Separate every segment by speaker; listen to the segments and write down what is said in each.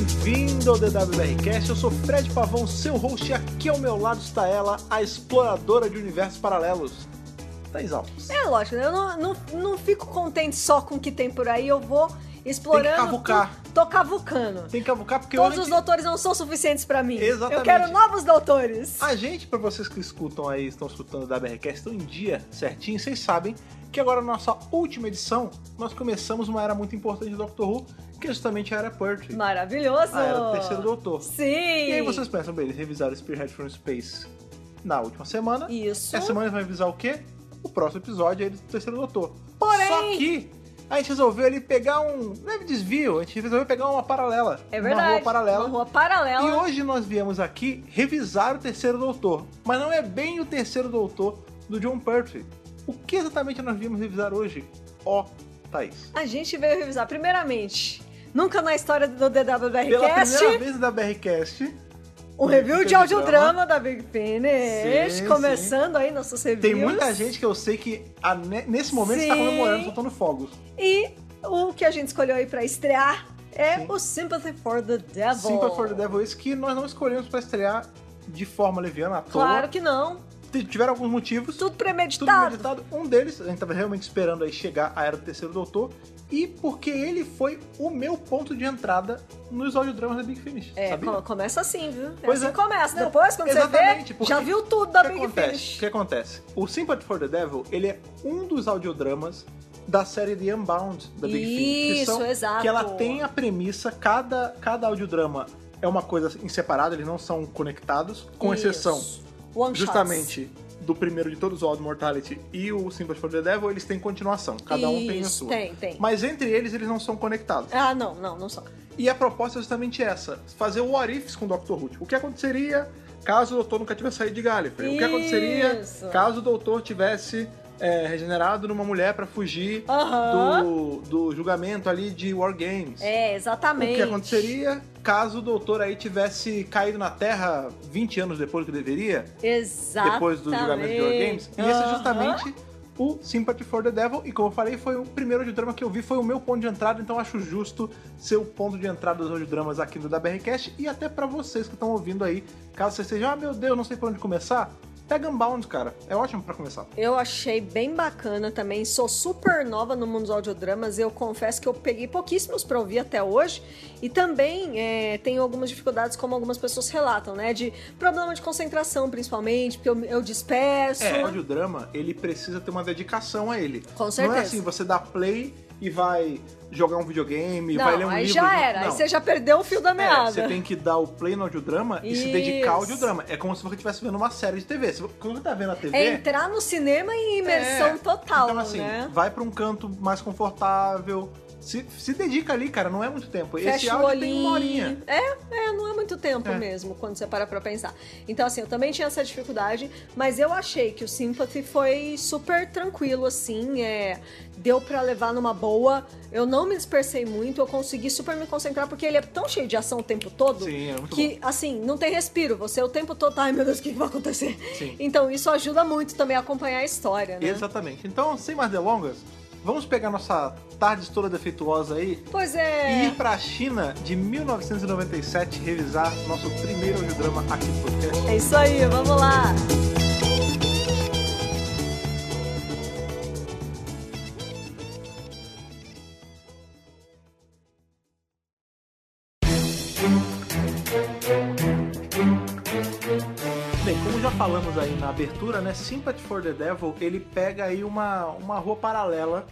Speaker 1: bem-vindo ao DWBRCast. Eu sou Fred Pavão, seu host, e aqui ao meu lado está ela, a exploradora de universos paralelos, Thais Alves.
Speaker 2: É lógico, eu não, não, não fico contente só com o que tem por aí, eu vou explorando.
Speaker 1: Tem que cavucar.
Speaker 2: Tô, tô cavucando.
Speaker 1: Tem que cavucar porque
Speaker 2: Todos
Speaker 1: hoje...
Speaker 2: os doutores não são suficientes pra mim.
Speaker 1: Exatamente.
Speaker 2: Eu quero novos doutores.
Speaker 1: A gente, pra vocês que escutam aí, estão escutando o WRCast, estão em dia certinho, vocês sabem que agora na nossa última edição, nós começamos uma era muito importante do Doctor Who, que é justamente a era Pertwee.
Speaker 2: Maravilhoso.
Speaker 1: A Ah, era do terceiro doutor.
Speaker 2: Sim.
Speaker 1: E aí vocês pensam, bem, eles revisaram Spearhead from Space na última semana.
Speaker 2: Isso.
Speaker 1: Essa É semana eles vão revisar o quê? O próximo episódio aí do terceiro doutor.
Speaker 2: Porém-
Speaker 1: Só que a gente resolveu ali pegar um leve desvio, a gente resolveu pegar uma paralela.
Speaker 2: É verdade.
Speaker 1: Uma rua paralela.
Speaker 2: Uma rua paralela.
Speaker 1: E hoje nós viemos aqui revisar o Terceiro Doutor, mas não é bem o Terceiro Doutor do John Pertwee. O que exatamente nós viemos revisar hoje? Ó, Thaís.
Speaker 2: A gente veio revisar, primeiramente, nunca na história do
Speaker 1: Pela primeira
Speaker 2: DWRcast,
Speaker 1: vez da BRCast,
Speaker 2: o um review de
Speaker 1: audiodrama.
Speaker 2: audiodrama da Big Finish,
Speaker 1: Sim,
Speaker 2: começando aí nossos reviews.
Speaker 1: tem muita gente que eu sei que a ne- nesse momento está
Speaker 2: Sim.
Speaker 1: comemorando, soltando fogos.
Speaker 2: E o que a gente escolheu aí pra estrear é
Speaker 1: Sim.
Speaker 2: o Sympathy for the Devil.
Speaker 1: Simple for the Devil, isso que nós não escolhemos para estrear de forma leviana, à toa.
Speaker 2: Claro que não.
Speaker 1: T- Tiveram alguns motivos.
Speaker 2: Tudo
Speaker 1: Tudo
Speaker 2: premeditado.
Speaker 1: meditado. Um deles, a gente tava realmente esperando aí chegar a Era do Terceiro Doutor. E porque ele foi o meu ponto de entrada nos audiodramas da Big Finish.
Speaker 2: É,
Speaker 1: sabia?
Speaker 2: co- começa assim, viu? É
Speaker 1: Pois
Speaker 2: assim
Speaker 1: é.
Speaker 2: que começa.
Speaker 1: Não,
Speaker 2: Depois, quando você
Speaker 1: exatamente,
Speaker 2: vê,
Speaker 1: porque
Speaker 2: já viu tudo
Speaker 1: O
Speaker 2: da
Speaker 1: que
Speaker 2: Big
Speaker 1: acontece? O
Speaker 2: Finish.
Speaker 1: que acontece? O Sympathy for the Devil, ele é um dos audiodramas da série The Unbound da Big Finish. que
Speaker 2: Isso, exato.
Speaker 1: Que ela tem a premissa, cada, cada audiodrama é uma coisa em separado, eles não são conectados, com
Speaker 2: Isso.
Speaker 1: exceção
Speaker 2: One shots.
Speaker 1: justamente do primeiro de todos, o Old Mortality e o Sympathy for the Devil, eles têm continuação. Cada um tem a
Speaker 2: Isso,
Speaker 1: sua.
Speaker 2: Tem, tem.
Speaker 1: Mas entre eles, eles não são conectados.
Speaker 2: Ah, não, não, não só.
Speaker 1: E a proposta é justamente essa: fazer o what ifs com o Dr. Who. Tipo, O que aconteceria caso o doutor nunca tivesse saído de Gallifrey? O que aconteceria
Speaker 2: Isso.
Speaker 1: caso o doutor tivesse é, regenerado numa mulher pra fugir
Speaker 2: Aham.
Speaker 1: do, do julgamento ali de War Games?
Speaker 2: É,
Speaker 1: O
Speaker 2: exatamente.
Speaker 1: que aconteceria caso o doutor aí tivesse caído na Terra 20 anos depois do que deveria?
Speaker 2: Exatamente.
Speaker 1: depois do julgamento de War Games. E esse é
Speaker 2: Aham.
Speaker 1: justamente o Sympathy for the Devil. E como eu falei, foi um, o primeiro audiodrama que eu vi, foi o meu ponto de entrada, então acho justo ser o ponto de entrada dos audiodramas aqui no DBRcast. E até pra vocês que estão ouvindo aí, caso vocês sejam, ah meu Deus, não sei por onde começar, pega Unbound, cara. É ótimo pra começar.
Speaker 2: Eu achei bem bacana também. Sou super nova no mundo dos audiodramas. Eu confesso que eu peguei pouquíssimos pra ouvir até hoje. E também é, tenho algumas dificuldades, como algumas pessoas relatam, né? De problema de concentração, principalmente, porque eu, eu disperso.
Speaker 1: É, o audiodrama, ele precisa ter uma dedicação a ele.
Speaker 2: Com
Speaker 1: Não é
Speaker 2: certeza.
Speaker 1: assim, você dá play e vai jogar um videogame,
Speaker 2: Não,
Speaker 1: vai ler um
Speaker 2: aí
Speaker 1: livro.
Speaker 2: já
Speaker 1: junto.
Speaker 2: era. Aí
Speaker 1: Não.
Speaker 2: você já perdeu o fio da
Speaker 1: É,
Speaker 2: meada.
Speaker 1: você tem que dar o play no audiodrama e se dedicar ao
Speaker 2: Isso.
Speaker 1: audiodrama. É como se você estivesse vendo uma série de TV. Se vo- Quando você tá vendo a TV.
Speaker 2: É entrar no cinema em imersão
Speaker 1: é.
Speaker 2: total,
Speaker 1: Então, assim,
Speaker 2: né?
Speaker 1: vai pra um canto mais confortável. Se, se dedica ali, cara, não é muito tempo. Esse
Speaker 2: Fecha o
Speaker 1: áudio
Speaker 2: olhinho.
Speaker 1: tem uma horinha.
Speaker 2: É, é, não é muito tempo
Speaker 1: É.
Speaker 2: mesmo, quando você para pra pensar. Então, assim, eu também tinha essa dificuldade, mas eu achei que o Sympathy foi super tranquilo, assim, é, deu pra levar numa boa. Eu não me dispersei muito, eu consegui super me concentrar, porque ele é tão cheio de ação o tempo todo.
Speaker 1: Sim, é muito
Speaker 2: que,
Speaker 1: bom.
Speaker 2: assim, não tem respiro. Você o tempo todo, ai meu Deus, o que que vai acontecer?
Speaker 1: Sim.
Speaker 2: Então, isso ajuda muito também a acompanhar a história, né?
Speaker 1: Exatamente. Então, sem mais delongas, vamos pegar nossa tarde toda defeituosa aí
Speaker 2: Pois
Speaker 1: e
Speaker 2: é.
Speaker 1: ir pra China de 1997 revisar nosso primeiro audiodrama aqui no podcast.
Speaker 2: É isso aí, vamos lá.
Speaker 1: Bem, como já falamos aí na abertura, né? Sympathy for the Devil, ele pega aí uma, uma rua paralela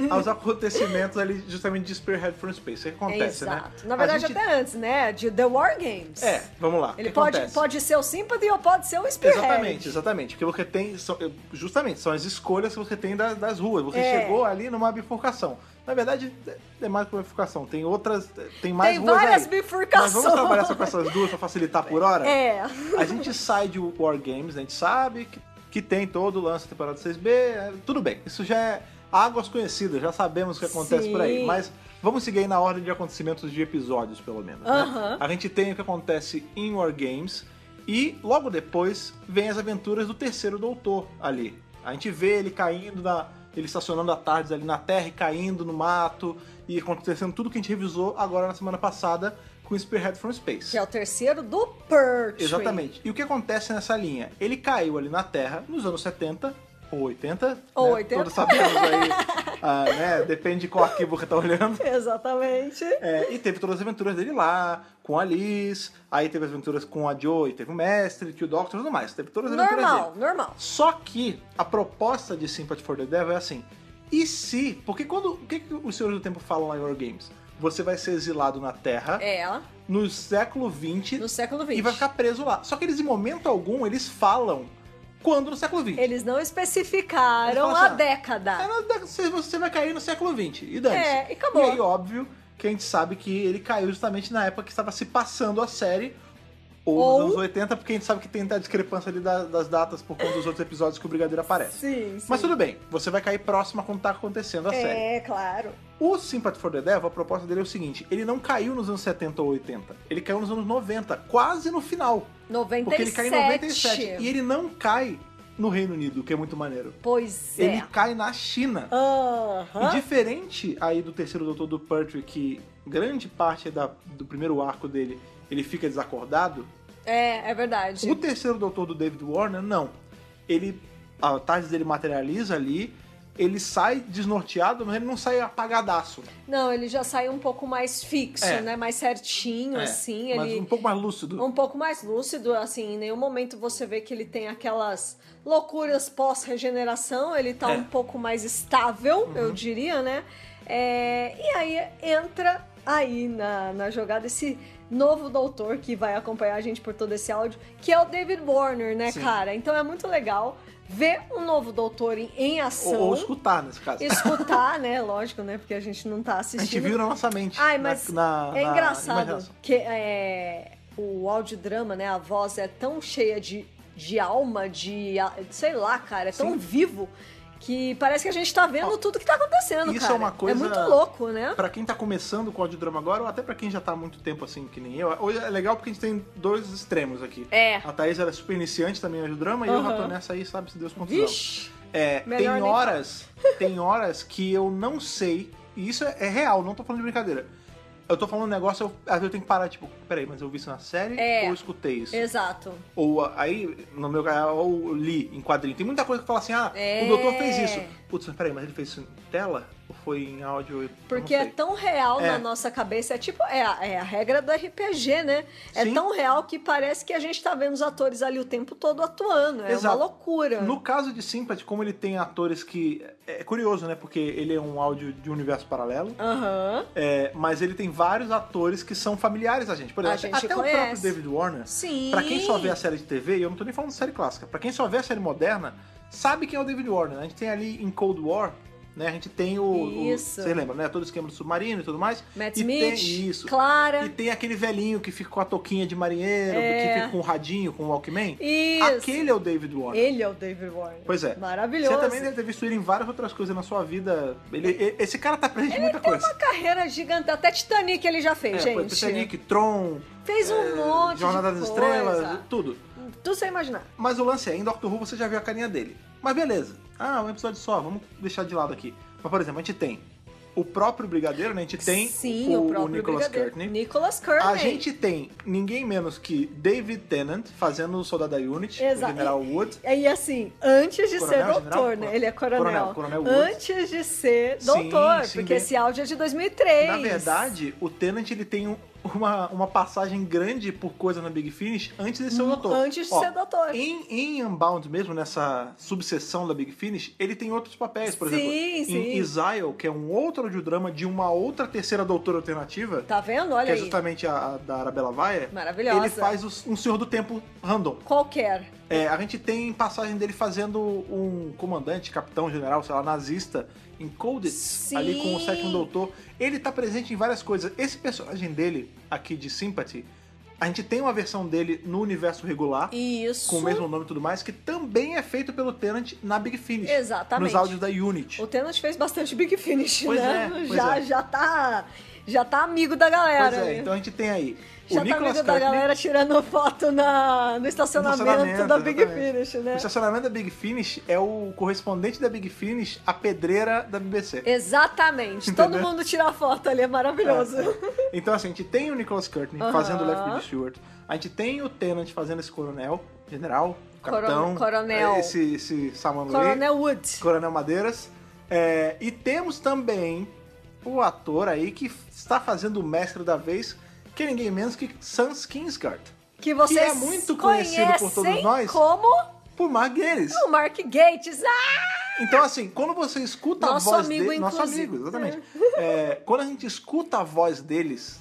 Speaker 1: aos acontecimentos ali justamente de Spearhead from Space. O que acontece, né?
Speaker 2: Exato. Na
Speaker 1: A
Speaker 2: verdade,
Speaker 1: gente-
Speaker 2: até antes, né? De The War Games.
Speaker 1: É, vamos lá. O
Speaker 2: Ele
Speaker 1: que
Speaker 2: pode,
Speaker 1: acontece?
Speaker 2: pode ser o Sympathy ou pode ser o Spearhead.
Speaker 1: Exatamente, exatamente. Porque você tem. são- justamente, são as escolhas que você tem das, das ruas. Você
Speaker 2: É.
Speaker 1: chegou ali numa bifurcação. Na verdade, é mais que uma bifurcação. Tem outras. é, Tem mais
Speaker 2: Tem
Speaker 1: ruas
Speaker 2: várias
Speaker 1: aí.
Speaker 2: bifurcações.
Speaker 1: Mas vamos trabalhar só com essas duas pra facilitar por hora?
Speaker 2: É.
Speaker 1: A gente sai de War Games, a gente sabe que, que tem todo o lance da temporada 6B, é, tudo bem. Isso já é águas conhecidas, já sabemos o que acontece
Speaker 2: Sim.
Speaker 1: por aí. Mas vamos seguir aí na ordem de acontecimentos de episódios, pelo menos. né?
Speaker 2: Aham.
Speaker 1: A gente tem o que acontece em War Games e logo depois vem as aventuras do terceiro doutor ali. A gente vê ele caindo na. Ele estacionando à tarde ali na terra e caindo no mato e acontecendo tudo que a gente revisou agora na semana passada com Spearhead from Space.
Speaker 2: Que é o terceiro do Perch.
Speaker 1: Exatamente. E o que acontece nessa linha? Ele caiu ali na Terra nos anos 70 ou 80.
Speaker 2: Ou
Speaker 1: né?
Speaker 2: 80.
Speaker 1: Todos sabemos aí, ah, né? Depende de qual arquivo que tá olhando.
Speaker 2: Exatamente.
Speaker 1: É, e teve todas as aventuras dele lá, com a Liz, aí teve as aventuras com a Joy, teve o Mestre, Tio Doctor e tudo mais. Teve todas as aventuras dele.
Speaker 2: Normal, normal.
Speaker 1: Só que a proposta de Sympathy for the Devil é assim: e se? Porque quando. O que, que os senhores do tempo falam lá em War Games? Você vai ser exilado na Terra
Speaker 2: É,
Speaker 1: no século XX
Speaker 2: no século XX.
Speaker 1: e vai ficar preso lá. Só que eles, em momento algum, eles falam quando no século XX.
Speaker 2: Eles não
Speaker 1: Eles falam assim, É,
Speaker 2: especificaram a década.
Speaker 1: na década- você- Você vai cair no século XX. E dane
Speaker 2: É, e acabou.
Speaker 1: E aí, óbvio, que a gente sabe que ele caiu justamente na época que estava se passando a série. Ou,
Speaker 2: Ou-
Speaker 1: nos anos 80, porque a gente sabe que tem a discrepância ali da- das datas por conta dos outros episódios que o Brigadeiro aparece.
Speaker 2: Sim, sim.
Speaker 1: Mas tudo bem, você vai cair próximo a quando tá acontecendo a série.
Speaker 2: É, claro.
Speaker 1: O Sympathy for the Devil, a proposta dele é o seguinte: ele não caiu nos anos 70 ou 80, ele caiu nos anos 90, quase no final.
Speaker 2: 97.
Speaker 1: Porque ele cai em 97. E ele não cai no Reino Unido, o que é muito maneiro.
Speaker 2: Pois
Speaker 1: Ele
Speaker 2: é.
Speaker 1: cai na China. E
Speaker 2: Aham. diferente
Speaker 1: diferente aí do terceiro doutor do Pertwee, que grande parte da- do primeiro arco dele ele fica desacordado,
Speaker 2: É, é verdade.
Speaker 1: o terceiro doutor do David Warner, não. Ele. A tarde dele materializa ali, ele sai desnorteado, mas ele não sai apagadaço.
Speaker 2: Não, ele já sai um pouco mais fixo,
Speaker 1: É.
Speaker 2: né? Mais certinho,
Speaker 1: É,
Speaker 2: assim.
Speaker 1: mas
Speaker 2: Ele
Speaker 1: um pouco mais lúcido.
Speaker 2: um pouco mais lúcido, assim, em nenhum momento você vê que ele tem aquelas loucuras pós-regeneração, ele tá
Speaker 1: É. Uhum.
Speaker 2: um pouco mais estável, eu diria, né? É, e aí entra aí na, na jogada esse novo doutor que vai acompanhar a gente por todo esse áudio, que é o David Warner, né,
Speaker 1: Sim.
Speaker 2: cara? Então é muito legal ver um novo doutor em, em
Speaker 1: Ou,
Speaker 2: ação.
Speaker 1: ou escutar, nesse caso.
Speaker 2: Escutar, né? Lógico, né? Porque a gente não tá
Speaker 1: A
Speaker 2: assistindo.
Speaker 1: gente viu na nossa mente.
Speaker 2: Ai,
Speaker 1: na-
Speaker 2: mas
Speaker 1: na,
Speaker 2: É
Speaker 1: na
Speaker 2: engraçado
Speaker 1: imaginação.
Speaker 2: que é, o audiodrama, né? A voz é tão cheia de, de alma, de. a- sei lá, cara, é tão
Speaker 1: Sim.
Speaker 2: vivo que parece que a gente tá vendo tudo que tá acontecendo,
Speaker 1: isso
Speaker 2: cara.
Speaker 1: é uma coisa-
Speaker 2: muito louco, né?
Speaker 1: Pra quem tá começando com o audiodrama agora, ou até pra quem já tá há muito tempo assim, que nem eu, hoje é legal porque a gente tem dois extremos aqui.
Speaker 2: É.
Speaker 1: A Thaís era super iniciante também no audiodrama, e eu
Speaker 2: Aham.
Speaker 1: já tô nessa aí, sabe-se Deus quantos anos.
Speaker 2: Vixe!
Speaker 1: É,
Speaker 2: Melhor
Speaker 1: tem
Speaker 2: nem
Speaker 1: horas, tem horas que eu não sei, e isso é, é real, não tô falando de brincadeira. Eu tô falando um negócio, eu, às vezes eu tenho que parar, tipo, peraí, mas eu vi isso na série
Speaker 2: É.
Speaker 1: ou eu escutei isso?
Speaker 2: Exato.
Speaker 1: Ou a- aí, no meu canal, ou eu li em quadrinho. Tem muita coisa que fala assim, ah,
Speaker 2: É.
Speaker 1: o doutor fez isso. Putz, mas peraí, mas ele fez isso em tela? Ou foi em áudio? Eu
Speaker 2: Porque
Speaker 1: não
Speaker 2: é
Speaker 1: sei.
Speaker 2: tão real
Speaker 1: É.
Speaker 2: na nossa cabeça, é tipo, é, a- é a regra do RPG, né? É
Speaker 1: Sim.
Speaker 2: tão real que parece que a gente tá vendo os atores ali o tempo todo atuando. É
Speaker 1: Exato.
Speaker 2: uma loucura.
Speaker 1: No caso de Sympathy, como ele tem atores que... É curioso, né? Porque ele é um áudio de um universo paralelo.
Speaker 2: Aham.
Speaker 1: É, mas ele tem vários atores que são familiares a gente. Por
Speaker 2: A
Speaker 1: exemplo,
Speaker 2: gente
Speaker 1: até
Speaker 2: conhece.
Speaker 1: o próprio David Warner.
Speaker 2: Sim.
Speaker 1: Pra quem só vê a série de TV, e eu não tô nem falando de série clássica, pra quem só vê a série moderna, sabe quem é o David Warner. né? A gente tem ali em Cold War, né? A gente tem o. o-
Speaker 2: Isso.
Speaker 1: Você lembra, né? Todo o esquema do submarino e tudo mais.
Speaker 2: Matt
Speaker 1: e
Speaker 2: Smith,
Speaker 1: tem isso.
Speaker 2: Clara.
Speaker 1: E tem aquele velhinho que fica com a touquinha de marinheiro,
Speaker 2: É.
Speaker 1: que fica com o radinho, com o Walkman.
Speaker 2: Isso.
Speaker 1: Aquele é o David Warner.
Speaker 2: Ele é o David Warner.
Speaker 1: Pois é.
Speaker 2: Maravilhoso.
Speaker 1: Você também deve ter visto ele em várias outras coisas na sua vida. Ele- e- esse cara tá presente em muita coisa.
Speaker 2: Uma carreira gigante. Até Titanic ele já fez,
Speaker 1: É,
Speaker 2: gente.
Speaker 1: foi Titanic, Tron,
Speaker 2: Fez um
Speaker 1: é,
Speaker 2: monte
Speaker 1: Jornada
Speaker 2: de
Speaker 1: das
Speaker 2: coisa.
Speaker 1: Estrelas, tudo.
Speaker 2: Tudo sem imaginar.
Speaker 1: Mas o lance é, em Doctor Who você já viu a carinha dele. Mas beleza. Ah, um episódio só, vamos deixar de lado aqui. Mas, por exemplo, a gente tem o próprio Brigadeiro, né? A gente tem
Speaker 2: Sim, o,
Speaker 1: o,
Speaker 2: próprio
Speaker 1: Nicholas
Speaker 2: Brigadeiro.
Speaker 1: Courtney.
Speaker 2: Nicolas Courtney.
Speaker 1: A gente tem ninguém menos que David Tennant fazendo o soldado da Unit,
Speaker 2: Exato.
Speaker 1: o General Wood.
Speaker 2: E assim, antes de
Speaker 1: Coronel,
Speaker 2: ser doutor,
Speaker 1: general?
Speaker 2: né? Ele é coronel.
Speaker 1: Coronel, coronel Woods.
Speaker 2: antes de ser
Speaker 1: Sim,
Speaker 2: doutor,
Speaker 1: sim,
Speaker 2: porque
Speaker 1: bem-
Speaker 2: esse áudio é de 2003.
Speaker 1: Na verdade, o Tennant ele tem um- uma, uma passagem grande por coisa na Big Finish antes de ser o é doutor.
Speaker 2: Hum, Antes de
Speaker 1: Ó,
Speaker 2: ser doutor.
Speaker 1: Em, em Unbound mesmo, nessa subseção da Big Finish, ele tem outros papéis, por
Speaker 2: Sim,
Speaker 1: exemplo.
Speaker 2: sim.
Speaker 1: Em Isaiah, que é um outro audiodrama de uma outra terceira doutora alternativa,
Speaker 2: Tá vendo?
Speaker 1: que
Speaker 2: Olha
Speaker 1: é
Speaker 2: aí.
Speaker 1: justamente a, a da Arabella Vaia,
Speaker 2: Maravilhosa.
Speaker 1: ele faz os- um Senhor do Tempo random.
Speaker 2: Qualquer.
Speaker 1: É, a gente tem passagem dele fazendo um comandante, capitão, general, sei lá, nazista, em Colditz,
Speaker 2: Sim.
Speaker 1: ali com o sétimo doutor. Ele tá presente em várias coisas. Esse personagem dele, aqui de Sympathy, a gente tem uma versão dele no universo regular
Speaker 2: Isso.
Speaker 1: com o mesmo nome e tudo mais, que também é feito pelo Tenant na Big Finish.
Speaker 2: Exatamente.
Speaker 1: Nos áudios da Unity.
Speaker 2: O Tenant fez bastante Big Finish,
Speaker 1: Pois
Speaker 2: né?
Speaker 1: é, pois
Speaker 2: já,
Speaker 1: é.
Speaker 2: já tá já tá amigo da galera.
Speaker 1: Pois é,
Speaker 2: né?
Speaker 1: então a gente tem aí o
Speaker 2: já tá amigo
Speaker 1: Nicolas
Speaker 2: da
Speaker 1: Kirkman,
Speaker 2: galera tirando foto na, no estacionamento,
Speaker 1: estacionamento,
Speaker 2: da Big
Speaker 1: exatamente.
Speaker 2: Finish, né?
Speaker 1: O estacionamento da Big Finish é o correspondente da Big Finish, a pedreira da BBC.
Speaker 2: Exatamente. Todo
Speaker 1: é. Entendeu?
Speaker 2: mundo tira foto ali, é maravilhoso.
Speaker 1: Então, assim, a gente tem o Nicholas Curtin
Speaker 2: Aham.
Speaker 1: fazendo o Lefty Stewart, a gente tem o Tennant fazendo esse coronel, general,
Speaker 2: Coron-
Speaker 1: capitão, é,
Speaker 2: coronel.
Speaker 1: esse, esse Samuel
Speaker 2: Coronel Wood.
Speaker 1: Coronel Madeiras. É, e temos também o ator aí que está fazendo o mestre da vez, que é ninguém menos que Sans Kingsguard,
Speaker 2: Que vocês
Speaker 1: que é muito conhecido por todos
Speaker 2: conhecem
Speaker 1: nós.
Speaker 2: como
Speaker 1: por Mark Guedes.
Speaker 2: o Mark Gates. Ah,
Speaker 1: Então, assim, quando você escuta
Speaker 2: Nosso
Speaker 1: a voz
Speaker 2: amigo,
Speaker 1: dele. Nosso
Speaker 2: inclusive.
Speaker 1: amigo, exatamente. É, quando a gente escuta a voz deles,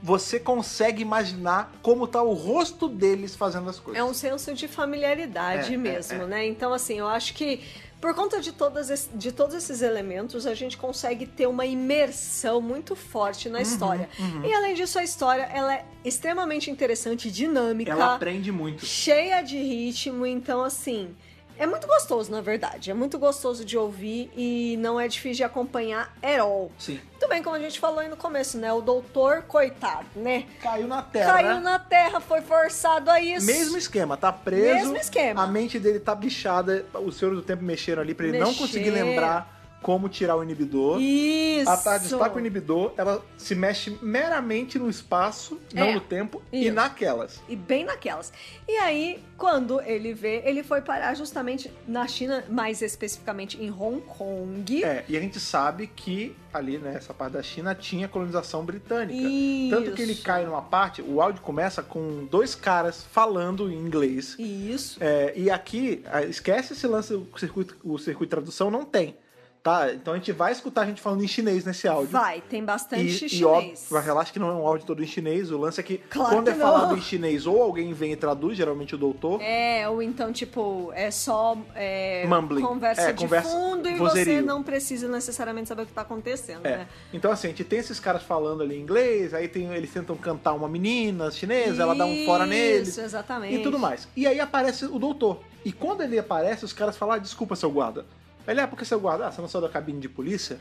Speaker 1: você consegue imaginar como tá o rosto deles fazendo as coisas.
Speaker 2: É um senso de familiaridade
Speaker 1: É, é,
Speaker 2: mesmo,
Speaker 1: é.
Speaker 2: né? Então, assim, eu acho que por conta de, todas esse- de todos esses elementos, a gente consegue ter uma imersão muito forte
Speaker 1: Uhum,
Speaker 2: na história. E além disso, a história ela é extremamente interessante, dinâmica.
Speaker 1: Ela aprende muito.
Speaker 2: cheia de ritmo, então assim, é muito gostoso, na verdade. É muito gostoso de ouvir e não é difícil de acompanhar at all.
Speaker 1: Sim.
Speaker 2: Muito bem, como a gente falou aí no começo, né? O doutor, coitado, né?
Speaker 1: Caiu na tela.
Speaker 2: Caiu
Speaker 1: né?
Speaker 2: na terra, foi forçado a isso.
Speaker 1: Mesmo esquema, tá preso.
Speaker 2: Mesmo esquema.
Speaker 1: A mente dele tá bichada. Os senhores do tempo mexeram ali pra ele não
Speaker 2: Mexer.
Speaker 1: conseguir lembrar como tirar o inibidor.
Speaker 2: Isso.
Speaker 1: A tarde está com o inibidor, ela se mexe meramente no espaço, não
Speaker 2: É.
Speaker 1: no tempo, e
Speaker 2: Isso.
Speaker 1: naquelas.
Speaker 2: E bem naquelas. E aí, quando ele vê, ele foi parar justamente na China, mais especificamente em Hong Kong.
Speaker 1: É, e a gente sabe que ali, né, essa parte da China tinha colonização britânica.
Speaker 2: Isso.
Speaker 1: Tanto que ele cai numa parte, o áudio começa com dois caras falando em inglês.
Speaker 2: Isso.
Speaker 1: É, e aqui, ah, esquece esse lance, o circuito, o circuito de tradução não tem. Tá? Então a gente vai escutar a gente falando em chinês nesse áudio.
Speaker 2: Vai, tem bastante
Speaker 1: E,
Speaker 2: chinês.
Speaker 1: e óbvio, mas relaxa que não é um áudio todo em chinês. O lance é que
Speaker 2: Claro
Speaker 1: quando
Speaker 2: que
Speaker 1: é
Speaker 2: não.
Speaker 1: falado em chinês, ou alguém vem e traduz, geralmente o doutor.
Speaker 2: É, ou então, tipo, é só é,
Speaker 1: Mumbling.
Speaker 2: conversa
Speaker 1: É,
Speaker 2: de
Speaker 1: conversa-
Speaker 2: fundo e você
Speaker 1: vozerio.
Speaker 2: não precisa necessariamente saber o que tá acontecendo,
Speaker 1: É.
Speaker 2: né?
Speaker 1: Então, assim, a gente tem esses caras falando ali em inglês, aí tem- eles tentam cantar uma menina chinesa, ela dá um fora neles
Speaker 2: Isso, exatamente. Tá
Speaker 1: e tudo mais. E aí aparece o doutor. E quando ele aparece, os caras falam: ah, desculpa, seu guarda. Ele, ah, porque seu guarda, ah, você não saiu da cabine de polícia?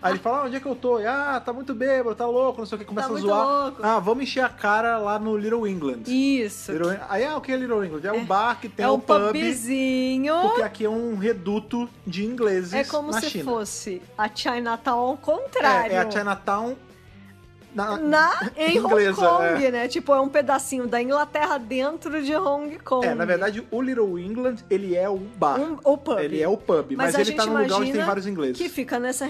Speaker 1: aí ele fala, ah, onde é que eu tô? E, ah, tá muito bêbado, tá louco, não sei o que, começa a
Speaker 2: muito
Speaker 1: zoar.
Speaker 2: louco.
Speaker 1: Ah, vamos encher a cara lá no Little England.
Speaker 2: Isso.
Speaker 1: Little En- Aí ah, o que é Little England? É, um bar que tem
Speaker 2: é
Speaker 1: um
Speaker 2: o
Speaker 1: pub,
Speaker 2: pubzinho.
Speaker 1: porque aqui é um reduto de ingleses
Speaker 2: É como
Speaker 1: na
Speaker 2: se
Speaker 1: China.
Speaker 2: fosse a Chinatown ao contrário.
Speaker 1: É, é a Chinatown na,
Speaker 2: Na, em
Speaker 1: Inglesa,
Speaker 2: Hong Kong, né? Tipo, é um pedacinho da Inglaterra dentro de Hong Kong.
Speaker 1: É, na verdade, o Little England, ele é o bar.
Speaker 2: Um- o pub.
Speaker 1: Ele é o pub, mas,
Speaker 2: Mas a
Speaker 1: ele tá num
Speaker 2: gente
Speaker 1: lugar onde
Speaker 2: imagina
Speaker 1: tem vários ingleses.
Speaker 2: Que fica nessa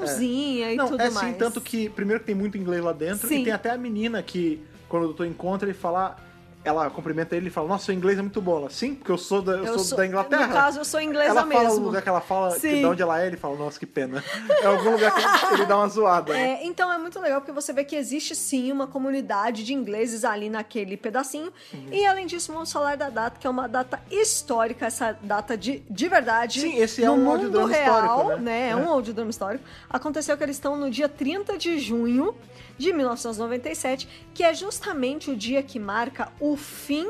Speaker 2: regiãozinha e
Speaker 1: Não,
Speaker 2: tudo
Speaker 1: é
Speaker 2: mais.
Speaker 1: assim, tanto que primeiro que tem muito inglês lá dentro
Speaker 2: Sim.
Speaker 1: e tem até a menina que quando o doutor encontra ele fala, ela cumprimenta ele e fala: "Nossa, seu inglês é muito bom". Ela, Sim, porque eu sou da, eu sou da Inglaterra.
Speaker 2: No caso, eu sou inglesa
Speaker 1: ela
Speaker 2: mesmo.
Speaker 1: fala o lugar que ela fala, que
Speaker 2: Sim.
Speaker 1: de onde ela é, ele fala: "Nossa, que pena". É algum lugar que ele dá uma zoada. né?
Speaker 2: É, então é muito legal porque você vê que existe sim uma comunidade de ingleses ali naquele pedacinho.
Speaker 1: Uhum.
Speaker 2: E além disso, vamos falar da data, que é uma data histórica, essa data de, de verdade.
Speaker 1: Sim, esse é
Speaker 2: no
Speaker 1: um
Speaker 2: mundo
Speaker 1: audiodrama
Speaker 2: real,
Speaker 1: histórico, né?
Speaker 2: É,
Speaker 1: É.
Speaker 2: um audiodrama histórico. Aconteceu que eles estão no dia 30 de junho de 1997, que é justamente o dia que marca o fim.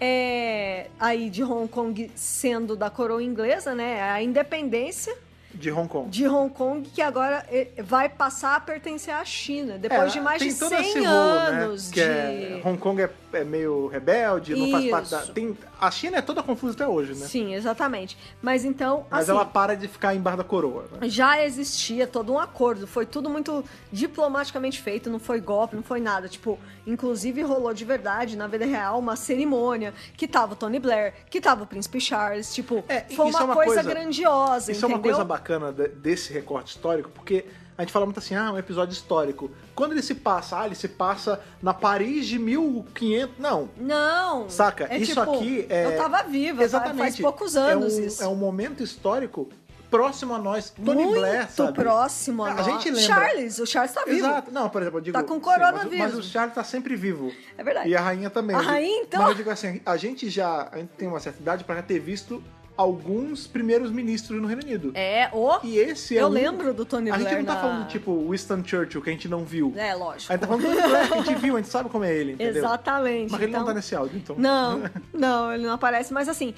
Speaker 2: é, aí de Hong Kong sendo da coroa inglesa, né? A independência
Speaker 1: De Hong Kong.
Speaker 2: de Hong Kong que agora eh, vai passar a pertencer à China. Depois
Speaker 1: É,
Speaker 2: de mais
Speaker 1: tem
Speaker 2: de
Speaker 1: todo
Speaker 2: 100
Speaker 1: esse rolo,
Speaker 2: anos
Speaker 1: né?
Speaker 2: de...
Speaker 1: Que é, Hong Kong é, é meio rebelde, não faz parte da.
Speaker 2: Isso.
Speaker 1: Tem, a China é toda confusa até hoje, né?
Speaker 2: Sim, exatamente. Mas então,
Speaker 1: Mas
Speaker 2: assim,
Speaker 1: ela para de ficar em Bar da Coroa. Né?
Speaker 2: já existia todo um acordo. Foi tudo muito diplomaticamente feito, não foi golpe, não foi nada. Tipo, inclusive rolou de verdade, na vida real, uma cerimônia que tava o Tony Blair, que tava o Príncipe Charles. Tipo,
Speaker 1: É, e
Speaker 2: foi
Speaker 1: isso
Speaker 2: uma,
Speaker 1: é uma
Speaker 2: coisa,
Speaker 1: coisa-
Speaker 2: grandiosa,
Speaker 1: Isso é uma
Speaker 2: entendeu?
Speaker 1: coisa bacana de- desse recorte histórico, porque a gente fala muito assim, ah, um episódio histórico. Quando ele se passa, ah, ele se passa na Paris de 1500. Não.
Speaker 2: Não.
Speaker 1: Saca?
Speaker 2: É
Speaker 1: Isso
Speaker 2: tipo,
Speaker 1: aqui é-
Speaker 2: Eu tava viva,
Speaker 1: Exatamente.
Speaker 2: faz poucos anos
Speaker 1: é um,
Speaker 2: isso.
Speaker 1: É um momento histórico próximo a nós. Tony
Speaker 2: muito
Speaker 1: Blair, sabe?
Speaker 2: próximo a,
Speaker 1: A
Speaker 2: nós.
Speaker 1: gente lembra.
Speaker 2: Charles, o Charles tá vivo.
Speaker 1: Exato. Não, por exemplo, eu digo.
Speaker 2: Tá com
Speaker 1: sim,
Speaker 2: coronavírus.
Speaker 1: mas, o- mas o Charles tá sempre vivo.
Speaker 2: É verdade.
Speaker 1: E a rainha também.
Speaker 2: A rainha, então?
Speaker 1: Mas eu digo assim, a gente já a gente tem uma certa idade pra já ter visto alguns primeiros ministros no Reino Unido.
Speaker 2: É, o...
Speaker 1: E esse é
Speaker 2: Eu
Speaker 1: um-
Speaker 2: lembro do Tony
Speaker 1: A
Speaker 2: Blair
Speaker 1: gente não tá
Speaker 2: na-
Speaker 1: falando, tipo, Winston Churchill, que a gente não viu.
Speaker 2: É, lógico.
Speaker 1: A gente tá falando do Tony Blair, que a gente viu, a gente sabe como é ele, entendeu?
Speaker 2: Exatamente.
Speaker 1: Mas ele não
Speaker 2: então-
Speaker 1: tá nesse áudio, então.
Speaker 2: Não, não, ele não aparece. Mas assim,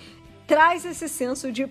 Speaker 2: traz esse senso de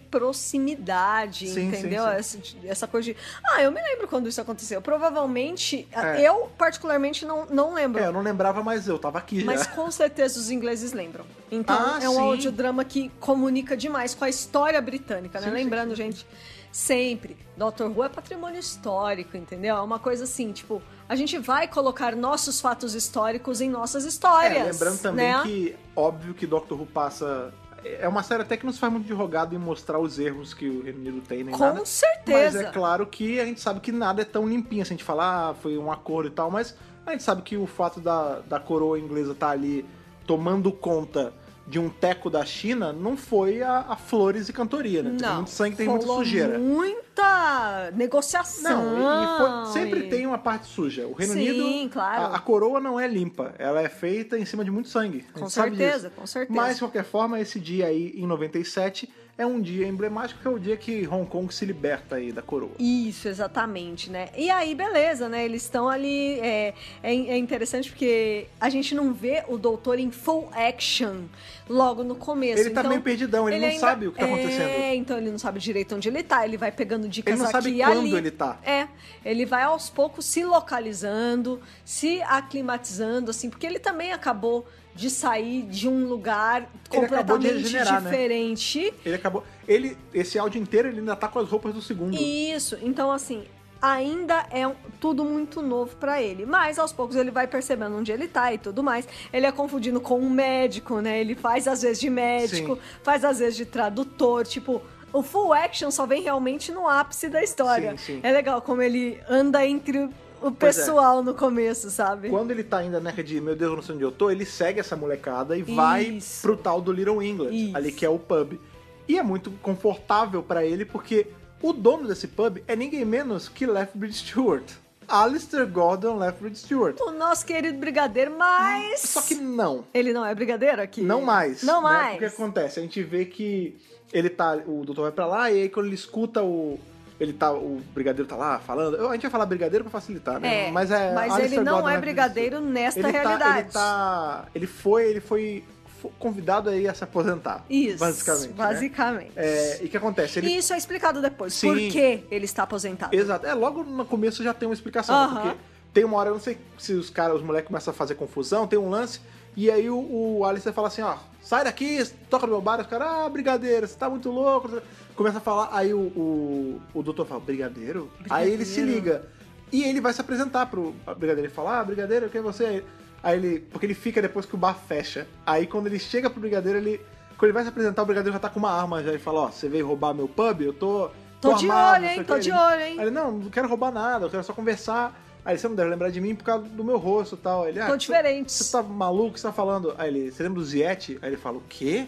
Speaker 2: proximidade,
Speaker 1: Sim,
Speaker 2: entendeu?
Speaker 1: sim, sim.
Speaker 2: Essa, essa coisa de. Ah, eu me lembro quando isso aconteceu. Provavelmente,
Speaker 1: É.
Speaker 2: eu particularmente não, não lembro.
Speaker 1: É, eu não lembrava, mas eu tava aqui né?
Speaker 2: Mas
Speaker 1: já.
Speaker 2: com certeza os ingleses lembram. Então
Speaker 1: Ah,
Speaker 2: é um
Speaker 1: sim.
Speaker 2: audiodrama que comunica demais com a história britânica, né?
Speaker 1: Sim, sim,
Speaker 2: Lembrando, gente, sempre, Doctor Who é patrimônio histórico, entendeu? É uma coisa assim, tipo, a gente vai colocar nossos fatos históricos em nossas histórias.
Speaker 1: É, lembrando também
Speaker 2: né?
Speaker 1: que, óbvio que Doctor Who passa. É uma série até que não se faz muito de rogado em mostrar os erros que o Reino Unido tem, nem
Speaker 2: Com
Speaker 1: nada.
Speaker 2: certeza.
Speaker 1: Mas é claro que a gente sabe que nada é tão limpinho. assim, a gente fala, ah, foi um acordo e tal, mas a gente sabe que o fato da, da coroa inglesa estar ali tomando conta de um teco da China não foi a, a flores e cantoria, né? Tem
Speaker 2: Não,
Speaker 1: muito sangue, tem muita
Speaker 2: rolou
Speaker 1: sujeira.
Speaker 2: Muita negociação.
Speaker 1: Não, e, e foi- sempre
Speaker 2: e-
Speaker 1: tem uma parte suja. O Reino
Speaker 2: Sim,
Speaker 1: Unido,
Speaker 2: claro.
Speaker 1: a, a coroa não é limpa, ela é feita em cima de muito sangue. a
Speaker 2: Com
Speaker 1: gente sabe
Speaker 2: certeza,
Speaker 1: disso.
Speaker 2: com certeza.
Speaker 1: Mas, de qualquer forma, esse dia aí, em 97, é um dia emblemático, que é o dia que Hong Kong se liberta aí da coroa.
Speaker 2: Isso, exatamente, né? E aí, beleza, né? Eles estão ali. É, é, é interessante porque a gente não vê o doutor em full action logo no começo.
Speaker 1: Ele tá
Speaker 2: então,
Speaker 1: meio perdidão, ele, não
Speaker 2: ainda-
Speaker 1: sabe o que tá acontecendo.
Speaker 2: É, então ele não sabe direito onde ele tá, ele vai pegando dicas
Speaker 1: Ele não
Speaker 2: aqui
Speaker 1: sabe
Speaker 2: e
Speaker 1: quando
Speaker 2: ali.
Speaker 1: ele tá.
Speaker 2: É, ele vai aos poucos se localizando, se aclimatizando, assim, porque ele também acabou de sair de um lugar
Speaker 1: Ele acabou de
Speaker 2: completamente
Speaker 1: regenerar, né?
Speaker 2: diferente.
Speaker 1: Ele acabou. Ele, esse áudio inteiro, ele ainda tá com as roupas do segundo.
Speaker 2: Isso, então assim, ainda é um- tudo muito novo pra ele, mas aos poucos ele vai percebendo onde ele tá e tudo mais. Ele é confundindo com um médico, né? Ele faz às vezes de médico,
Speaker 1: Sim.
Speaker 2: faz às vezes de tradutor, tipo, o full action só vem realmente no ápice da história.
Speaker 1: Sim, sim.
Speaker 2: É legal como ele anda entre o
Speaker 1: Pois é.
Speaker 2: pessoal no começo, sabe?
Speaker 1: Quando ele tá ainda naquela de meu Deus, eu não sei onde eu tô, ele segue essa molecada e vai
Speaker 2: Isso.
Speaker 1: pro tal do Little England,
Speaker 2: Isso.
Speaker 1: ali que é o pub. E é muito confortável pra ele, porque o dono desse pub é ninguém menos que Lethbridge Stewart. Alistair Gordon Lethbridge Stewart.
Speaker 2: O nosso querido brigadeiro, mas
Speaker 1: Só que não.
Speaker 2: ele não é brigadeiro aqui.
Speaker 1: Não mais.
Speaker 2: Não
Speaker 1: né?
Speaker 2: mais.
Speaker 1: O que acontece? A gente vê que ele tá. O doutor vai pra lá, e aí quando ele escuta o. Ele tá. O brigadeiro tá lá falando. Eu- A gente vai falar brigadeiro pra facilitar, né?
Speaker 2: É,
Speaker 1: mas é.
Speaker 2: mas ele
Speaker 1: Alistair
Speaker 2: não
Speaker 1: Gordon
Speaker 2: é
Speaker 1: Lethbridge
Speaker 2: brigadeiro nesta
Speaker 1: ele Tá, ele
Speaker 2: realidade.
Speaker 1: tá. Ele foi. Ele foi fo- convidado aí a se aposentar.
Speaker 2: Isso.
Speaker 1: Basicamente. né?
Speaker 2: Basicamente.
Speaker 1: É, e o que acontece? Ele
Speaker 2: E isso é explicado depois.
Speaker 1: Sim.
Speaker 2: Por que ele está aposentado?
Speaker 1: Exato. É, logo no começo já tem uma explicação,
Speaker 2: Aham.
Speaker 1: porque tem uma hora, eu não sei se os caras, os moleques começam a fazer confusão, tem um lance, e aí o, o Alistair fala assim, ó, sai daqui, toca no meu bar, os caras, ah, brigadeiro, você tá muito louco. Começa a falar, aí o, o, o doutor fala, brigadeiro? Aí ele se
Speaker 2: Brigadeiro.
Speaker 1: liga. E ele vai se apresentar pro brigadeiro, ele fala, ah, brigadeiro, quem é você? Aí ele, porque ele fica depois que o bar fecha. Aí quando ele chega pro brigadeiro, ele... Quando ele vai se apresentar, o brigadeiro já tá com uma arma já. Ele fala, ó, você veio roubar meu pub? Eu tô.
Speaker 2: Tô de
Speaker 1: armado,
Speaker 2: olho,
Speaker 1: não sei
Speaker 2: hein?
Speaker 1: o
Speaker 2: Tô
Speaker 1: quê."
Speaker 2: de
Speaker 1: Ele-
Speaker 2: olho, hein?
Speaker 1: Aí ele, não, não quero roubar nada, eu quero só conversar. Aí você não deve lembrar de mim por causa do meu rosto e tal. Ele, ah,
Speaker 2: Tô
Speaker 1: você-
Speaker 2: diferente.
Speaker 1: Você tá maluco? O que Você tá falando? Aí ele, você lembra do Ziet? Aí ele fala, o quê?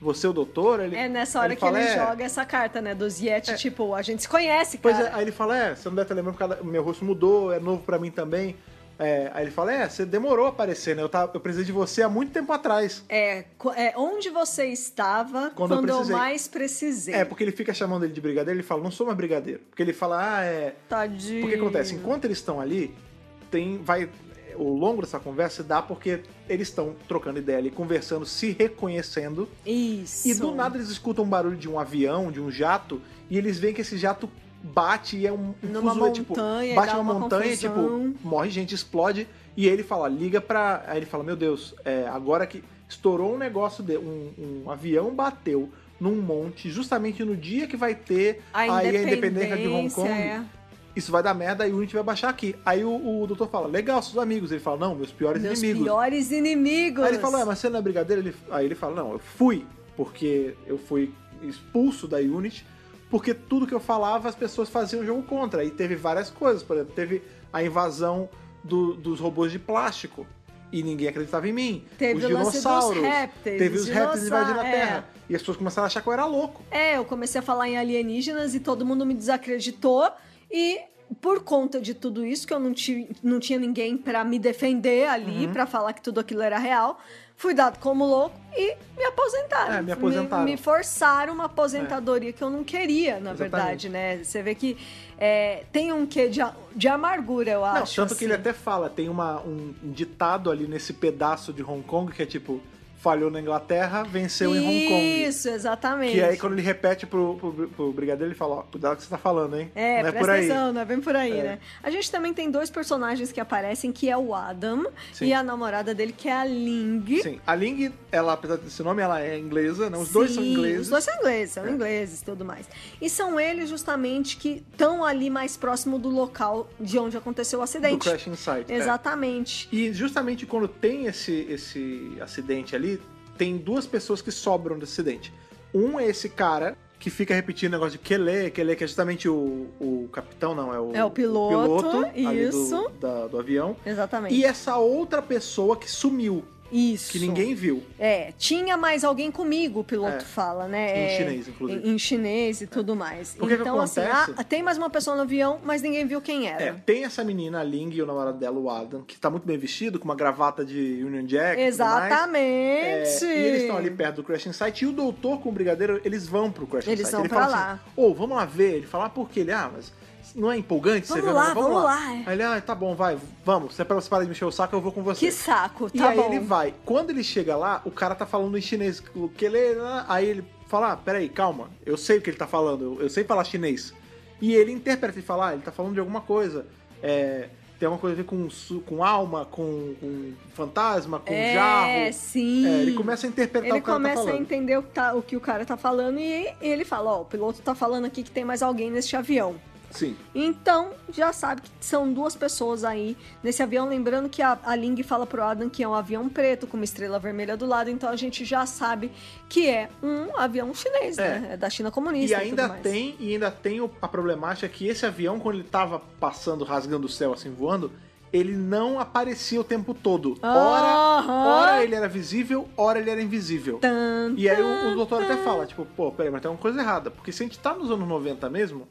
Speaker 1: Você é o doutor? Aí Ele,
Speaker 2: É nessa
Speaker 1: aí
Speaker 2: hora que
Speaker 1: fala,
Speaker 2: ele
Speaker 1: "É."
Speaker 2: joga essa carta, né? Do Ziet, tipo, a gente se conhece,
Speaker 1: Pois
Speaker 2: cara.
Speaker 1: é, aí ele fala, é, você não deve estar lembrando porque meu rosto mudou, é novo pra mim também. É, aí ele fala, é, você demorou a aparecer, né? Eu, tava, eu precisei de você há muito tempo atrás.
Speaker 2: É, co- é onde você estava
Speaker 1: Quando
Speaker 2: quando,
Speaker 1: eu
Speaker 2: eu,
Speaker 1: precisei.
Speaker 2: mais precisei.
Speaker 1: É, porque ele fica chamando ele de brigadeiro, ele fala, não sou mais brigadeiro. Porque ele fala, ah, é,
Speaker 2: Tadinho.
Speaker 1: Porque acontece, enquanto eles estão ali, tem vai o longo dessa conversa dá porque eles estão trocando ideia ali, conversando, se reconhecendo,
Speaker 2: Isso.
Speaker 1: e do nada eles escutam um barulho de um avião, de um jato, e eles veem que esse jato bate e é um um
Speaker 2: Numa
Speaker 1: fuzuê, tipo,
Speaker 2: montanha, e
Speaker 1: bate
Speaker 2: dá
Speaker 1: uma,
Speaker 2: uma
Speaker 1: montanha e
Speaker 2: confusão.
Speaker 1: tipo, morre gente, explode, e ele fala, liga pra. Aí ele fala, meu Deus, é, agora que estourou um negócio de um, um avião bateu num monte, justamente no dia que vai ter aí
Speaker 2: A
Speaker 1: a independência de Hong Kong
Speaker 2: é.
Speaker 1: isso vai dar merda e o Unity vai baixar aqui. Aí o, o doutor fala, legal, seus amigos. Ele fala, não, meus piores
Speaker 2: Meus
Speaker 1: inimigos.
Speaker 2: é piores inimigos.
Speaker 1: Aí ele fala, é, mas você não é brigadeiro? Ele- aí ele fala, não, eu fui, porque eu fui expulso da Unity, porque tudo que eu falava as pessoas faziam jogo contra. E teve várias coisas, por exemplo, teve a invasão do- dos robôs de plástico. E ninguém acreditava em mim. os
Speaker 2: Teve o lance dos
Speaker 1: dinossauros.
Speaker 2: répteis,
Speaker 1: teve
Speaker 2: os
Speaker 1: os répteis
Speaker 2: dinossau-
Speaker 1: invadindo a
Speaker 2: é.
Speaker 1: Terra. E as pessoas começaram a achar que eu era louco.
Speaker 2: É, eu comecei a falar em alienígenas e todo mundo me desacreditou. E por conta de tudo isso, que eu não, ti, não tinha ninguém pra me defender
Speaker 1: Uhum.
Speaker 2: ali, pra falar que tudo aquilo era real, fui dado como louco e me aposentaram.
Speaker 1: É, me aposentaram. É.
Speaker 2: Me, me forçaram uma aposentadoria que eu não queria, na
Speaker 1: Exatamente.
Speaker 2: verdade, né? Você vê que é, tem um quê de, a- de amargura, eu
Speaker 1: Não,
Speaker 2: acho.
Speaker 1: tanto que ele
Speaker 2: assim.
Speaker 1: um até fala, tem uma, um ditado ali nesse pedaço de Hong Kong que é tipo: falhou na Inglaterra, venceu em Hong Kong.
Speaker 2: Isso, exatamente.
Speaker 1: Que é aí quando ele repete pro, pro, pro brigadeiro, ele fala, ó, cuidado com o que você tá falando, hein? não
Speaker 2: É,
Speaker 1: é
Speaker 2: presta
Speaker 1: por aí.
Speaker 2: atenção, não é bem por aí,
Speaker 1: É.
Speaker 2: né? A gente também tem dois personagens que aparecem, que é o Adam
Speaker 1: Sim.
Speaker 2: e a namorada dele, que é a Ling.
Speaker 1: Sim, a Ling, ela, apesar desse nome, ela é inglesa, né? Os dois são
Speaker 2: Sim,
Speaker 1: ingleses. É.
Speaker 2: Os dois são ingleses, são ingleses e tudo mais. E são eles justamente que estão ali mais próximo do local de onde aconteceu o
Speaker 1: do
Speaker 2: acidente.
Speaker 1: Crashing Site. é.
Speaker 2: Exatamente.
Speaker 1: E justamente quando tem esse, esse acidente ali, tem duas pessoas que sobram desse acidente. Um é esse cara que fica repetindo o negócio de Kele, Kele, que é justamente o, o capitão, não, é o,
Speaker 2: É o piloto,
Speaker 1: ali do-
Speaker 2: isso.
Speaker 1: da- do avião.
Speaker 2: Exatamente.
Speaker 1: E essa outra pessoa que sumiu,
Speaker 2: Isso.
Speaker 1: que ninguém viu, um
Speaker 2: É, tinha mais alguém comigo, o piloto
Speaker 1: É.
Speaker 2: fala, né?
Speaker 1: em
Speaker 2: É,
Speaker 1: chinês, inclusive.
Speaker 2: Em chinês e tudo mais.
Speaker 1: Porque o que
Speaker 2: então, assim,
Speaker 1: acontece-
Speaker 2: ah, tem mais uma pessoa no avião, mas ninguém viu quem
Speaker 1: É,
Speaker 2: era.
Speaker 1: tem essa menina, a Ling, e o namorado dela, o Adam, que tá muito bem vestido, com uma gravata de Union Jack. e tudo mais.
Speaker 2: Exatamente.
Speaker 1: É, e eles estão ali perto do Crashing Site e o doutor com o brigadeiro, eles vão pro Crashing
Speaker 2: Eles
Speaker 1: Site.
Speaker 2: vão
Speaker 1: ele
Speaker 2: pra
Speaker 1: fala
Speaker 2: lá.
Speaker 1: assim, ô, vamos lá ver. Ele fala, ah, por quê? Ele, ah, mas não é empolgante
Speaker 2: Vamos
Speaker 1: você ver?
Speaker 2: lá,
Speaker 1: mas
Speaker 2: vamos lá, é.
Speaker 1: Aí ele, ah, tá bom, vai, vamos. Se é pra você parar de mexer o saco, eu vou com você.
Speaker 2: Que saco,
Speaker 1: e
Speaker 2: tá
Speaker 1: aí
Speaker 2: bom.
Speaker 1: ele vai. tipo, Quando ele chega lá, o cara tá falando em chinês. o que ele- Aí ele fala, ah, peraí, calma. Eu sei o que ele tá falando, eu, eu sei falar chinês. E ele interpreta e fala, ah, ele tá falando de alguma coisa. É, tem alguma coisa a ver com, su- com alma, com, com fantasma, com
Speaker 2: é,
Speaker 1: jarro.
Speaker 2: sim.
Speaker 1: É, ele começa a interpretar
Speaker 2: Ele
Speaker 1: o que ela tá
Speaker 2: começa a
Speaker 1: falando.
Speaker 2: entender o que, tá- o que o cara tá falando e ele fala, ó, o piloto tá falando aqui que tem mais alguém neste avião.
Speaker 1: Sim.
Speaker 2: Então, já sabe que são duas pessoas aí nesse avião. Lembrando que a, a Ling fala pro Adam que é um avião preto com uma estrela vermelha do lado. Então, a gente já sabe que é um avião chinês,
Speaker 1: É.
Speaker 2: né? É da China
Speaker 1: E
Speaker 2: comunista.
Speaker 1: ainda
Speaker 2: tudo mais.
Speaker 1: tem, e ainda tem o- a problemática é que esse avião, quando ele tava passando, rasgando o céu, assim, voando, ele não aparecia o tempo todo. Ora,
Speaker 2: Aham.
Speaker 1: ora ele era visível, ora ele era invisível.
Speaker 2: Tan,
Speaker 1: E aí o, o doutor até fala, tipo, pô, peraí, mas tem uma coisa errada. Porque se a gente tá nos anos 90 mesmo,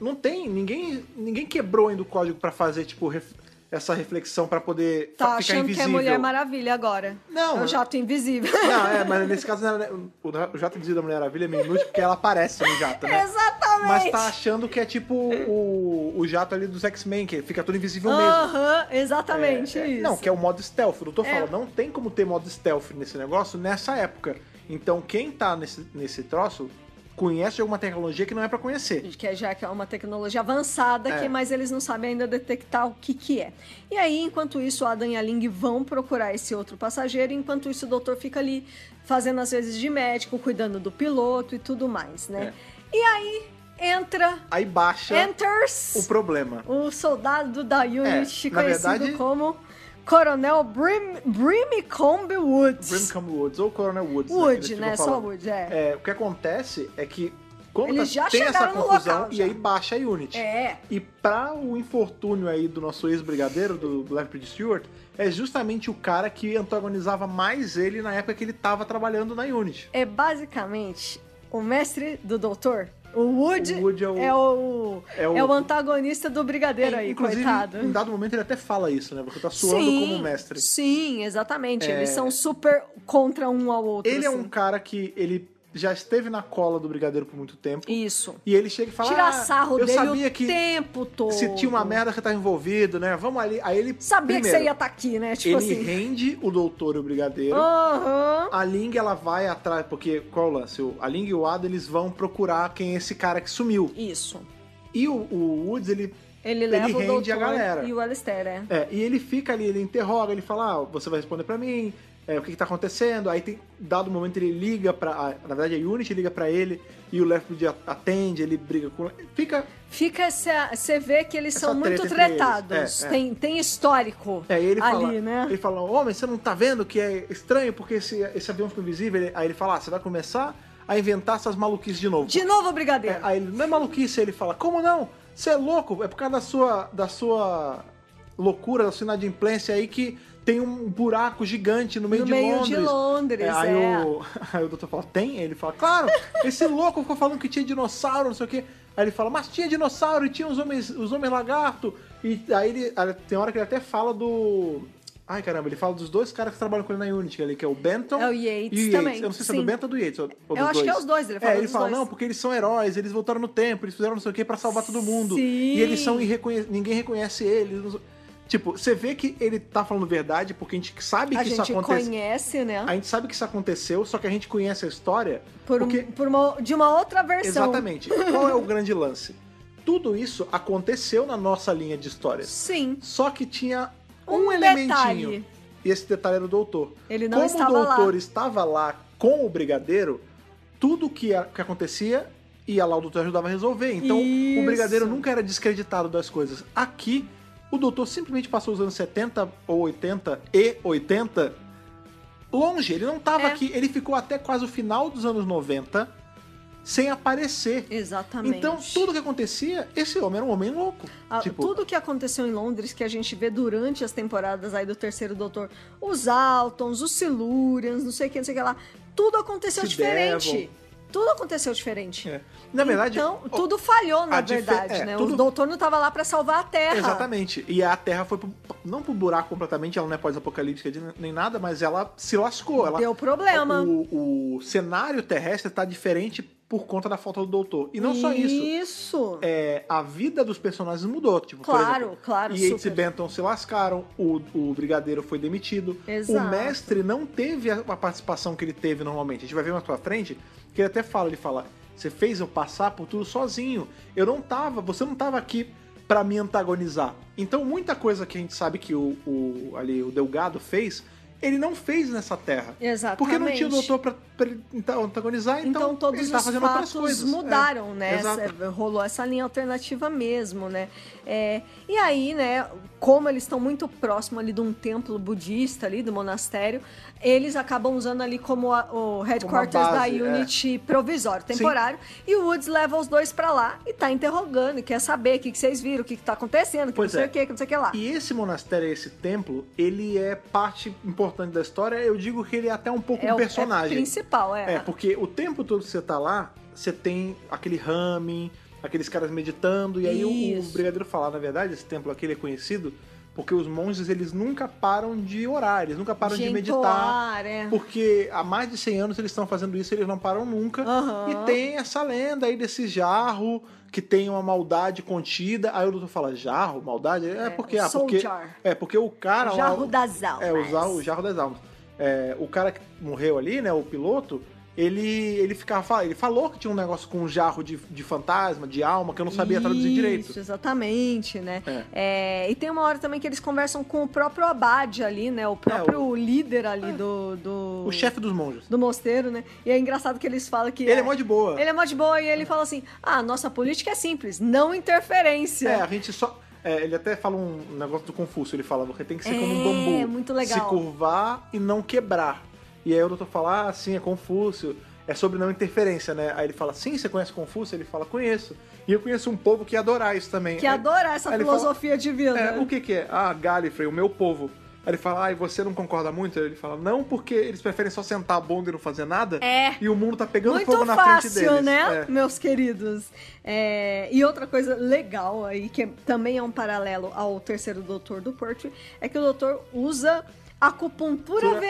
Speaker 1: não tem, ninguém, ninguém quebrou ainda o código pra fazer, tipo, ref- essa reflexão pra poder
Speaker 2: Tá
Speaker 1: ficar
Speaker 2: achando que é
Speaker 1: invisível.
Speaker 2: Mulher Maravilha agora.
Speaker 1: Não,
Speaker 2: É o
Speaker 1: eu-
Speaker 2: jato invisível.
Speaker 1: Não, é, mas nesse caso não era- o o jato invisível da Mulher Maravilha é meio inútil porque ela aparece no jato, né?
Speaker 2: Exatamente.
Speaker 1: Mas tá achando que é tipo o, o jato ali dos X-Men, que fica tudo invisível mesmo.
Speaker 2: Aham, exatamente
Speaker 1: É, é,
Speaker 2: isso.
Speaker 1: Não, que é o modo stealth. O doutor
Speaker 2: É.
Speaker 1: fala, não tem como ter modo stealth nesse negócio nessa época. Então quem tá nesse, nesse troço conhece alguma tecnologia que não é pra conhecer.
Speaker 2: que é já que é uma tecnologia avançada,
Speaker 1: É.
Speaker 2: que, mas eles não sabem ainda detectar o que, que é. E aí, enquanto isso, a Adam e a Ling vão procurar esse outro passageiro, enquanto isso o doutor fica ali fazendo as vezes de médico, cuidando do piloto e tudo mais, né?
Speaker 1: É.
Speaker 2: E aí entra,
Speaker 1: Aí baixa o
Speaker 2: enters
Speaker 1: problema.
Speaker 2: o, soldado da Unity,
Speaker 1: É, na
Speaker 2: conhecido
Speaker 1: verdade-
Speaker 2: como Coronel Brim, Brimcombe Woods.
Speaker 1: Brimcombe Woods ou Coronel Woods. né, que
Speaker 2: Wood,
Speaker 1: eles
Speaker 2: né?
Speaker 1: ficam
Speaker 2: Só
Speaker 1: falando.
Speaker 2: Wood, é.
Speaker 1: É, o que acontece é que como
Speaker 2: Eles
Speaker 1: tá-
Speaker 2: já
Speaker 1: tem essa
Speaker 2: chegaram no
Speaker 1: confusão
Speaker 2: local,
Speaker 1: e
Speaker 2: já.
Speaker 1: aí baixa a Unity.
Speaker 2: É,
Speaker 1: E para o infortúnio aí do nosso ex-brigadeiro, do Leopard Stewart, é justamente o cara que antagonizava mais ele na época que ele tava trabalhando na Unity.
Speaker 2: é basicamente o mestre do doutor. O Wood,
Speaker 1: O Woody é o-
Speaker 2: é, o, é,
Speaker 1: é
Speaker 2: o,
Speaker 1: o- É,
Speaker 2: antagonista do Brigadeiro aí,
Speaker 1: Inclusive,
Speaker 2: coitado.
Speaker 1: em dado momento ele até fala isso, né? Você tá suando como mestre.
Speaker 2: Sim, exatamente.
Speaker 1: É.
Speaker 2: Eles são super contra um ao outro.
Speaker 1: Ele é um
Speaker 2: assim.
Speaker 1: cara que ele já esteve na cola do brigadeiro por muito tempo.
Speaker 2: Isso.
Speaker 1: E ele chega e fala:
Speaker 2: Tirar
Speaker 1: "Ah,
Speaker 2: sarro
Speaker 1: eu
Speaker 2: dele
Speaker 1: sabia
Speaker 2: o
Speaker 1: que
Speaker 2: tempo todo.
Speaker 1: se tinha uma merda que tá envolvido, né? Vamos ali. Aí ele
Speaker 2: Sabia
Speaker 1: primeiro,
Speaker 2: que você ia estar aqui, né? Tipo
Speaker 1: ele
Speaker 2: assim.
Speaker 1: rende o doutor e o brigadeiro.
Speaker 2: Aham.
Speaker 1: A Ling, ela vai atrás, porque qual é o lance? O- A Ling e o Ada, eles vão procurar quem é esse cara que sumiu.
Speaker 2: Isso.
Speaker 1: E o, o Woods, ele,
Speaker 2: Ele leva o
Speaker 1: rende
Speaker 2: doutor
Speaker 1: a galera.
Speaker 2: e o Alistair, é.
Speaker 1: é, e ele fica ali, ele interroga, ele fala, ah, você vai responder pra mim, é, o que que tá acontecendo? Aí tem, dado momento, ele liga pra, a- na verdade, a Unity liga pra ele, e o Leftwood a- atende, ele briga com... Fica...
Speaker 2: Fica essa. Você vê que eles
Speaker 1: Essa
Speaker 2: são muito
Speaker 1: treta entre
Speaker 2: tretados.
Speaker 1: eles. É, é.
Speaker 2: Tem, tem histórico
Speaker 1: É, e ele
Speaker 2: ali,
Speaker 1: fala,
Speaker 2: né?
Speaker 1: ele fala, homem, você não tá vendo que é estranho porque esse, esse avião ficou invisível? Ele- aí ele fala, ah, você vai começar a inventar essas maluquices de novo.
Speaker 2: De novo,
Speaker 1: É,
Speaker 2: Brigadeiro.
Speaker 1: aí ele, não é maluquice, ele fala, como não? Você é louco, é por causa da sua, da sua loucura, da sua inadimplência aí que tem um buraco gigante É, no meio,
Speaker 2: no
Speaker 1: de,
Speaker 2: meio
Speaker 1: Londres.
Speaker 2: de Londres,
Speaker 1: É,
Speaker 2: é.
Speaker 1: aí, o, aí o doutor fala, tem? Ele fala, claro, esse louco ficou falando que tinha dinossauro, não sei o quê. Aí ele fala, mas tinha dinossauro e tinha os homens, os homens lagarto. E aí ele, aí tem hora que ele até fala do... Ai, caramba, ele fala dos dois caras que trabalham com ele na Unity, ali, que é o Benton
Speaker 2: É o Yates
Speaker 1: e o Yates.
Speaker 2: também,
Speaker 1: Eu não sei se é
Speaker 2: sim.
Speaker 1: do Benton ou do Yates. Ou, ou
Speaker 2: Eu
Speaker 1: dos
Speaker 2: acho que é os dois, ele fala
Speaker 1: ele
Speaker 2: dos
Speaker 1: fala,
Speaker 2: dois.
Speaker 1: não, porque eles são heróis, eles voltaram no tempo, eles fizeram não sei o que pra salvar todo mundo.
Speaker 2: Sim.
Speaker 1: E eles são irreconhe... ninguém reconhece eles. não sei- Tipo, você vê que ele tá falando verdade, porque a gente sabe
Speaker 2: A
Speaker 1: que isso
Speaker 2: gente
Speaker 1: aconteceu.
Speaker 2: conhece, né?
Speaker 1: A gente sabe que isso aconteceu, só que a gente conhece a história.
Speaker 2: Por, um-
Speaker 1: porque...
Speaker 2: por uma- de uma outra versão.
Speaker 1: Exatamente. Qual é o grande lance? Tudo isso aconteceu na nossa linha de histórias.
Speaker 2: Sim.
Speaker 1: Só que tinha um,
Speaker 2: Um,
Speaker 1: elementinho.
Speaker 2: detalhe.
Speaker 1: E esse detalhe era o doutor.
Speaker 2: Ele não
Speaker 1: Como
Speaker 2: estava
Speaker 1: o doutor
Speaker 2: lá.
Speaker 1: estava lá com o brigadeiro, tudo que, a- que acontecia ia lá, o doutor ajudava a resolver. Então, o
Speaker 2: Isso.
Speaker 1: brigadeiro nunca era descreditado das coisas. Aqui, o doutor simplesmente passou os anos 70 ou 80 e 80 longe. Ele não estava
Speaker 2: É.
Speaker 1: aqui. Ele ficou até quase o final dos anos 90 sem aparecer.
Speaker 2: Exatamente.
Speaker 1: Então, tudo que acontecia, esse homem era um homem louco.
Speaker 2: Ah,
Speaker 1: tipo,
Speaker 2: Tudo que aconteceu em Londres que a gente vê durante as temporadas aí do Terceiro Doutor, os Altons, os Silurians, não sei o que, não sei o que lá, tudo aconteceu
Speaker 1: Se
Speaker 2: diferente.
Speaker 1: devam.
Speaker 2: Tudo aconteceu diferente.
Speaker 1: é. Na verdade,
Speaker 2: então,
Speaker 1: o-
Speaker 2: tudo falhou, na
Speaker 1: a dife-
Speaker 2: verdade,
Speaker 1: é,
Speaker 2: né?
Speaker 1: tudo-
Speaker 2: O doutor não estava lá para salvar a Terra.
Speaker 1: Exatamente. E a Terra foi pro, não pro buraco completamente, ela não é pós-apocalíptica de- nem nada, mas ela se lascou. Ela,
Speaker 2: Deu problema.
Speaker 1: o, o cenário terrestre tá diferente por conta da falta do doutor. E não só isso.
Speaker 2: Isso.
Speaker 1: é, a vida dos personagens mudou. Tipo, por
Speaker 2: Claro,
Speaker 1: exemplo,
Speaker 2: claro,
Speaker 1: E Yates e
Speaker 2: super.
Speaker 1: Benton se lascaram, o, o Brigadeiro foi demitido.
Speaker 2: Exato.
Speaker 1: O mestre não teve a, a participação que ele teve normalmente. A gente vai ver mais pra frente que ele até fala, ele fala, você fez eu passar por tudo sozinho. Eu não tava, você não tava aqui pra me antagonizar. Então muita coisa que a gente sabe que o, o- ali, o Delgado fez, ele não fez nessa terra.
Speaker 2: Exatamente.
Speaker 1: Porque não tinha o doutor pra, pra ele antagonizar, então,
Speaker 2: Então, todos
Speaker 1: ele tá
Speaker 2: os
Speaker 1: fazendo outras
Speaker 2: fatos
Speaker 1: coisas. É.
Speaker 2: mudaram, né?
Speaker 1: exato.
Speaker 2: Essa- Rolou essa linha alternativa mesmo, né? É, e aí, né, como eles estão muito próximo ali de um templo budista ali, do monastério, eles acabam usando ali como a- o headquarters
Speaker 1: base, é.
Speaker 2: da Unity provisório, temporário, e o Woods leva os dois pra lá e tá interrogando, e quer saber o que, que vocês viram, o que, que tá acontecendo, que
Speaker 1: Pois
Speaker 2: não sei
Speaker 1: é.
Speaker 2: o que, que não sei o que lá.
Speaker 1: E esse monastério, esse templo, ele é parte importante da história. Eu digo que ele é até um pouco
Speaker 2: é
Speaker 1: um
Speaker 2: o é
Speaker 1: personagem.
Speaker 2: principal, é.
Speaker 1: É, porque o tempo todo que você tá lá, você tem aquele ramen, aqueles caras meditando, e aí o, o
Speaker 2: Isso.
Speaker 1: brigadeiro fala, na verdade, esse templo aqui ele é conhecido porque os monges, eles nunca param de orar, eles nunca param de, meditar.
Speaker 2: entoar, é.
Speaker 1: Porque há mais de 100 anos eles estão fazendo isso, eles não param nunca.
Speaker 2: Aham.
Speaker 1: E tem essa lenda aí desse jarro que tem uma maldade contida. Aí o doutor fala, jarro, maldade? É,
Speaker 2: É,
Speaker 1: porque...
Speaker 2: o
Speaker 1: Ah,
Speaker 2: soul
Speaker 1: porque
Speaker 2: jar.
Speaker 1: é, porque o cara...
Speaker 2: O
Speaker 1: lá-
Speaker 2: jarro das almas.
Speaker 1: É, o, jarro, o jarro das almas. É, o cara que morreu ali, né, o piloto, ele, ele ficava... fal- Ele falou que tinha um negócio com um jarro de, de fantasma, de alma, que eu não sabia traduzir
Speaker 2: Isso,
Speaker 1: direito.
Speaker 2: exatamente, né? É, e tem uma hora também que eles conversam com o próprio Abade ali, né? O próprio líder ali do, do,
Speaker 1: É, O chefe dos monges.
Speaker 2: do mosteiro, né? E é engraçado que eles falam que.
Speaker 1: Ele é mó de boa.
Speaker 2: ele é mó de boa e ele fala assim: ah, nossa política é simples, não interferência.
Speaker 1: É, a gente só. é, ele até fala um negócio do Confúcio, ele fala, você tem que ser como um
Speaker 2: É,
Speaker 1: bambu.
Speaker 2: muito legal.
Speaker 1: Se curvar e não quebrar. E aí o doutor fala, ah, sim, é Confúcio. É sobre não interferência, né? Aí ele fala, sim, você conhece Confúcio? Ele fala, conheço. E eu conheço um povo que ia adorar isso também.
Speaker 2: que
Speaker 1: Aí-
Speaker 2: adora essa
Speaker 1: É. aí ele fala,
Speaker 2: filosofia divina. né?
Speaker 1: é, o que que é? Ah, Galifrey, o meu povo. Aí ele fala, ah, e você não concorda muito? Aí ele fala, não, porque eles preferem só sentar a bunda e não fazer nada.
Speaker 2: É.
Speaker 1: E o mundo tá pegando
Speaker 2: Muito
Speaker 1: fogo na
Speaker 2: fácil,
Speaker 1: frente deles.
Speaker 2: né,
Speaker 1: É.
Speaker 2: meus queridos? É, e outra coisa legal aí, que é- também é um paralelo ao terceiro doutor do Portrait, é que o doutor usa acupuntura
Speaker 1: Tura-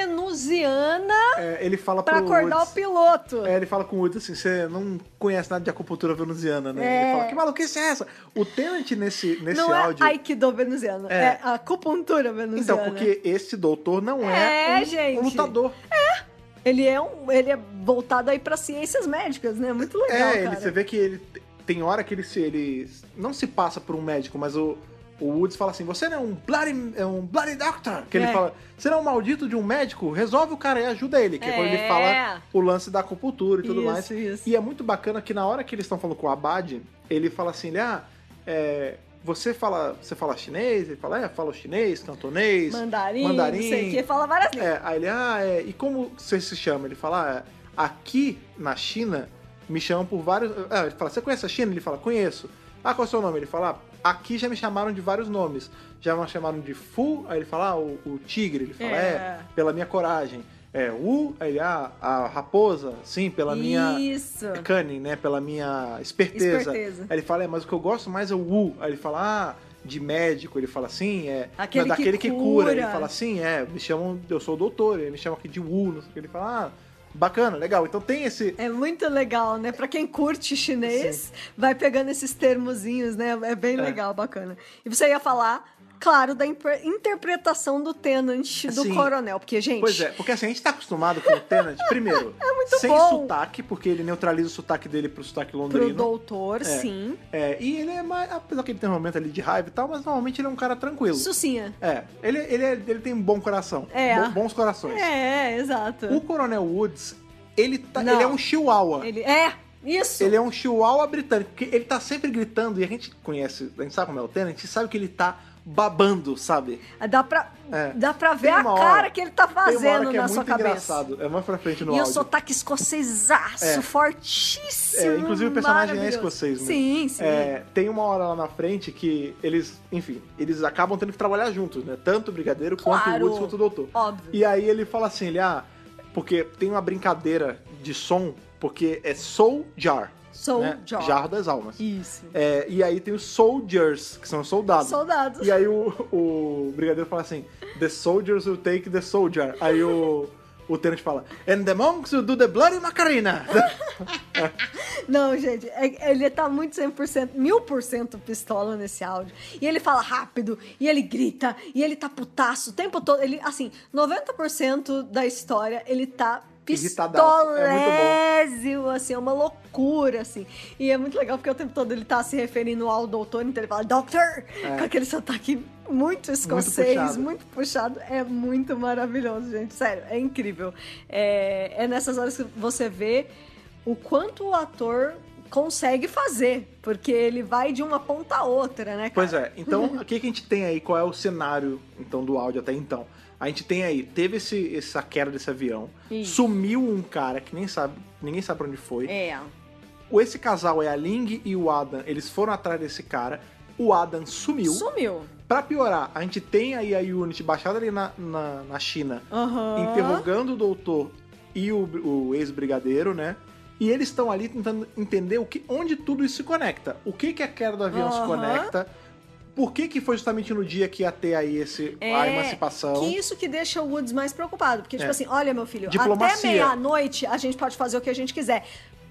Speaker 2: venusiana
Speaker 1: É, ele fala
Speaker 2: para
Speaker 1: pro
Speaker 2: acordar
Speaker 1: Woods.
Speaker 2: o piloto.
Speaker 1: É, ele fala com o Woody assim, você não conhece nada de acupuntura venusiana, né?
Speaker 2: É.
Speaker 1: Ele fala, que maluquice é essa? O Tenant nesse, nesse
Speaker 2: Não
Speaker 1: áudio...
Speaker 2: é aikido venusiano,
Speaker 1: É.
Speaker 2: é. acupuntura venusiana.
Speaker 1: Então, porque esse doutor não é,
Speaker 2: né? É,
Speaker 1: um,
Speaker 2: gente.
Speaker 1: um lutador.
Speaker 2: ele, é um, ele é voltado aí para ciências médicas, né? Muito legal,
Speaker 1: é, ele,
Speaker 2: cara.
Speaker 1: você vê que ele tem hora que ele se ele não se passa por um médico, mas o, o Woods fala assim, você não é um bloody, é um bloody doctor, que ele
Speaker 2: É.
Speaker 1: fala, você não é um maldito de um médico, resolve o cara e ajuda ele, que é, quando ele
Speaker 2: É.
Speaker 1: fala o lance da acupuntura e tudo
Speaker 2: Isso,
Speaker 1: mais.
Speaker 2: isso.
Speaker 1: E é muito bacana que na hora que eles estão falando com o Abad, ele fala assim, ele, ah, é, você fala, você fala chinês, ele fala, é, fala chinês, cantonês,
Speaker 2: Mandarim,
Speaker 1: é mandarim.
Speaker 2: não sei o que, fala várias línguas.
Speaker 1: É, aí ele, ah, é, e como você se chama? Ele fala, ah, aqui na China me chamam por vários. Ah, ele fala, você conhece a China? Ele fala, conheço. Ah, qual é o seu nome? Ele fala, ah, aqui já me chamaram de vários nomes. Já me chamaram de Fu, aí ele fala, ah, o, o tigre. Ele fala, é.
Speaker 2: É.
Speaker 1: pela minha coragem. É, Wu, aí ele, ah, a raposa, sim, pela minha.
Speaker 2: Isso.
Speaker 1: É cunning, né? Pela minha esperteza.
Speaker 2: Esperteza.
Speaker 1: Aí ele fala, é, mas o que eu gosto mais é o Wu. Aí ele fala, ah, de médico. Ele fala assim, é.
Speaker 2: Aquele
Speaker 1: não, é
Speaker 2: que
Speaker 1: daquele que, cura.
Speaker 2: cura.
Speaker 1: Ele fala assim, é, me chamam, eu sou o doutor, ele me chama aqui de Wu, não sei o que. Ele fala, ah, bacana, legal. Então tem esse.
Speaker 2: É muito legal, né? Pra quem curte chinês, vai pegando esses termozinhos, né? É bem
Speaker 1: É.
Speaker 2: legal, bacana. E você ia falar claro, da interpretação do Tenant, do
Speaker 1: Sim.
Speaker 2: coronel. Porque, gente.
Speaker 1: Pois é, porque assim, a gente tá acostumado com o Tenant, primeiro,
Speaker 2: É muito
Speaker 1: sem
Speaker 2: bom.
Speaker 1: sotaque, porque ele neutraliza o sotaque dele pro sotaque
Speaker 2: Pro
Speaker 1: londrino.
Speaker 2: doutor, sim.
Speaker 1: É, e ele é mais. Apesar que ele tem um momento ali de raiva e tal, mas normalmente ele é um cara tranquilo.
Speaker 2: Sucinha.
Speaker 1: É, ele, ele, é- ele tem um bom coração.
Speaker 2: É.
Speaker 1: Bo- bons corações.
Speaker 2: É, exato.
Speaker 1: O Coronel Woods, ele, tá,
Speaker 2: Não.
Speaker 1: ele é um chihuahua.
Speaker 2: Ele... É, isso.
Speaker 1: Ele é um chihuahua britânico, porque ele tá sempre gritando e a gente conhece, a gente sabe como é o Tenant, a gente sabe que ele tá babando, sabe?
Speaker 2: Dá pra,
Speaker 1: É.
Speaker 2: dá pra ver
Speaker 1: Tem
Speaker 2: a
Speaker 1: uma hora-
Speaker 2: cara que ele tá
Speaker 1: Tem uma hora
Speaker 2: fazendo
Speaker 1: que é
Speaker 2: na
Speaker 1: muito
Speaker 2: sua cabeça.
Speaker 1: engraçado, é mais pra frente no
Speaker 2: E o
Speaker 1: áudio.
Speaker 2: sotaque escocesaço,
Speaker 1: É.
Speaker 2: fortíssimo.
Speaker 1: É, inclusive o personagem é
Speaker 2: maravilhoso.
Speaker 1: escocês, né?
Speaker 2: Sim, sim.
Speaker 1: É, tem uma hora lá na frente que eles, enfim, eles acabam tendo que trabalhar juntos, né? Tanto o Brigadeiro quanto
Speaker 2: Claro.
Speaker 1: o Woods quanto o Doutor.
Speaker 2: Óbvio.
Speaker 1: E aí ele fala assim, ele, ah, porque tem uma brincadeira de som, porque é Soul Jar,
Speaker 2: Sou
Speaker 1: né?
Speaker 2: John.
Speaker 1: Jarro das almas.
Speaker 2: Isso.
Speaker 1: É, e aí tem os Soldiers, que são os soldados.
Speaker 2: Soldados.
Speaker 1: E aí o, o Brigadeiro fala assim, the soldiers will take the soldier. Aí o, o Tenant fala, and the monks will do the bloody Macarena.
Speaker 2: Não, gente, é- ele tá muito 100%, mil por cento pistola nesse áudio. E ele fala rápido, e ele grita, e ele tá putaço o tempo todo. Ele, assim, 90% da história ele tá
Speaker 1: Irritadaço. É muito bom.
Speaker 2: pistolésimo, assim, é uma loucura, assim. E é muito legal porque o tempo todo ele tá se referindo ao doutor, então ele fala, Doctor! Com aquele sotaque muito escocês,
Speaker 1: É. puxado.
Speaker 2: muito muito puxado, é muito maravilhoso, gente. Sério, é incrível. É, é nessas horas que você vê o quanto o ator consegue fazer, porque ele vai de uma ponta a outra, né, cara?
Speaker 1: Pois é, então o que que a gente tem aí? Qual é o cenário então do áudio até então? A gente tem aí, teve esse, essa queda desse avião,
Speaker 2: Isso.
Speaker 1: sumiu um cara que nem sabe, ninguém sabe pra onde foi.
Speaker 2: É.
Speaker 1: O- Esse casal é a Ling e o Adam, eles foram atrás desse cara, o Adam sumiu.
Speaker 2: Sumiu.
Speaker 1: Pra piorar, a gente tem aí a Unity baixada ali na, na, na China,
Speaker 2: Aham.
Speaker 1: interrogando o doutor e o, o ex-brigadeiro, né? E eles estão ali tentando entender o que, onde tudo isso se conecta. O que, que a queda do avião se
Speaker 2: Aham.
Speaker 1: conecta? Por que, que foi justamente no dia que ia ter aí esse, a
Speaker 2: É,
Speaker 1: emancipação?
Speaker 2: Que isso que deixa o Woods mais preocupado. Porque, tipo
Speaker 1: É.
Speaker 2: assim, olha, meu filho, até
Speaker 1: Diplomacia.
Speaker 2: meia-noite a gente pode fazer o que a gente quiser.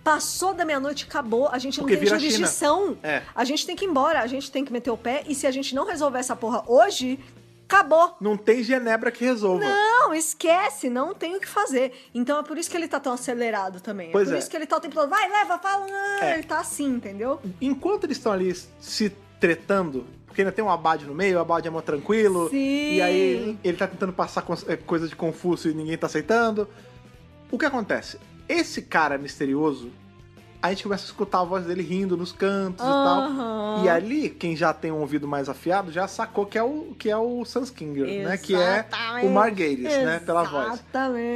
Speaker 2: Passou da meia-noite, acabou, a gente
Speaker 1: Porque
Speaker 2: não tem
Speaker 1: vira a China.
Speaker 2: jurisdição.
Speaker 1: É.
Speaker 2: A gente tem que ir embora, a gente tem que meter o pé. E se a gente não resolver essa porra hoje, acabou.
Speaker 1: Não tem Genebra que resolva.
Speaker 2: Não, esquece, não tem o que fazer. Então é por isso que ele tá tão acelerado também.
Speaker 1: Pois
Speaker 2: é por
Speaker 1: é.
Speaker 2: isso que ele tá o tempo todo, vai, leva, fala. ah,
Speaker 1: É.
Speaker 2: Ele tá assim, entendeu?
Speaker 1: Enquanto eles estão ali se tretando, porque ainda tem um Abade no meio, o Abade é mó tranquilo.
Speaker 2: Sim.
Speaker 1: E aí ele tá tentando passar cons- eh, coisa de Confúcio e ninguém tá aceitando. O que acontece? Esse cara misterioso, a gente começa a escutar a voz dele rindo nos cantos e
Speaker 2: Aham.
Speaker 1: tal. E ali, quem já tem um ouvido mais afiado já sacou que é o, que é o Sunskinger, né? Que é o Marguerite, né? Pela voz.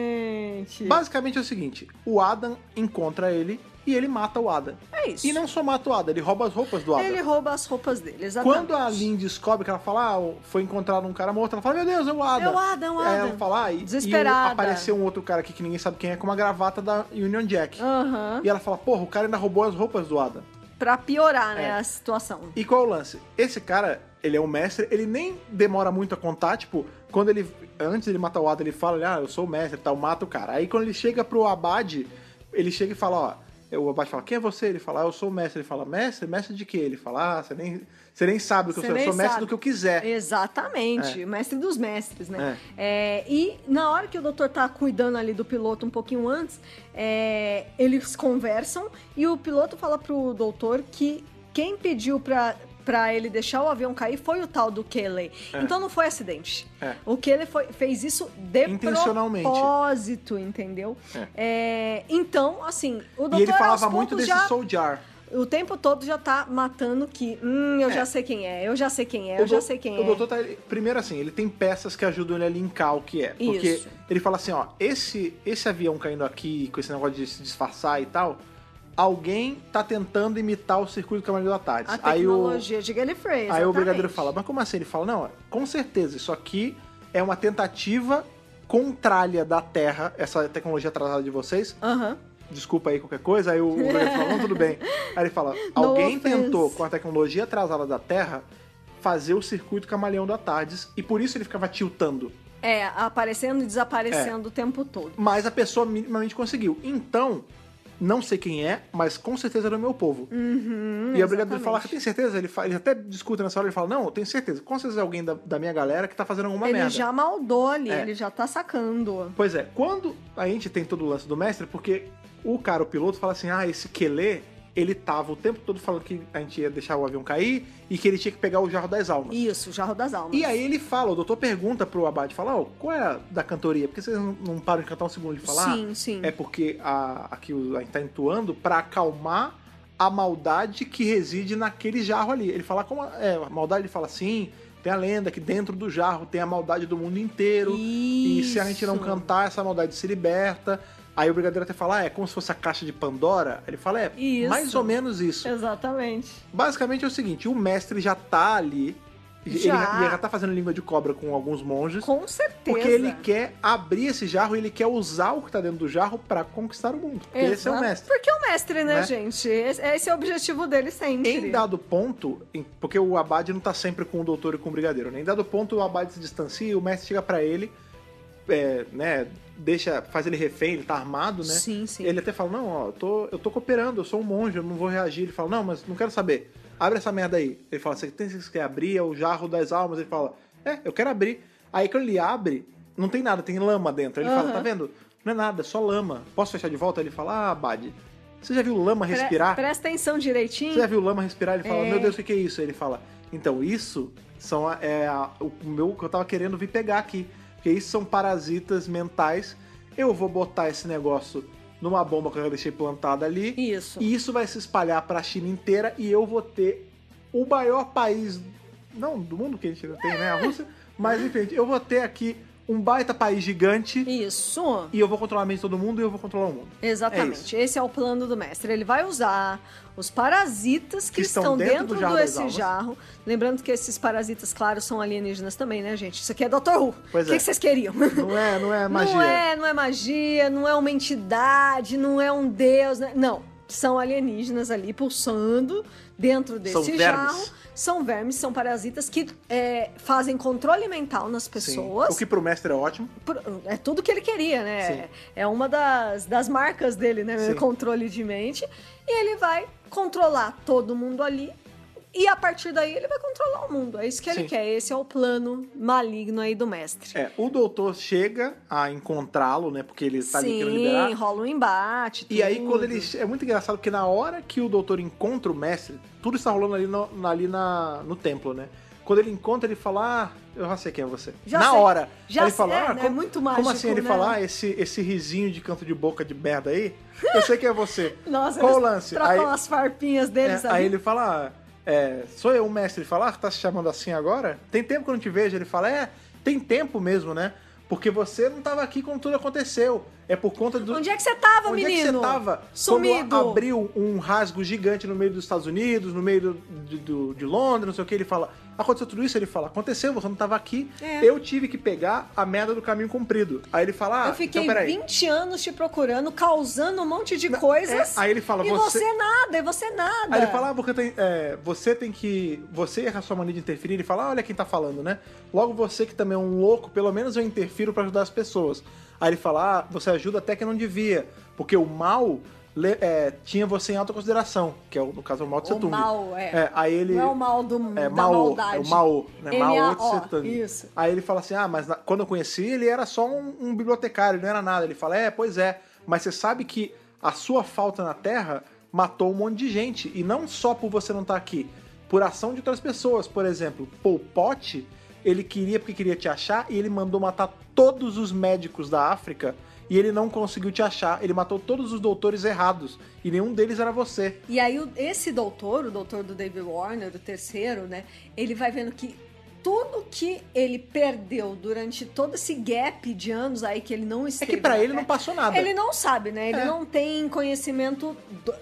Speaker 2: Exatamente.
Speaker 1: Basicamente é o seguinte: o Adam encontra ele e ele mata o Adam.
Speaker 2: É isso.
Speaker 1: E não só mata o Adam, ele rouba as roupas do Adam.
Speaker 2: Ele rouba as roupas dele, exatamente.
Speaker 1: Quando a Lynn descobre que ela fala, ah, foi encontrado um cara morto, ela fala, meu Deus, é o Adam.
Speaker 2: É o Adam, é o
Speaker 1: Aí
Speaker 2: Adam.
Speaker 1: Ela fala, ah, e,
Speaker 2: Desesperada.
Speaker 1: e o- apareceu um outro cara aqui que ninguém sabe quem é, com uma gravata da Union Jack.
Speaker 2: Aham.
Speaker 1: E ela fala, porra, o cara ainda roubou as roupas do Adam.
Speaker 2: Pra piorar, né,
Speaker 1: É.
Speaker 2: a situação.
Speaker 1: E qual é o lance? Esse cara, ele é o mestre, ele nem demora muito a contar, tipo, quando ele. Antes de matar o Adam, ele fala, ah, eu sou o mestre e tal, mata o cara. Aí quando ele chega pro Abade, ele chega e fala, ó. O Abade fala, quem é você? Ele fala, ah, eu sou o mestre. Ele fala, mestre? Mestre de quê? Ele fala, ah, você nem, você nem sabe o que
Speaker 2: Você
Speaker 1: eu sou, eu
Speaker 2: nem
Speaker 1: sou mestre
Speaker 2: sabe."
Speaker 1: do que eu quiser. É.
Speaker 2: Exatamente, o mestre dos mestres, né? É, e na hora que o doutor tá cuidando ali do piloto um pouquinho antes, é, eles conversam e o piloto fala pro doutor que quem pediu pra, pra ele deixar o avião cair foi o tal do Kelly. Então não foi acidente.
Speaker 1: É.
Speaker 2: O Kelly foi, fez isso de
Speaker 1: Intencionalmente.
Speaker 2: propósito, entendeu? É, então, assim, o doutor
Speaker 1: E ele
Speaker 2: aos
Speaker 1: falava
Speaker 2: poucos
Speaker 1: muito desse
Speaker 2: já...
Speaker 1: Soldier.
Speaker 2: O tempo todo já tá matando que. Hum, eu já sei quem é, eu já sei quem é, eu já sei quem
Speaker 1: o
Speaker 2: é.
Speaker 1: doutor tá. ele- Primeiro, assim, ele tem peças que ajudam ele a linkar o que é. Porque
Speaker 2: Isso.
Speaker 1: ele fala assim: ó, esse, esse avião caindo aqui, com esse negócio de se disfarçar e tal, alguém tá tentando imitar o circuito do Cavaleiro da Tarde.
Speaker 2: A
Speaker 1: Aí o,
Speaker 2: tecnologia de Gallifrey.
Speaker 1: aí o
Speaker 2: exatamente.
Speaker 1: brigadeiro fala: mas como assim? Ele fala: não, com certeza, isso aqui é uma tentativa contrária da Terra, essa tecnologia atrasada de vocês,
Speaker 2: Aham.
Speaker 1: desculpa aí qualquer coisa. Aí o Greg fala, não, tudo bem. Aí ele fala, alguém
Speaker 2: offense.
Speaker 1: tentou, com a tecnologia atrasada da Terra, fazer o circuito camaleão da Tardes, e por isso ele ficava tiltando.
Speaker 2: É,
Speaker 1: É.
Speaker 2: aparecendo e desaparecendo o tempo todo.
Speaker 1: Mas a pessoa minimamente conseguiu. Então, Não sei quem é, mas com certeza era o meu povo.
Speaker 2: Uhum,
Speaker 1: e é obrigado a
Speaker 2: exatamente.
Speaker 1: ele falar, você tem certeza? Ele, fa- ele até discuta nessa hora, ele fala, não, eu tenho certeza. Com certeza é alguém da, da minha galera que tá fazendo alguma
Speaker 2: Ele
Speaker 1: merda.
Speaker 2: já maldou ali,
Speaker 1: É.
Speaker 2: ele já tá sacando.
Speaker 1: Pois é, quando a gente tem todo o lance do mestre, porque o cara, o piloto, fala assim: ah, esse Kelê, ele tava o tempo todo falando que a gente ia deixar o avião cair e que ele tinha que pegar o jarro das almas.
Speaker 2: Isso, o Jarro das Almas.
Speaker 1: E aí ele fala, o doutor pergunta pro Abade, fala, ó, qual é a da cantoria? Por que vocês não- não param de cantar um segundo de falar?
Speaker 2: Sim, sim.
Speaker 1: É porque a, aqui o- a gente tá entoando pra acalmar a maldade que reside naquele jarro ali. Ele fala como. a- É, a maldade ele fala assim, tem a lenda que dentro do jarro tem a maldade do mundo inteiro. E se a gente não
Speaker 2: Isso.
Speaker 1: cantar, essa maldade se liberta. Aí o brigadeiro até fala, ah, é como se fosse a caixa de Pandora. Ele fala, é,
Speaker 2: Isso.
Speaker 1: mais ou menos isso.
Speaker 2: Exatamente.
Speaker 1: Basicamente é o seguinte, o mestre já tá ali, ele
Speaker 2: Já.
Speaker 1: já, ele já tá fazendo língua de cobra com alguns monges,
Speaker 2: Com certeza.
Speaker 1: porque ele quer abrir esse jarro, ele quer usar o que tá dentro do jarro pra conquistar o mundo. Porque Esse é o
Speaker 2: Exato.
Speaker 1: mestre.
Speaker 2: Porque é o mestre, né,
Speaker 1: Né?
Speaker 2: gente? Esse, esse é o objetivo dele sempre.
Speaker 1: Em dado ponto, em- porque o Abade não tá sempre com o doutor e com o brigadeiro, né? Em dado ponto, o Abade se distancia e o mestre chega pra ele, é, né? Deixa, faz ele refém, ele tá armado, né?
Speaker 2: Sim, sim.
Speaker 1: Ele até fala: Não, ó, eu tô, eu tô cooperando, eu sou um monge, eu não vou reagir. Ele fala: Não, mas não quero saber. Abre essa merda aí. Ele fala: Você tem que você quer abrir? É o jarro das almas. Ele fala: É, eu quero abrir. Aí quando ele abre, não tem nada, tem lama dentro. Ele fala:
Speaker 2: Aham.
Speaker 1: Tá vendo? Não é nada, é só lama. Posso fechar de volta? Ele fala: Ah, Bad, você já viu lama
Speaker 2: Pre-
Speaker 1: respirar?
Speaker 2: Presta atenção direitinho.
Speaker 1: Você já viu o lama respirar? Ele fala:
Speaker 2: É.
Speaker 1: Meu Deus, o que que é isso? Ele fala: Então, isso são a- é a- o meu que eu tava querendo vir pegar aqui. Porque isso são parasitas mentais. Eu vou botar esse negócio numa bomba que eu deixei plantada ali.
Speaker 2: Isso.
Speaker 1: E isso vai se espalhar pra China inteira e eu vou ter o maior país, não do mundo que a gente não tem, né? A Rússia. Mas enfim, eu vou ter aqui um baita país gigante
Speaker 2: Isso.
Speaker 1: e eu vou controlar a mente de todo mundo e eu vou controlar o mundo. É
Speaker 2: Exatamente.
Speaker 1: isso.
Speaker 2: Esse é o plano do mestre. Ele vai usar os parasitas que, estão, dentro,
Speaker 1: do jarro das
Speaker 2: desse
Speaker 1: almas.
Speaker 2: jarro. Lembrando que esses parasitas, claro, são alienígenas também, né, gente? Isso aqui é Dr. Who.
Speaker 1: Pois
Speaker 2: o que,
Speaker 1: é.
Speaker 2: que vocês queriam?
Speaker 1: Não é, não é magia.
Speaker 2: Não é, não é magia, não é uma entidade, não é um deus, né? Não. São alienígenas ali pulsando dentro desse
Speaker 1: São vermes.
Speaker 2: jarro. São vermes, são parasitas que é, fazem controle mental nas
Speaker 1: Sim.
Speaker 2: pessoas.
Speaker 1: O que pro mestre é ótimo.
Speaker 2: Por- É tudo que ele queria,
Speaker 1: Sim.
Speaker 2: né? É uma das, das marcas dele, né?
Speaker 1: Sim.
Speaker 2: Controle de mente. E ele vai controlar todo mundo ali. E a partir daí ele vai controlar o mundo. É isso que ele
Speaker 1: Sim.
Speaker 2: quer. Esse é o plano maligno aí do mestre.
Speaker 1: É, o doutor chega a encontrá-lo, né? Porque ele tá ali querendo
Speaker 2: Sim,
Speaker 1: liberar.
Speaker 2: rola um embate.
Speaker 1: E aí,
Speaker 2: tudo.
Speaker 1: quando ele. É muito engraçado porque na hora que o doutor encontra o mestre, tudo está rolando ali, no, na- ali na, no templo, né? Quando ele encontra, ele fala: Ah, eu já sei quem é você.
Speaker 2: Já
Speaker 1: na
Speaker 2: sei.
Speaker 1: hora.
Speaker 2: Já
Speaker 1: Aí ele
Speaker 2: sei,
Speaker 1: fala,
Speaker 2: é,
Speaker 1: ah,
Speaker 2: né?
Speaker 1: como,
Speaker 2: Muito
Speaker 1: Como assim
Speaker 2: mágico,
Speaker 1: ele
Speaker 2: né?
Speaker 1: fala: ah, esse, esse risinho de canto de boca de merda aí? Eu sei quem é você.
Speaker 2: Nossa,
Speaker 1: Qual o
Speaker 2: eles
Speaker 1: lance? Aí-
Speaker 2: trocam as farpinhas deles
Speaker 1: É,
Speaker 2: ali.
Speaker 1: aí ele fala, ah, é, sou eu o mestre. Ele fala, ah, tá se chamando assim agora? Tem tempo que eu não te vejo. Ele fala, é, tem tempo mesmo, né? Porque você não tava aqui quando tudo aconteceu. É por conta do...
Speaker 2: Onde é que você tava,
Speaker 1: Onde
Speaker 2: menino?
Speaker 1: é que você tava?
Speaker 2: Sumido.
Speaker 1: Quando abriu um rasgo gigante no meio dos Estados Unidos, no meio do, de- do- de Londres, não sei o que, ele fala. Aconteceu tudo isso? Ele fala, aconteceu, você não tava aqui.
Speaker 2: É.
Speaker 1: Eu tive que pegar a merda do caminho comprido. Aí ele fala, ah,
Speaker 2: Eu fiquei
Speaker 1: então peraí.
Speaker 2: 20 anos te procurando, causando um monte de coisas.
Speaker 1: é, aí ele fala,
Speaker 2: e
Speaker 1: você-
Speaker 2: você... nada, e você nada.
Speaker 1: Aí ele fala, ah, porque tem, é, você tem que. Você erra a sua mania de interferir. Ele fala, ah, olha quem tá falando, né? Logo você que também é um louco, pelo menos eu interfiro pra ajudar as pessoas. Aí ele fala, ah, você ajuda até que não devia. Porque o mal le- é, tinha você em alta consideração, que é o- no caso é o mal de
Speaker 2: o
Speaker 1: Setúmbio.
Speaker 2: mal, é.
Speaker 1: aí ele.
Speaker 2: Não é o mal do,
Speaker 1: É,
Speaker 2: da
Speaker 1: Mao,
Speaker 2: maldade.
Speaker 1: é o Mao, né?
Speaker 2: Ele
Speaker 1: Mao
Speaker 2: é- ó,
Speaker 1: Tse-Tung.
Speaker 2: isso.
Speaker 1: Aí ele fala assim: ah, mas na- quando eu conheci, ele era só um, um bibliotecário, ele não era nada. Ele fala: é, pois é, mas você sabe que a sua falta na Terra matou um monte de gente. E não só por você não estar aqui, por ação de outras pessoas. Por exemplo, Pol Pot, ele queria porque queria te achar e ele mandou matar todos os médicos da África. E ele não conseguiu te achar. Ele matou todos os doutores errados. E nenhum deles era você.
Speaker 2: E aí o- esse doutor, o doutor do David Warner, o terceiro, né? Ele vai vendo que tudo que ele perdeu durante todo esse gap de anos aí que ele não
Speaker 1: É
Speaker 2: esteve.
Speaker 1: que pra
Speaker 2: na
Speaker 1: ele não
Speaker 2: Terra,
Speaker 1: passou nada.
Speaker 2: Ele não sabe, né? Ele
Speaker 1: É.
Speaker 2: não tem conhecimento, do,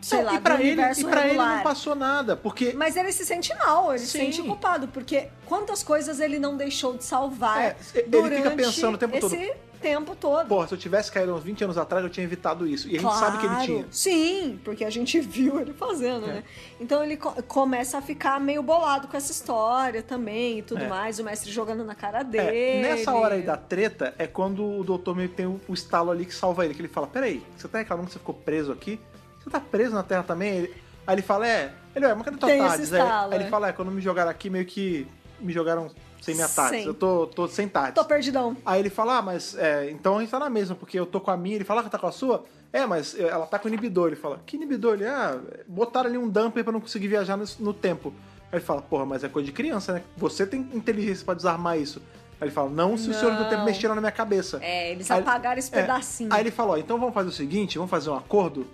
Speaker 2: sei
Speaker 1: Não,
Speaker 2: lá,
Speaker 1: e pra
Speaker 2: do
Speaker 1: ele,
Speaker 2: universo
Speaker 1: e pra ele
Speaker 2: regular.
Speaker 1: não passou nada, porque
Speaker 2: Mas ele se sente mal, ele se
Speaker 1: Sim.
Speaker 2: sente culpado, porque quantas coisas ele não deixou de salvar
Speaker 1: É, ele fica
Speaker 2: durante
Speaker 1: pensando o tempo
Speaker 2: esse
Speaker 1: todo,
Speaker 2: tempo todo.
Speaker 1: Porra, se eu tivesse caído uns 20 anos atrás, eu tinha evitado isso. E a gente sabe que ele tinha.
Speaker 2: Sim, porque a gente viu ele fazendo,
Speaker 1: É.
Speaker 2: né? Então ele co- começa a ficar meio bolado com essa história também e tudo
Speaker 1: É.
Speaker 2: mais, o mestre jogando na cara
Speaker 1: É,
Speaker 2: dele.
Speaker 1: nessa hora aí da treta é quando o doutor meio que tem o, o estalo ali que salva ele, que ele fala: Peraí, você tá reclamando que você ficou preso aqui? Você tá preso na Terra também? Ele- aí ele fala: É, ele é, mas cadê tua
Speaker 2: Tem esse
Speaker 1: tardes?
Speaker 2: estalo,
Speaker 1: Aí, aí
Speaker 2: é.
Speaker 1: ele fala: É, quando me jogaram aqui, meio que me jogaram sem minha tardes.
Speaker 2: Sem.
Speaker 1: Eu tô, tô sem tardes.
Speaker 2: Tô perdidão.
Speaker 1: Aí ele fala, ah, mas é, então a gente tá na mesma, porque eu tô com a minha, ele fala que tá com a sua. É, mas é, ela tá com o inibidor. Ele fala, que inibidor? Ele, ah, botaram ali um dumper pra não conseguir viajar no, no tempo. Aí ele fala, porra, mas é coisa de criança, né? Você tem inteligência pra desarmar isso. Aí ele fala, não se os senhores do
Speaker 2: Não.
Speaker 1: tempo mexeram na minha cabeça.
Speaker 2: É, eles
Speaker 1: Aí-
Speaker 2: apagaram esse
Speaker 1: é.
Speaker 2: pedacinho.
Speaker 1: Aí ele fala, ó, então vamos fazer o seguinte, vamos fazer um acordo.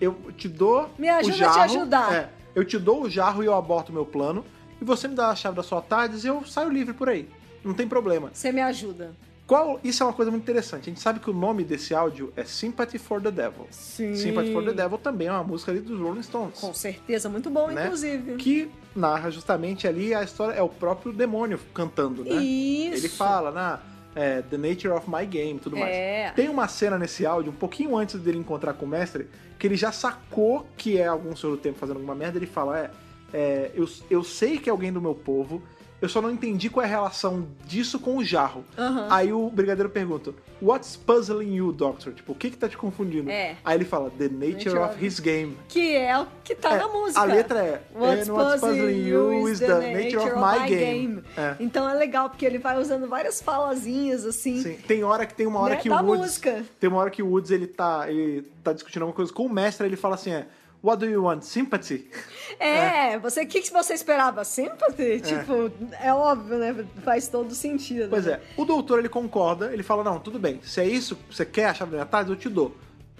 Speaker 1: Eu te dou
Speaker 2: Me ajuda
Speaker 1: o
Speaker 2: a te
Speaker 1: jarro.
Speaker 2: ajudar.
Speaker 1: É, eu te dou o jarro e eu aborto o meu plano. E você me dá a chave da sua tardes e eu saio livre por aí. Não tem problema.
Speaker 2: Você me ajuda.
Speaker 1: Qual, isso é uma coisa muito interessante. A gente sabe que o nome desse áudio é Sympathy for the Devil.
Speaker 2: Sim.
Speaker 1: Sympathy for the Devil também é uma música ali dos Rolling Stones.
Speaker 2: Com certeza, muito bom,
Speaker 1: Né?
Speaker 2: inclusive.
Speaker 1: Que narra justamente ali a história, é o próprio demônio cantando, né?
Speaker 2: Isso.
Speaker 1: Ele fala na é, The Nature of My Game e tudo mais.
Speaker 2: É.
Speaker 1: Tem uma cena nesse áudio, um pouquinho antes dele encontrar com o mestre, que ele já sacou que é algum senhor do tempo fazendo alguma merda. Ele fala: É, é, eu, eu sei que é alguém do meu povo, eu só não entendi qual é a relação disso com o jarro.
Speaker 2: Aham.
Speaker 1: Aí o brigadeiro pergunta: What's puzzling you, doctor? Tipo, o que que tá te confundindo?
Speaker 2: É.
Speaker 1: Aí ele fala: The nature of his game.
Speaker 2: Que é o que tá
Speaker 1: É,
Speaker 2: na música.
Speaker 1: A letra é
Speaker 2: What's
Speaker 1: "And
Speaker 2: puzzling you is the nature of my game.
Speaker 1: É.
Speaker 2: Então é legal, porque ele vai usando várias falazinhas, assim,
Speaker 1: Sim. Tem hora que tem uma hora
Speaker 2: né,
Speaker 1: que o
Speaker 2: da
Speaker 1: Woods.
Speaker 2: música.
Speaker 1: Tem uma hora que o Woods ele tá, ele tá discutindo alguma coisa com o mestre, ele fala assim: é, What do you want? Sympathy?
Speaker 2: É, você, o que, que você esperava? Sympathy? Tipo, é óbvio, né? Faz todo sentido.
Speaker 1: Pois
Speaker 2: né?
Speaker 1: é, o doutor ele concorda, ele fala: Não, tudo bem, se é isso, você quer a chave da minha tarde, eu te dou.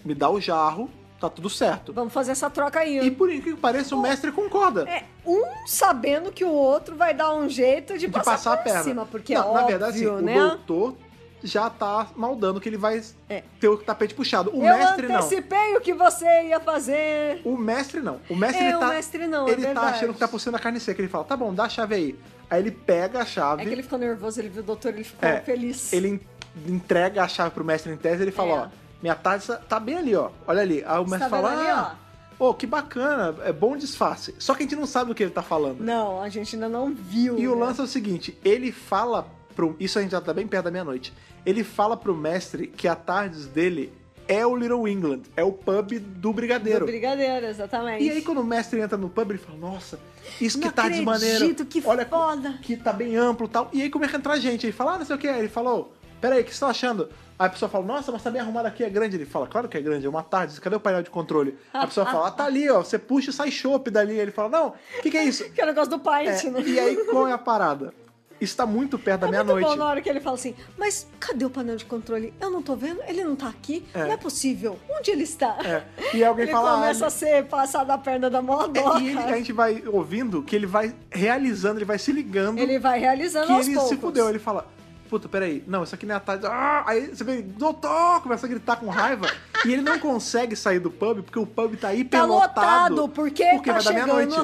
Speaker 1: Me dá o jarro, tá tudo certo.
Speaker 2: Vamos fazer essa troca aí.
Speaker 1: E por incrível que pareça, o mestre concorda.
Speaker 2: É, um sabendo que o outro vai dar um jeito de,
Speaker 1: de passar, a
Speaker 2: por
Speaker 1: perna.
Speaker 2: cima, porque é
Speaker 1: Não,
Speaker 2: óbvio,
Speaker 1: na verdade, assim,
Speaker 2: né?
Speaker 1: o doutor já tá maldando que ele vai
Speaker 2: É.
Speaker 1: ter o tapete puxado. O
Speaker 2: Eu
Speaker 1: mestre não.
Speaker 2: antecipei o que você ia fazer.
Speaker 1: O mestre não. O mestre
Speaker 2: É,
Speaker 1: ele
Speaker 2: o
Speaker 1: tá.
Speaker 2: mestre não, é
Speaker 1: ele tá
Speaker 2: verdade.
Speaker 1: achando que tá por cima da carne seca. Ele fala, tá bom, dá a chave aí. Aí ele pega a chave,
Speaker 2: É que ele ficou nervoso, ele viu o doutor, ele ficou
Speaker 1: É,
Speaker 2: feliz.
Speaker 1: ele en- entrega a chave pro mestre em tese ele fala,
Speaker 2: É.
Speaker 1: ó, minha taça tá bem ali, ó. Olha ali. Aí o
Speaker 2: Você
Speaker 1: mestre
Speaker 2: tá
Speaker 1: fala,
Speaker 2: vendo ali,
Speaker 1: ah, ô, que bacana, é bom disfarce. Só que a gente não sabe do que ele tá falando.
Speaker 2: Não, a gente ainda não viu.
Speaker 1: E o
Speaker 2: né?
Speaker 1: lance é o seguinte, ele fala pro... Isso a gente já tá bem perto da meia-noite. Ele fala pro mestre que a tardes dele é o Little England, é o pub do Brigadeiro.
Speaker 2: do brigadeiro, exatamente.
Speaker 1: E aí quando o mestre entra no pub, ele fala, nossa, isso que
Speaker 2: Não
Speaker 1: tardes maneiro.
Speaker 2: acredito, que
Speaker 1: Olha co-
Speaker 2: foda."
Speaker 1: que tá bem amplo e tal. E aí começa a entrar gente. Ele fala, ah, não sei o que. Ele falou, peraí, o que você tá achando? Aí a pessoa fala, nossa, mas tá bem arrumado aqui, é grande. Ele fala, claro que é grande, é uma tarde, cadê o painel de controle? A pessoa fala, ah, tá ali, ó, você puxa e sai chopp dali. Ele fala, não, o que que é isso?
Speaker 2: Que é o negócio do Pint,
Speaker 1: É,
Speaker 2: né?
Speaker 1: E aí, qual é a parada? Isso tá muito perto da
Speaker 2: É muito
Speaker 1: meia-noite.
Speaker 2: bom na hora que ele fala assim, mas cadê o painel de controle? Eu não tô vendo, ele não tá aqui,
Speaker 1: É.
Speaker 2: não é possível. Onde ele está?
Speaker 1: É. E alguém
Speaker 2: ele
Speaker 1: fala. ah,
Speaker 2: começa a
Speaker 1: ele-
Speaker 2: ser passado a perna da moda.
Speaker 1: É, e ele- a gente vai ouvindo que ele vai realizando, ele vai se ligando
Speaker 2: Ele vai realizando
Speaker 1: que
Speaker 2: aos
Speaker 1: ele
Speaker 2: poucos.
Speaker 1: se fudeu. Ele fala. Puta, peraí, não, isso aqui não é a tarde. Ah! Aí você vê, ele, doutor, começa a gritar com raiva. e ele não consegue sair do pub, porque o pub tá
Speaker 2: Tá
Speaker 1: hiperlotado.
Speaker 2: lotado, porque, tá
Speaker 1: vai dar
Speaker 2: chegando uma
Speaker 1: meia-noite.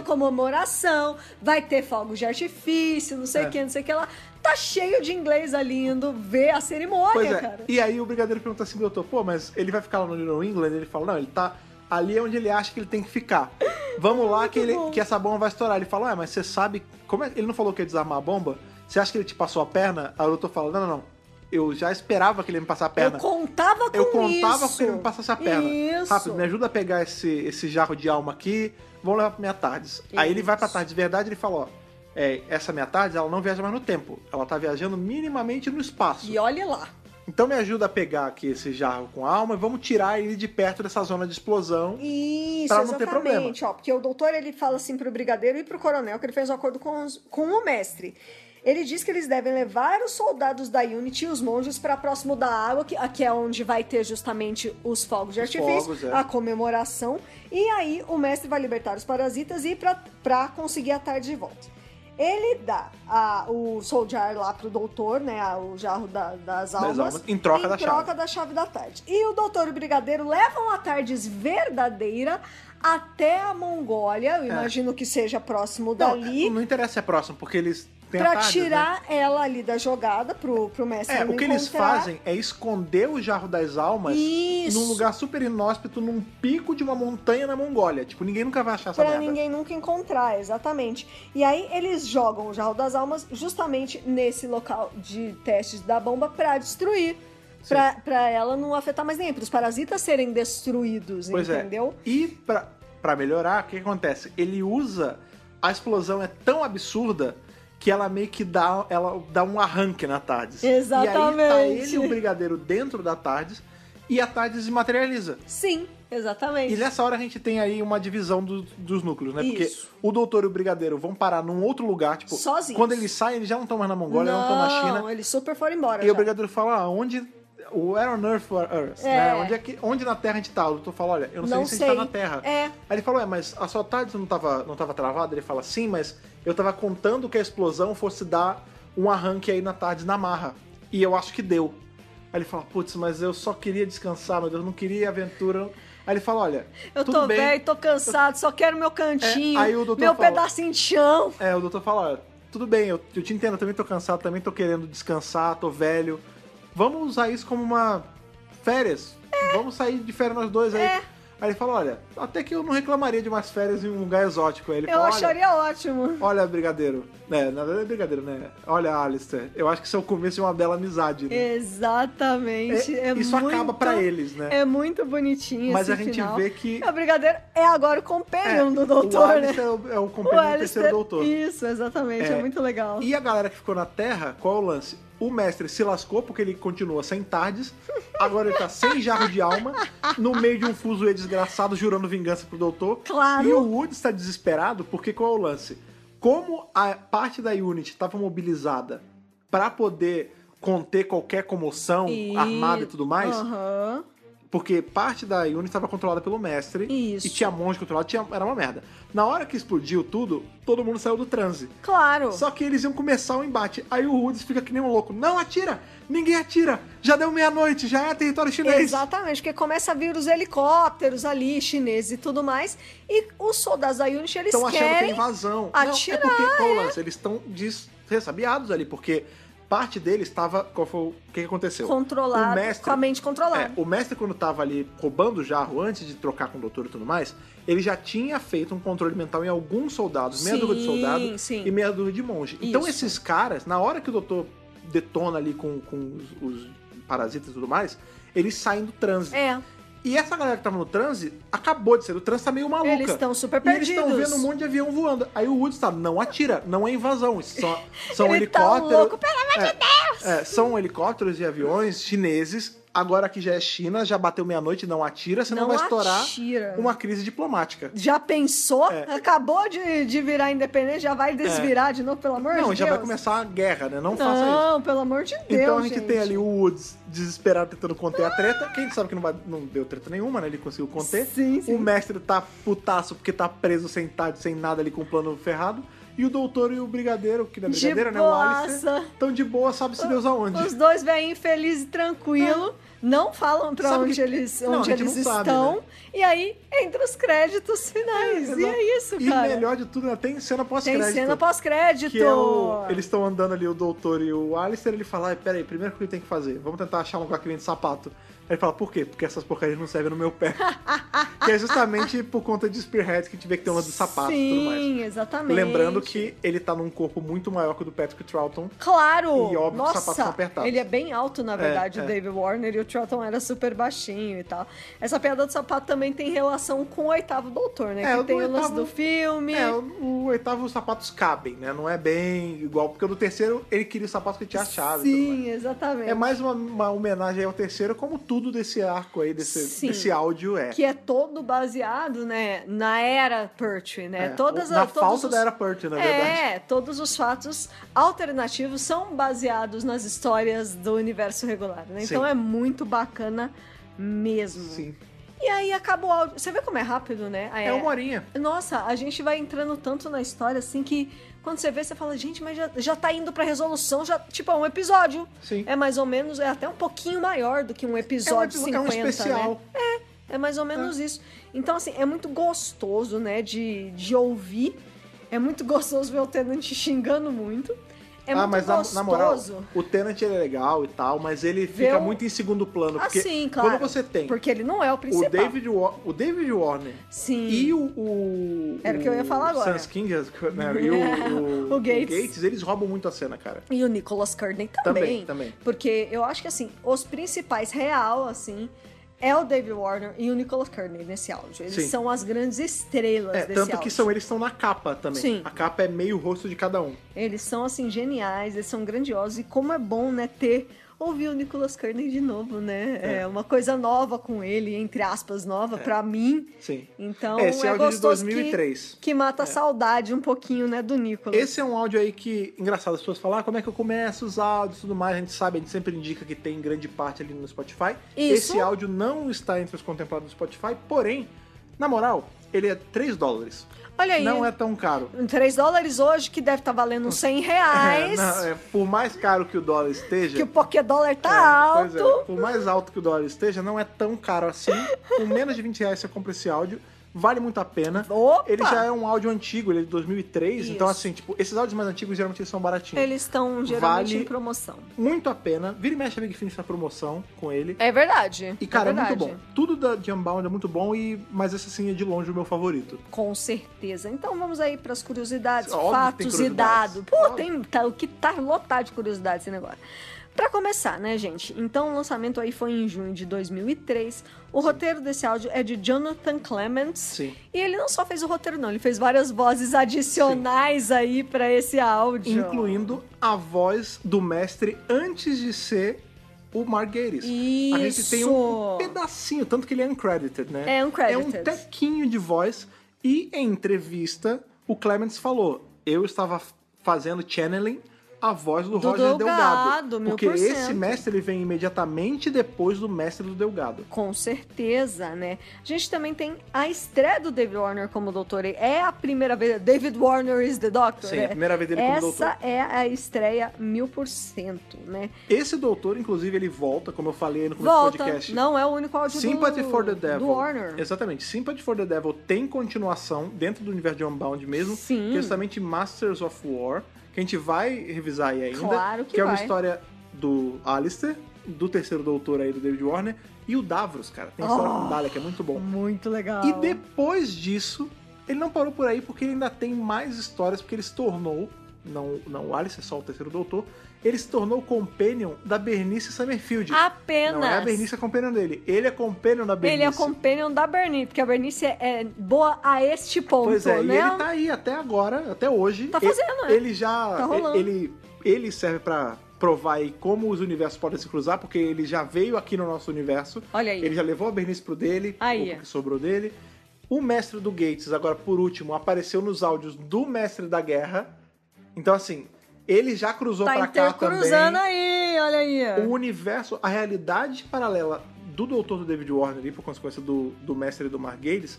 Speaker 2: comemoração, vai ter fogos de artifício, não sei o
Speaker 1: É.
Speaker 2: que, não sei o que lá. Tá cheio de inglês ali indo ver a cerimônia,
Speaker 1: Pois é.
Speaker 2: cara.
Speaker 1: E aí o brigadeiro pergunta assim, doutor, pô, mas ele vai ficar lá no Little England? Ele fala, não, ele tá ali é onde ele acha que ele tem que ficar. Vamos lá que, ele-
Speaker 2: bom.
Speaker 1: que essa bomba vai estourar. Ele fala, ué, mas você sabe... Como é- Ele não falou que ia desarmar a bomba? Você acha que ele te passou a perna? Aí o doutor fala, não, não, não. Eu já esperava que ele ia me passar a perna.
Speaker 2: Eu contava com
Speaker 1: Eu contava
Speaker 2: isso.
Speaker 1: que ele me passasse a perna.
Speaker 2: Isso.
Speaker 1: Rápido, né? me ajuda a pegar esse, esse jarro de alma aqui. Vamos levar pra minha tardes. Aí ele vai pra
Speaker 2: Isso.
Speaker 1: tarde de verdade e ele fala, ó... é, essa minha tardes, ela não viaja mais no tempo. Ela tá viajando minimamente no espaço.
Speaker 2: E olha lá.
Speaker 1: Então me ajuda a pegar aqui esse jarro com alma e vamos tirar ele de perto dessa zona de explosão.
Speaker 2: Isso,
Speaker 1: Então, Pra não ter
Speaker 2: exatamente. Ó, porque o doutor ele fala assim pro brigadeiro e pro coronel que ele fez um acordo com, os- com o mestre. Ele diz que eles devem levar os soldados da Unity e os monges para próximo da água, que aqui é onde vai ter justamente os fogos de
Speaker 1: Os
Speaker 2: artifício,
Speaker 1: fogos, é.
Speaker 2: a comemoração. E aí o mestre vai libertar os parasitas e para conseguir a tarde de volta. Ele dá a- o soldier lá pro doutor, né? a- o jarro da- das almas.
Speaker 1: almas, em troca da chave.
Speaker 2: troca da chave da tarde. E o doutor e o brigadeiro levam a tardes verdadeira até a Mongólia. Eu imagino que seja próximo
Speaker 1: É. Não, é
Speaker 2: dali.
Speaker 1: não interessa se é próximo, porque eles
Speaker 2: Pra tirar ela ali da jogada pro, pro mestre.
Speaker 1: É,
Speaker 2: não
Speaker 1: o que eles
Speaker 2: encontrar.
Speaker 1: fazem é esconder o Jarro das Almas
Speaker 2: Isso.
Speaker 1: num lugar super inóspito, num pico de uma montanha na Mongólia. Tipo, ninguém nunca vai achar essa
Speaker 2: Pra
Speaker 1: merda.
Speaker 2: ninguém nunca encontrar, exatamente. E aí eles jogam o Jarro das Almas justamente nesse local de testes da bomba pra destruir.
Speaker 1: Sim.
Speaker 2: Pra, pra ela não afetar mais ninguém, pros parasitas serem destruídos,
Speaker 1: Pois é.
Speaker 2: entendeu?
Speaker 1: E pra, pra melhorar, o que, que acontece? Ele usa. A explosão é tão absurda que ela meio que dá, ela dá um arranque na TARDIS. E aí tá
Speaker 2: Exatamente.
Speaker 1: ele e o brigadeiro dentro da TARDIS e a TARDIS se materializa.
Speaker 2: Sim, exatamente.
Speaker 1: E nessa hora a gente tem aí uma divisão do- dos núcleos, né?
Speaker 2: Isso.
Speaker 1: Porque o doutor e o brigadeiro vão parar num outro lugar, tipo,
Speaker 2: Sozinhos. é
Speaker 1: quando eles saem, eles já não estão mais na Mongólia, não estão é um na China.
Speaker 2: eles super foram embora.
Speaker 1: E o
Speaker 2: já.
Speaker 1: brigadeiro fala, ah, onde... o Where on Earth were Earth,
Speaker 2: É.
Speaker 1: né? Onde, é que, onde na Terra a gente tá? O doutor fala, olha, eu não, sei nem
Speaker 2: Não
Speaker 1: se a
Speaker 2: sei.
Speaker 1: gente tá na Terra.
Speaker 2: É,
Speaker 1: Aí ele fala, ué, mas a sua tarde não tava, não tava travada? Ele fala, sim, mas eu tava contando que a explosão fosse dar um arranque aí na tarde na marra. E eu acho que deu. Aí ele fala, putz, mas eu só queria descansar, meu Deus, não queria aventura. Aí ele fala, olha,
Speaker 2: eu
Speaker 1: tudo
Speaker 2: tô
Speaker 1: bem.
Speaker 2: velho, tô cansado, só quero meu cantinho,
Speaker 1: É, aí o doutor
Speaker 2: meu
Speaker 1: fala-
Speaker 2: pedacinho de chão.
Speaker 1: É, o doutor fala, olha, tudo bem, eu, eu te entendo, eu também tô cansado, também tô querendo descansar, tô velho. Vamos usar isso como uma férias. Vamos sair de férias nós dois aí.
Speaker 2: É.
Speaker 1: Aí ele fala, olha, até que eu não reclamaria de umas férias em um lugar exótico. Aí ele
Speaker 2: Eu
Speaker 1: fala, olha,
Speaker 2: acharia ótimo.
Speaker 1: Olha, brigadeiro. É, na verdade é brigadeiro, né? Olha, Alistair, eu acho que isso é o começo de uma bela amizade, né?
Speaker 2: Exatamente.
Speaker 1: É,
Speaker 2: É
Speaker 1: isso
Speaker 2: muito-
Speaker 1: acaba pra eles, né?
Speaker 2: É muito bonitinho
Speaker 1: Mas
Speaker 2: esse
Speaker 1: a gente
Speaker 2: final.
Speaker 1: vê que
Speaker 2: É, o brigadeiro é agora o companion do
Speaker 1: o
Speaker 2: doutor, né?
Speaker 1: Alistair é o, é o companheiro
Speaker 2: O
Speaker 1: do terceiro
Speaker 2: Alistair-
Speaker 1: doutor.
Speaker 2: Isso, exatamente. É,
Speaker 1: É.
Speaker 2: muito legal.
Speaker 1: E a galera que ficou na Terra, qual é o lance? O mestre se lascou porque ele continua sem tardes, agora ele tá sem jarro de alma, no meio de um fuso desgraçado jurando vingança pro doutor.
Speaker 2: Claro.
Speaker 1: E o Wood está desesperado porque qual é o lance? Como a parte da Unity estava mobilizada pra poder conter qualquer comoção
Speaker 2: E-
Speaker 1: armada e tudo mais,
Speaker 2: Aham.
Speaker 1: porque parte da Unity estava controlada pelo mestre
Speaker 2: Isso.
Speaker 1: e tinha monge controlado, tinha, era uma merda. Na hora que explodiu tudo, todo mundo saiu do transe.
Speaker 2: Claro.
Speaker 1: Só que eles iam começar o embate. Aí o Woods fica que nem um louco. Não atira! Ninguém atira! Já deu meia-noite, já é território chinês.
Speaker 2: Exatamente, porque começa a vir os helicópteros ali, chineses e tudo mais. E os soldados da Unity, eles
Speaker 1: Estão achando que é
Speaker 2: querem.
Speaker 1: invasão.
Speaker 2: atirar,
Speaker 1: não, é porque, qual o lance? Eles estão des- ressabiados ali, porque parte deles estava... Qual foi o... o que que aconteceu?
Speaker 2: Controlado,
Speaker 1: O mestre-
Speaker 2: com a mente
Speaker 1: É,
Speaker 2: controlada.
Speaker 1: o mestre, quando tava ali roubando o jarro antes de trocar com o doutor e tudo mais, ele já tinha feito um controle mental em alguns soldados, meia
Speaker 2: Sim,
Speaker 1: dúzia de soldado
Speaker 2: sim.
Speaker 1: e meia dúzia de monge. Então
Speaker 2: Isso.
Speaker 1: esses caras, na hora que o doutor detona ali com, com os, os parasitas e tudo mais, eles saem do transe.
Speaker 2: É,
Speaker 1: E essa galera que tava no transe acabou de ser. O transe tá meio maluca.
Speaker 2: eles estão super
Speaker 1: e eles
Speaker 2: Tá perdidos.
Speaker 1: estão vendo um monte de avião voando. Aí o Woods tá, não atira, não é invasão. Isso só, são
Speaker 2: Ele tá
Speaker 1: helicópteros.
Speaker 2: louco,
Speaker 1: É, é, são helicópteros e aviões chineses. Agora que já é China, já bateu meia-noite, não atira, senão vai estourar
Speaker 2: atira.
Speaker 1: uma crise diplomática.
Speaker 2: Já pensou?
Speaker 1: É.
Speaker 2: Acabou de, de virar independente, já vai desvirar de novo, pelo amor de
Speaker 1: não,
Speaker 2: Deus.
Speaker 1: já vai começar a guerra, né? Não, faça isso.
Speaker 2: Não, pelo amor de Deus.
Speaker 1: Então a gente, tem
Speaker 2: gente.
Speaker 1: ali o Woods desesperado tentando conter a treta. Quem sabe que não, vai- não deu treta nenhuma, né? Ele conseguiu conter.
Speaker 2: Sim, sim.
Speaker 1: O mestre tá putaço porque tá preso, sentado, sem nada ali com o plano ferrado. E o doutor e o brigadeiro, que não é
Speaker 2: De
Speaker 1: brigadeiro, né? O
Speaker 2: boaça.
Speaker 1: Alistair. Tão de boa, sabe-se Deus aonde.
Speaker 2: Os dois velhinhos felizes e tranquilo. Não falam pra
Speaker 1: É. Sabe
Speaker 2: onde
Speaker 1: que-
Speaker 2: eles,
Speaker 1: Não, a
Speaker 2: onde
Speaker 1: gente
Speaker 2: eles
Speaker 1: não sabe, né?
Speaker 2: estão. E aí, entre os créditos finais. e
Speaker 1: Exato.
Speaker 2: é isso,
Speaker 1: E
Speaker 2: cara.
Speaker 1: melhor de tudo, ainda tem cena
Speaker 2: Tem
Speaker 1: pós-crédito.
Speaker 2: cena pós-crédito.
Speaker 1: Que é o- eles estão andando ali, o doutor e o Alistair, ele fala, "Ai, peraí, primeiro que ele tem que fazer, vamos tentar achar um lugar que vende sapato. Aí ele fala, por quê? Porque essas porcarias não servem no meu pé. que é justamente por conta de Spearhead que a gente vê que tem uma de sapato e tudo mais.
Speaker 2: Sim, exatamente.
Speaker 1: Lembrando que ele tá num corpo muito maior que o do Patrick Troughton.
Speaker 2: Claro!
Speaker 1: E óbvio que os
Speaker 2: Nossa,
Speaker 1: sapatos são apertados.
Speaker 2: ele é bem alto, na verdade,
Speaker 1: é.
Speaker 2: o David Warner, e o Troughton era super baixinho e tal. Essa piada do sapato também tem relação com o oitavo doutor, né?
Speaker 1: É, o
Speaker 2: que
Speaker 1: do
Speaker 2: tem o lance
Speaker 1: oitavo-
Speaker 2: do filme.
Speaker 1: É, o, o oitavo os sapatos cabem, né? Não é bem igual, porque o do terceiro ele queria o sapato que tinha a chave e tudo mais.
Speaker 2: Sim, exatamente.
Speaker 1: É mais uma, uma homenagem aí ao terceiro, como tudo desse arco aí, desse,
Speaker 2: Sim.
Speaker 1: desse áudio é.
Speaker 2: que é todo baseado, né, na era Pertwee, né?
Speaker 1: É,
Speaker 2: Todas
Speaker 1: na
Speaker 2: a- todos
Speaker 1: falta
Speaker 2: os-
Speaker 1: da era Pertwee, na verdade.
Speaker 2: É, todos os fatos alternativos são baseados nas histórias do universo regular, né? Então
Speaker 1: Sim.
Speaker 2: é muito bacana mesmo.
Speaker 1: Sim.
Speaker 2: E aí acaba o áudio. Você vê como é rápido, né?
Speaker 1: É. uma horinha.
Speaker 2: Nossa, a gente vai entrando tanto na história assim que quando você vê, você fala, gente, mas já, já tá indo pra resolução, já, tipo, é um episódio.
Speaker 1: Sim.
Speaker 2: É mais ou menos, é até um pouquinho maior do que um episódio
Speaker 1: episo-
Speaker 2: 50,
Speaker 1: é um especial.
Speaker 2: né? É, é mais ou
Speaker 1: Ah.
Speaker 2: menos isso. Então, assim, é muito gostoso, né, de, de ouvir. É muito gostoso ver o Tenant xingando muito. É muito
Speaker 1: Ah, mas na-
Speaker 2: gostoso.
Speaker 1: na moral, o Tenant ele é legal e tal, mas ele fica
Speaker 2: Vê o-
Speaker 1: muito em segundo plano. Porque
Speaker 2: Ah, sim, claro.
Speaker 1: quando você tem
Speaker 2: Porque ele não é o
Speaker 1: o
Speaker 2: principal.
Speaker 1: David, Wa- o David Warner
Speaker 2: Sim.
Speaker 1: e o, o.
Speaker 2: Era o que eu ia falar agora.
Speaker 1: Sans King, as- né, e o, o-
Speaker 2: O Gates.
Speaker 1: eles roubam muito a cena, cara.
Speaker 2: E o Nicolas Courtney
Speaker 1: Também,
Speaker 2: também.
Speaker 1: também.
Speaker 2: Porque eu acho que, assim, os principais real, assim, é o David Warner e o Nicolas Courtney nesse áudio. Eles
Speaker 1: Sim.
Speaker 2: são as grandes estrelas
Speaker 1: É,
Speaker 2: desse
Speaker 1: tanto que
Speaker 2: áudio.
Speaker 1: são eles que estão na capa também.
Speaker 2: Sim.
Speaker 1: A capa é meio rosto de cada um.
Speaker 2: Eles são, assim, geniais, eles são grandiosos. E como é bom, né, ter... Ouvir o Nicolas Courtney de novo, né? É.
Speaker 1: É.
Speaker 2: uma coisa nova com ele, entre aspas, nova pra mim.
Speaker 1: Sim.
Speaker 2: Então,
Speaker 1: Esse
Speaker 2: é
Speaker 1: áudio de
Speaker 2: gostoso que-
Speaker 1: 2003.
Speaker 2: Que, mata a saudade um pouquinho, né, do Nicolas.
Speaker 1: É. Esse é um áudio aí que, engraçado, as pessoas falam, ah, como é que eu começo os áudios e tudo mais, a gente sabe, a gente sempre indica que tem grande parte ali no Spotify.
Speaker 2: Isso.
Speaker 1: Esse áudio não está entre os contemplados do Spotify, porém, na moral, ele é 3 dólares.
Speaker 2: Olha aí.
Speaker 1: Não é tão caro.
Speaker 2: 3 dólares hoje, que deve estar valendo uns 100 reais.
Speaker 1: É, não, é, por mais caro que o dólar esteja.
Speaker 2: Que o Poké dólar tá
Speaker 1: É, pois
Speaker 2: alto.
Speaker 1: é, por mais alto que o dólar esteja, não é tão caro assim. Com menos de 20 reais você compra esse áudio. Vale muito a pena.
Speaker 2: Opa!
Speaker 1: Ele já é um áudio antigo, ele é de 2003. Então,
Speaker 2: Isso.
Speaker 1: assim, tipo, esses áudios mais antigos geralmente eles são baratinhos.
Speaker 2: Eles estão geralmente
Speaker 1: assim, Vale-
Speaker 2: em promoção.
Speaker 1: Muito a pena. Vira e mexe a Big Finish na promoção com ele.
Speaker 2: É verdade.
Speaker 1: E, cara, é, muito
Speaker 2: verdade.
Speaker 1: bom. Tudo da de Unbound é muito bom, e mas esse, assim, é de longe o meu favorito.
Speaker 2: Com certeza. Então vamos aí pras curiosidades,
Speaker 1: Óbvio que tem
Speaker 2: fatos e
Speaker 1: curiosidades.
Speaker 2: dados. Pô,
Speaker 1: Óbvio.
Speaker 2: tem tá, o que tá lotado de curiosidades esse negócio. Pra começar, né, gente? Então, o lançamento aí foi em junho de 2003. O roteiro desse áudio é de Jonathan Clements.
Speaker 1: Sim.
Speaker 2: E ele não só fez o roteiro, não. Ele fez várias vozes adicionais aí pra esse áudio.
Speaker 1: Incluindo a voz do mestre antes de ser o Mark Gatiss. A gente tem
Speaker 2: Isso.
Speaker 1: um pedacinho, tanto que ele é uncredited, né?
Speaker 2: É uncredited.
Speaker 1: É um tequinho de voz. E em entrevista, o Clements falou: eu estava f- fazendo channeling a voz do, Roger
Speaker 2: Delgado,
Speaker 1: Delgado.
Speaker 2: mil
Speaker 1: porque
Speaker 2: por cento.
Speaker 1: esse mestre ele vem imediatamente depois do mestre do Delgado.
Speaker 2: Com certeza, né? A gente também tem a estreia do David Warner como doutor. É a primeira vez. David Warner is the Doctor.
Speaker 1: Sim,
Speaker 2: né?
Speaker 1: a primeira vez dele como
Speaker 2: Essa
Speaker 1: doutor.
Speaker 2: é a estreia mil por cento, né?
Speaker 1: Esse doutor, inclusive, ele volta, como eu falei no começo do
Speaker 2: Volta.
Speaker 1: podcast.
Speaker 2: Não é o único áudio
Speaker 1: Sympathy
Speaker 2: do,
Speaker 1: for the Devil. é
Speaker 2: do Warner.
Speaker 1: Exatamente. Sympathy for the Devil tem continuação dentro do universo de Unbound mesmo.
Speaker 2: Sim.
Speaker 1: Que é justamente Masters of War, que a gente vai revisar aí ainda.
Speaker 2: Claro que
Speaker 1: é uma
Speaker 2: vai.
Speaker 1: história do Alistair, do terceiro doutor aí do David Warner, e o Davros, cara. Tem a história
Speaker 2: Oh,
Speaker 1: com o Dalek, é muito bom.
Speaker 2: Muito legal.
Speaker 1: E depois disso, ele não parou por aí porque ele ainda tem mais histórias, porque ele se tornou, não, não o Alice, é só o terceiro doutor, ele se tornou companion da Bernice Summerfield.
Speaker 2: Ah, Apenas.
Speaker 1: Não é a Bernice a companion dele, ele é companion da Bernice.
Speaker 2: Ele é companion da Bernice, porque a Bernice é boa a este ponto,
Speaker 1: Pois é,
Speaker 2: né?
Speaker 1: e ele tá aí até agora, até hoje.
Speaker 2: Tá
Speaker 1: E-
Speaker 2: fazendo, né?
Speaker 1: Ele, já.
Speaker 2: Tá rolando.
Speaker 1: Ele, ele serve pra provar aí como os universos podem se cruzar, porque ele já veio aqui no nosso universo.
Speaker 2: Olha aí.
Speaker 1: Ele já levou a Bernice pro dele,
Speaker 2: Aí.
Speaker 1: o pouco que sobrou dele. O mestre do Gates, agora por último, apareceu nos áudios do mestre da guerra. Então, assim, ele já cruzou
Speaker 2: Tá
Speaker 1: pra cá também.
Speaker 2: intercruzando aí, olha aí.
Speaker 1: O universo, a realidade paralela do doutor do David Warner e por consequência do, do mestre do Mark Gales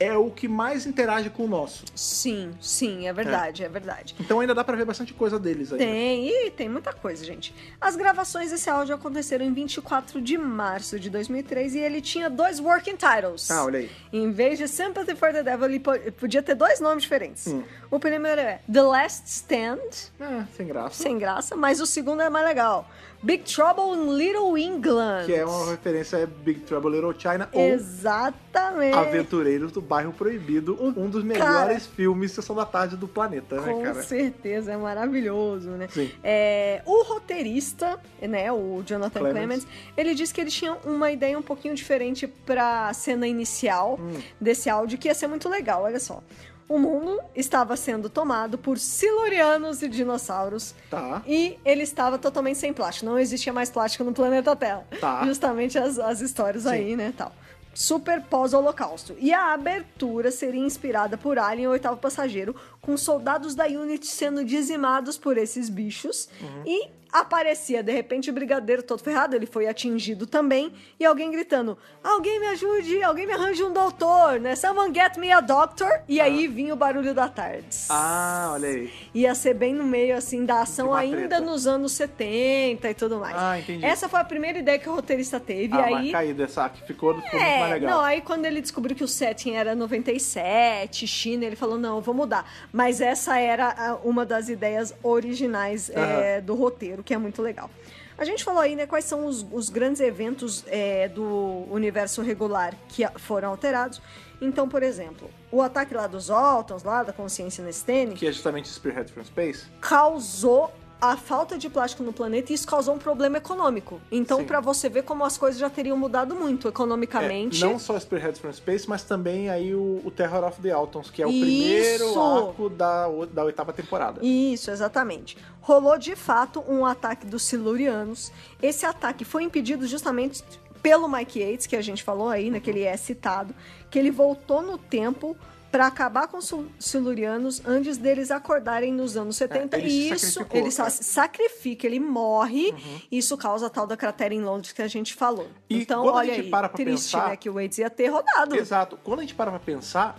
Speaker 1: é o que mais interage com o nosso.
Speaker 2: Sim, sim, é verdade, é, verdade.
Speaker 1: Então ainda dá pra ver bastante coisa deles aí. né?
Speaker 2: Tem, e tem muita coisa, gente. As gravações desse áudio aconteceram em 24 de março de 2003 e ele tinha dois working titles.
Speaker 1: Ah, olha aí.
Speaker 2: Em vez de Sympathy for the Devil, ele po- podia ter dois nomes diferentes.
Speaker 1: Hum.
Speaker 2: O primeiro é The Last Stand,
Speaker 1: Ah, sem graça.
Speaker 2: sem graça, mas o segundo é mais legal. Big Trouble in Little England.
Speaker 1: Que é uma referência a Big Trouble Little China
Speaker 2: Exatamente.
Speaker 1: ou Aventureiros do Bairro Proibido, um dos melhores filmes Sessão da Tarde do planeta,
Speaker 2: Com
Speaker 1: né, cara?
Speaker 2: certeza, é maravilhoso, né?
Speaker 1: Sim.
Speaker 2: É, o roteirista, né, o Jonathan
Speaker 1: Clements.
Speaker 2: Clements, ele disse que ele tinha uma ideia um pouquinho diferente pra cena inicial desse áudio, que ia ser muito legal, olha só. O mundo estava sendo tomado por silurianos e dinossauros.
Speaker 1: Tá.
Speaker 2: E ele estava totalmente sem plástico. Não existia mais plástico no planeta Terra.
Speaker 1: Tá.
Speaker 2: Justamente as, as histórias aí, né, tal. Super pós-holocausto. E a abertura seria inspirada por Alien, o oitavo passageiro, com soldados da Unity sendo dizimados por esses bichos.
Speaker 1: Uhum.
Speaker 2: E aparecia, de repente, o brigadeiro todo ferrado, ele foi atingido também, e alguém gritando, alguém me ajude, alguém me arranje um doutor, né? Someone get me a doctor. E aí vinha o barulho da tarde.
Speaker 1: Tá. Ah, olha aí.
Speaker 2: Ia ser bem no meio, assim, da ação
Speaker 1: uma
Speaker 2: ainda
Speaker 1: treta.
Speaker 2: nos anos 70 e tudo mais.
Speaker 1: Ah, entendi.
Speaker 2: Essa foi a primeira ideia que o roteirista teve.
Speaker 1: ah,
Speaker 2: e
Speaker 1: mas
Speaker 2: aí.
Speaker 1: caída essa que ficou, ficou muito mais
Speaker 2: É,
Speaker 1: legal.
Speaker 2: não, aí quando ele descobriu que o setting era 97, China, ele falou, não, eu vou mudar. Mas essa era a- uma das ideias originais é, do roteiro, que é muito legal. A gente falou aí, né, quais são os, os grandes eventos é, do universo regular que a- foram alterados. Então, por exemplo, o ataque lá dos Altons, lá da consciência Nestene,
Speaker 1: Que é justamente Spearhead from Space.
Speaker 2: causou a falta de plástico no planeta e isso causou um problema econômico. Então,
Speaker 1: Sim.
Speaker 2: para você ver como as coisas já teriam mudado muito economicamente.
Speaker 1: É, não só Spearhead from Space, mas também aí o, o Terror of the Altons, que é o
Speaker 2: Isso!
Speaker 1: primeiro arco da, o- da oitava temporada.
Speaker 2: Isso, exatamente. Rolou de fato um ataque dos Silurianos. Esse ataque foi impedido justamente pelo Mike Yates, que a gente falou aí, né, que ele é citado, que ele voltou no tempo para acabar com os Sil- Silurianos antes deles acordarem nos anos 70.
Speaker 1: É, ele
Speaker 2: e
Speaker 1: se
Speaker 2: isso,
Speaker 1: sacrificou,
Speaker 2: ele sa-
Speaker 1: né?
Speaker 2: se sacrifica, ele morre. E isso causa a tal da cratera em Londres que a gente falou.
Speaker 1: E
Speaker 2: então,
Speaker 1: quando a
Speaker 2: olha
Speaker 1: gente
Speaker 2: aí,
Speaker 1: para pra
Speaker 2: triste,
Speaker 1: pensar-
Speaker 2: né, que o Yates ia ter rodado.
Speaker 1: Exato. Quando a gente para pra pensar,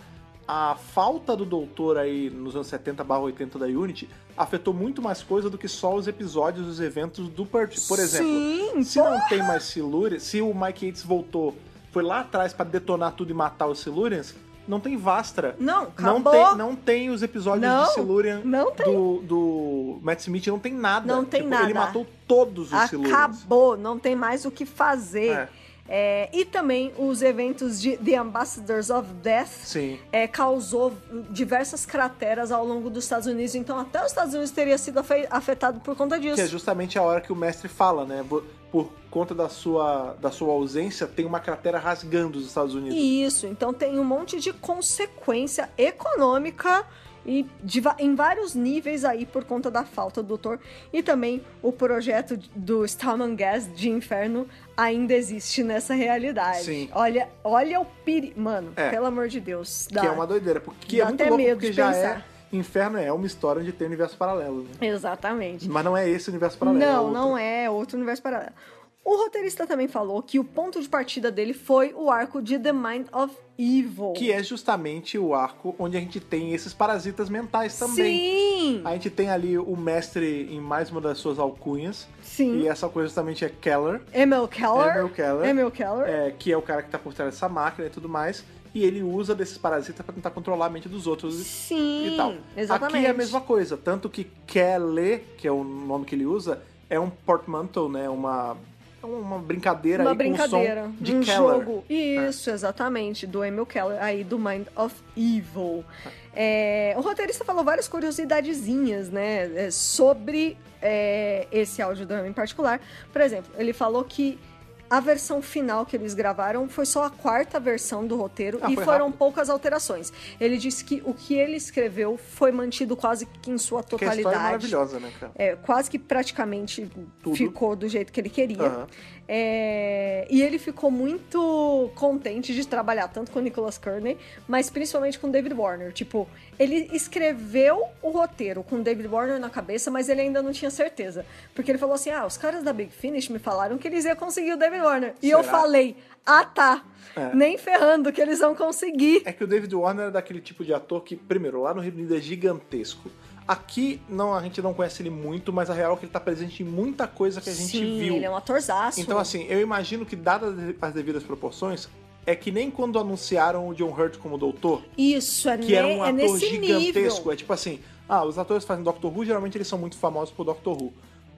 Speaker 1: a falta do doutor aí nos anos 70 barra 80 da Unity afetou muito mais coisa do que só os episódios, os eventos do Purge. Por exemplo,
Speaker 2: Sim,
Speaker 1: se não tem mais Silurians, se o Mike Yates voltou, foi lá atrás pra detonar tudo e matar os Silurians, não tem Vastra.
Speaker 2: não,
Speaker 1: Não
Speaker 2: acabou.
Speaker 1: tem, não tem os episódios
Speaker 2: Não,
Speaker 1: de Silurian
Speaker 2: não
Speaker 1: do, do Matt Smith, não tem nada. Tipo,
Speaker 2: Não tem
Speaker 1: Ele
Speaker 2: nada.
Speaker 1: matou todos os Silurians.
Speaker 2: Acabou, não tem mais o que fazer.
Speaker 1: É,
Speaker 2: É, e também os eventos de The Ambassadors of Death
Speaker 1: sim.
Speaker 2: é, causou diversas crateras ao longo dos Estados Unidos, então até os Estados Unidos teria sido afe- afetado por conta
Speaker 1: Que é
Speaker 2: disso.
Speaker 1: justamente a hora que o mestre fala, né? Por, por conta da sua, da sua ausência, tem uma cratera rasgando os Estados Unidos.
Speaker 2: Isso, então tem um monte de consequência econômica e de va- em vários níveis aí por conta da falta do doutor. E também o projeto do Stallman Gas de Inferno ainda existe nessa realidade.
Speaker 1: Sim.
Speaker 2: Olha, olha o piri... Mano,
Speaker 1: É.
Speaker 2: pelo amor de Deus.
Speaker 1: Que é uma doideira. Porque
Speaker 2: dá
Speaker 1: é muito
Speaker 2: até
Speaker 1: louco,
Speaker 2: medo
Speaker 1: porque
Speaker 2: de
Speaker 1: já
Speaker 2: pensar.
Speaker 1: é... Inferno é uma história onde tem universo paralelo, né?
Speaker 2: Exatamente.
Speaker 1: Mas não é esse universo paralelo.
Speaker 2: não, não é outro universo paralelo. O roteirista também falou que o ponto de partida dele foi o arco de The Mind of Evil.
Speaker 1: Que é justamente o arco onde a gente tem esses parasitas mentais também.
Speaker 2: Sim!
Speaker 1: A gente tem ali o mestre em mais uma das suas alcunhas. E
Speaker 2: Sim.
Speaker 1: essa coisa justamente é Keller.
Speaker 2: Emil Keller.
Speaker 1: Emil Keller.
Speaker 2: Emil Keller.
Speaker 1: é, que é o cara que tá por trás dessa máquina e tudo mais, e ele usa desses parasitas pra tentar controlar a mente dos outros e-
Speaker 2: Sim.
Speaker 1: e tal.
Speaker 2: Exatamente.
Speaker 1: Aqui é a mesma coisa, tanto que Kelly, que é o nome que ele usa, é um portmanteau, né? Uma, é uma brincadeira
Speaker 2: Uma
Speaker 1: aí
Speaker 2: brincadeira.
Speaker 1: com o som de
Speaker 2: um
Speaker 1: Keller. É.
Speaker 2: jogo. Isso, exatamente. Do Emil Keller, aí do Mind of Evil. É, o roteirista falou várias curiosidadezinhas, né? é, Sobre é, esse audiodrama em particular. Por exemplo, ele falou que. A versão final que eles gravaram foi só a quarta versão do roteiro
Speaker 1: Ah,
Speaker 2: e
Speaker 1: foi
Speaker 2: foram
Speaker 1: rápido.
Speaker 2: poucas alterações. Ele disse que o que ele escreveu foi mantido quase que em sua
Speaker 1: Que a história é
Speaker 2: totalidade.
Speaker 1: maravilhosa, né, cara?
Speaker 2: É, quase que praticamente
Speaker 1: Tudo.
Speaker 2: ficou do jeito que ele queria.
Speaker 1: Aham.
Speaker 2: É, e ele ficou muito contente de trabalhar tanto com o Nicholas Kearney, mas principalmente com o David Warner. Tipo, ele escreveu o roteiro com o David Warner na cabeça, mas ele ainda não tinha certeza. Porque ele falou assim: ah, os caras da Big Finish me falaram que eles iam conseguir o David Warner. E eu
Speaker 1: Será?
Speaker 2: falei: ah, tá.
Speaker 1: É.
Speaker 2: Nem ferrando que eles vão conseguir.
Speaker 1: É que o David Warner é daquele tipo de ator que, primeiro, lá no Reino Unido é gigantesco. Aqui, não, a gente não conhece ele muito, mas a real é que ele tá presente em muita coisa que a gente
Speaker 2: Sim,
Speaker 1: viu.
Speaker 2: ele é um atorzaço.
Speaker 1: Então, assim, eu imagino que, dadas as devidas proporções, é que nem quando anunciaram o John Hurt como doutor,
Speaker 2: Isso, é,
Speaker 1: que
Speaker 2: ne-
Speaker 1: era um
Speaker 2: é
Speaker 1: ator
Speaker 2: nesse
Speaker 1: gigantesco.
Speaker 2: nível.
Speaker 1: É tipo assim, ah, os atores que fazem Doctor Who, geralmente eles são muito famosos por Doctor Who.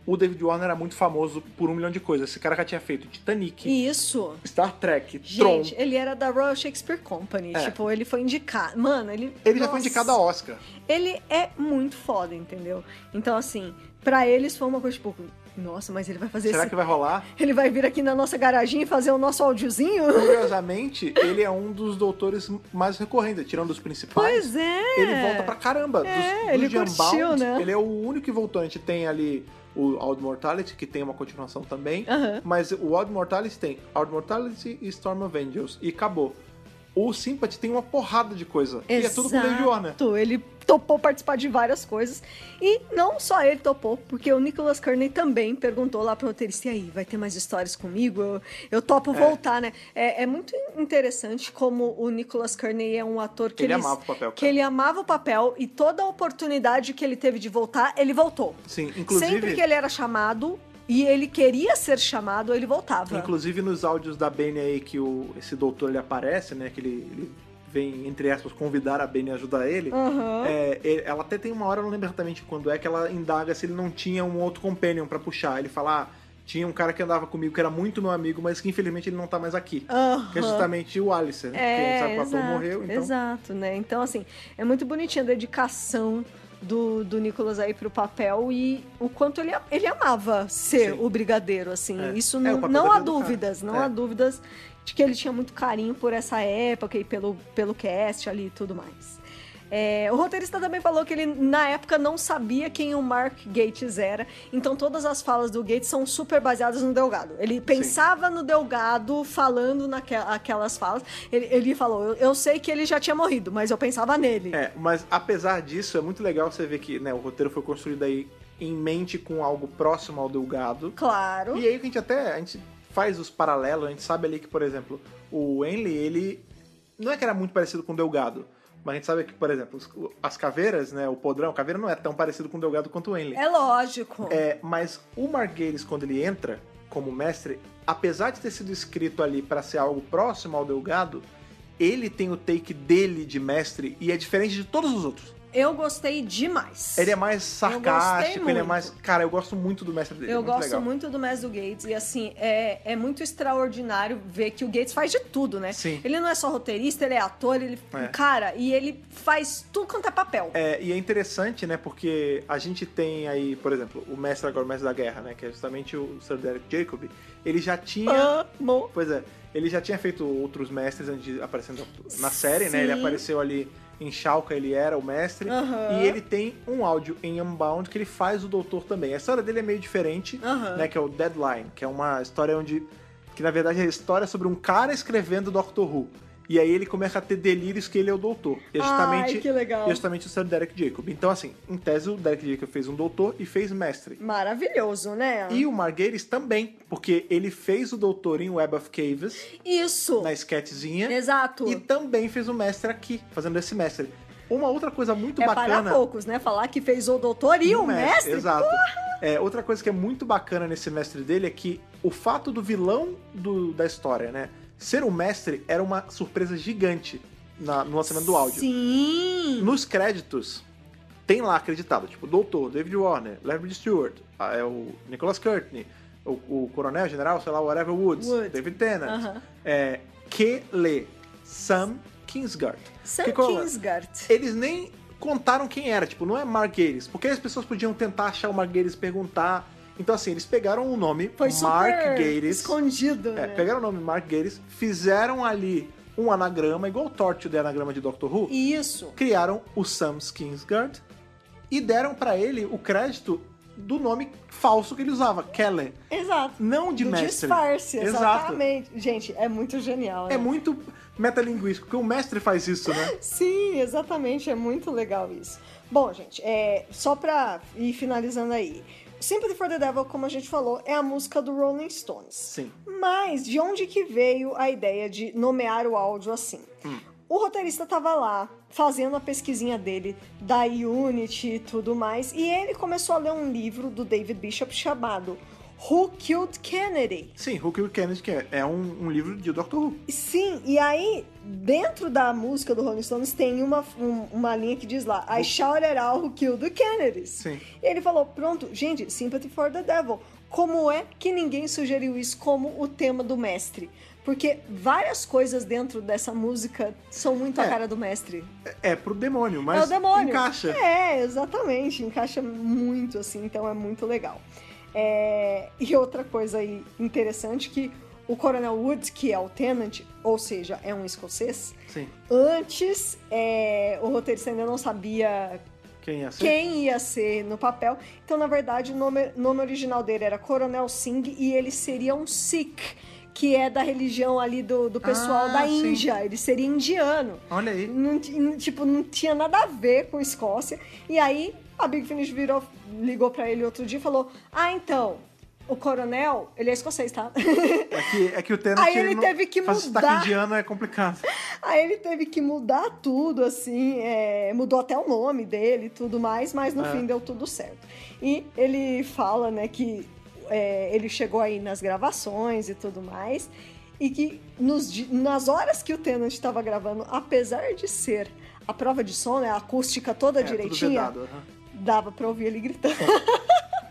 Speaker 1: O David Warner era muito famoso por um milhão de coisas. Esse cara já tinha feito Titanic,
Speaker 2: Isso.
Speaker 1: Star Trek, Tron.
Speaker 2: Gente, ele era da Royal Shakespeare Company.
Speaker 1: É.
Speaker 2: Tipo, ele foi indicado. Mano, ele.
Speaker 1: Ele já foi
Speaker 2: Nossa.
Speaker 1: indicado a Oscar.
Speaker 2: Ele é muito foda, entendeu? Então, assim, pra eles foi uma coisa tipo. Nossa, mas ele vai fazer
Speaker 1: Será
Speaker 2: esse-
Speaker 1: que vai rolar?
Speaker 2: Ele vai vir aqui na nossa garagem e fazer o nosso áudiozinho?
Speaker 1: Curiosamente, ele é um dos doutores mais recorrentes, tirando os principais.
Speaker 2: Pois é.
Speaker 1: ele volta pra caramba. Dos-
Speaker 2: É,
Speaker 1: do
Speaker 2: ele
Speaker 1: The
Speaker 2: curtiu,
Speaker 1: Unbound,
Speaker 2: né?
Speaker 1: Ele é o único que voltou. A gente tem ali o Old Mortality, que tem uma continuação também.
Speaker 2: Aham.
Speaker 1: Mas o Old Mortality tem Old Mortality e Storm of Angels. E acabou. O Sympathy tem uma porrada de coisa. E é tudo com o David Warner.
Speaker 2: Exato, Ele topou participar de várias coisas. E não só ele topou, porque o Nicholas Kearney também perguntou lá pro roteirista, e aí, vai ter mais histórias comigo? Eu, eu topo voltar, né? É, é muito interessante como o Nicholas Kearney é um ator que
Speaker 1: Ele amava o papel,
Speaker 2: Que
Speaker 1: cara.
Speaker 2: ele amava o papel e toda a oportunidade que ele teve de voltar, ele voltou.
Speaker 1: Sim, inclusive...
Speaker 2: Sempre que ele era chamado e ele queria ser chamado, ele voltava.
Speaker 1: Inclusive nos áudios da Bene aí que o, esse doutor ele aparece, né? Que ele, ele vem, entre aspas, convidar a Benny a ajudar ele,
Speaker 2: Aham.
Speaker 1: é, ele- ela até tem uma hora, eu não lembro exatamente quando é, que ela indaga se ele não tinha um outro companion pra puxar. Ele fala, ah, tinha um cara que andava comigo que era muito meu amigo, mas que infelizmente ele não tá mais aqui.
Speaker 2: Aham.
Speaker 1: Que é justamente o Alistair, né?
Speaker 2: É,
Speaker 1: Porque sabe que o ator
Speaker 2: exato,
Speaker 1: morreu, então...
Speaker 2: Exato, né? Então, assim, é muito bonitinha a dedicação do, do Nicolas aí pro papel e o quanto ele, a- ele amava ser
Speaker 1: Sim.
Speaker 2: o brigadeiro, assim.
Speaker 1: É.
Speaker 2: Isso
Speaker 1: É,
Speaker 2: não,
Speaker 1: o papel
Speaker 2: não
Speaker 1: tá
Speaker 2: há
Speaker 1: dentro do cara.
Speaker 2: dúvidas, não
Speaker 1: É.
Speaker 2: há dúvidas de que ele tinha muito carinho por essa época e pelo, pelo cast ali e tudo mais. É, o roteirista também falou que ele, na época, não sabia quem o Mark Gates era, então todas as falas do Gates são super baseadas no Delgado. Ele pensava no Delgado falando naquelas falas. Ele, ele falou: eu, eu sei que ele já tinha morrido, mas eu pensava nele.
Speaker 1: É, mas apesar disso, é muito legal você ver que né, o roteiro foi construído aí em mente com algo próximo ao Delgado.
Speaker 2: Claro.
Speaker 1: E aí que a gente até a gente faz os paralelos, a gente sabe ali que, por exemplo, o Enlil, ele não é que era muito parecido com o Delgado, mas a gente sabe que, por exemplo, os- o- as caveiras, né, o podrão, a caveira não é tão parecido com o Delgado quanto o Enlil.
Speaker 2: É lógico.
Speaker 1: É, mas o Marguerite, quando ele entra como mestre, apesar de ter sido escrito ali pra ser algo próximo ao Delgado, ele tem o take dele de mestre e é diferente de todos os outros.
Speaker 2: Eu gostei demais.
Speaker 1: Ele é mais sarcástico, ele é
Speaker 2: muito.
Speaker 1: mais. Cara, eu gosto muito do mestre dele.
Speaker 2: Eu
Speaker 1: muito
Speaker 2: gosto
Speaker 1: legal.
Speaker 2: muito do Mestre do Gates. E assim, é, é muito extraordinário ver que o Gates faz de tudo, né?
Speaker 1: Sim.
Speaker 2: Ele não é só roteirista, ele é ator, ele.
Speaker 1: É.
Speaker 2: Cara, e ele faz tudo quanto é papel.
Speaker 1: É, e é interessante, né? Porque a gente tem aí, por exemplo, o mestre agora, o mestre da guerra, né? Que é justamente o Sir Derek Jacob. Ele já
Speaker 2: Ah.
Speaker 1: tinha.
Speaker 2: Amo.
Speaker 1: Pois é, ele já tinha feito outros mestres antes de aparecendo na série, né?
Speaker 2: Sim.
Speaker 1: Ele apareceu ali em Chalca, ele era o mestre.
Speaker 2: Aham.
Speaker 1: E ele tem um áudio em Unbound que ele faz o doutor também. A história dele é meio diferente,
Speaker 2: Aham.
Speaker 1: né? Que é o Deadline, que é uma história onde. Que na verdade é a história sobre um cara escrevendo Doctor Who. E aí ele começa a ter delírios que ele é o doutor. E é justamente,
Speaker 2: Ai, que legal.
Speaker 1: e é justamente o Sir Derek Jacob. Então, assim, em tese, o Derek Jacob fez um doutor e fez mestre.
Speaker 2: Maravilhoso, né?
Speaker 1: E o Marguerite também, porque ele fez o doutor em Web of Caves,
Speaker 2: Isso.
Speaker 1: na sketchzinha.
Speaker 2: Exato.
Speaker 1: é E também fez o mestre aqui, fazendo esse mestre. Uma outra coisa muito
Speaker 2: é para
Speaker 1: bacana. Hum,
Speaker 2: poucos, né? Falar que fez o doutor e
Speaker 1: do
Speaker 2: o mestre.
Speaker 1: Exato. É, outra coisa que é muito bacana nesse mestre dele é que o fato do vilão do- da história, né? Ser o mestre era uma surpresa gigante na- no lançamento do áudio. Hum,
Speaker 2: Sim.
Speaker 1: Nos créditos, tem lá acreditado, tipo, Doutor, David Warner, Larry Stewart, ah, é o Nicholas Courtney, o, o Coronel, General, sei lá, whatever, Woods,
Speaker 2: Woods.
Speaker 1: David Tennant,
Speaker 2: Aham.
Speaker 1: é, Kele, Sam Kingsguard.
Speaker 2: Sam
Speaker 1: Que é? cola?
Speaker 2: Kingsgard.
Speaker 1: Eles nem contaram quem era, tipo, não é Mark Gatiss, porque as pessoas podiam tentar achar o Mark Gatiss, perguntar. Então, assim, eles pegaram o nome
Speaker 2: Foi
Speaker 1: Mark
Speaker 2: super
Speaker 1: Gatiss,
Speaker 2: escondido,
Speaker 1: é,
Speaker 2: né?
Speaker 1: pegaram o nome Mark Gatiss, fizeram ali um anagrama, igual o Torture de anagrama de Doctor Who,
Speaker 2: Isso.
Speaker 1: criaram o Sam Kingsguard e deram pra ele o crédito do nome falso que ele usava, Kellen,
Speaker 2: Exato.
Speaker 1: não de
Speaker 2: Do
Speaker 1: mestre. né?
Speaker 2: disfarce,
Speaker 1: Exato.
Speaker 2: exatamente. Gente, é muito genial.
Speaker 1: É
Speaker 2: né?
Speaker 1: muito metalinguístico, porque o mestre faz isso, né?
Speaker 2: Sim, exatamente, é muito legal isso. Bom, gente, é, só pra ir finalizando aí. Sympathy for the Devil, como a gente falou, é a música do Rolling Stones.
Speaker 1: Sim.
Speaker 2: Mas de onde que veio a ideia de nomear o áudio assim? O roteirista estava lá fazendo a pesquisinha dele da Unity e tudo mais, e ele começou a ler um livro do David Bishop chamado Who Killed Kennedy?
Speaker 1: Sim, Who Killed Kennedy, que é- é um, um livro de Doctor Who.
Speaker 2: Sim, e aí, dentro da música do Rolling Stones, tem uma, um- uma linha que diz lá, I shouted out who killed the Kennedys.
Speaker 1: Sim.
Speaker 2: E ele falou, pronto, gente, Sympathy for the Devil. Como é que ninguém sugeriu isso como o tema do mestre? Porque várias coisas dentro dessa música são muito
Speaker 1: É.
Speaker 2: a cara do mestre.
Speaker 1: É pro demônio, mas
Speaker 2: é o demônio.
Speaker 1: encaixa.
Speaker 2: É, exatamente. Encaixa muito, assim, então é muito legal. É, E outra coisa aí interessante que o Coronel Woods, que é o Tenant, ou seja, é um escocês,
Speaker 1: Sim.
Speaker 2: antes é, o roteirista ainda não sabia
Speaker 1: Quem é assim? ia ser?
Speaker 2: quem ia ser no papel. Então, na verdade, o nome, nome original dele era Coronel Singh e ele seria um Sikh, que é da religião ali do, do pessoal
Speaker 1: Ah,
Speaker 2: da
Speaker 1: sim.
Speaker 2: Índia. Ele seria indiano.
Speaker 1: Olha aí.
Speaker 2: Não, ti- não- tipo, não tinha nada a ver com Escócia. E aí, a Big Finish virou, ligou pra ele outro dia e falou: Ah, então, o coronel, ele é escocês, tá?
Speaker 1: É que, é que o Tenant...
Speaker 2: Aí ele teve que
Speaker 1: faz
Speaker 2: mudar.
Speaker 1: sotaque indiano é complicado.
Speaker 2: Aí ele teve que mudar tudo, assim, é, mudou até o nome dele e tudo mais, mas no
Speaker 1: É.
Speaker 2: fim deu tudo certo. E ele fala, né, que é, ele chegou aí nas gravações e tudo mais. e que nos di- nas horas que o Tenant estava gravando, apesar de ser a prova de som, né, a acústica toda
Speaker 1: É, tudo
Speaker 2: direitinha,
Speaker 1: vedado, aham.
Speaker 2: dava pra ouvir ele gritando.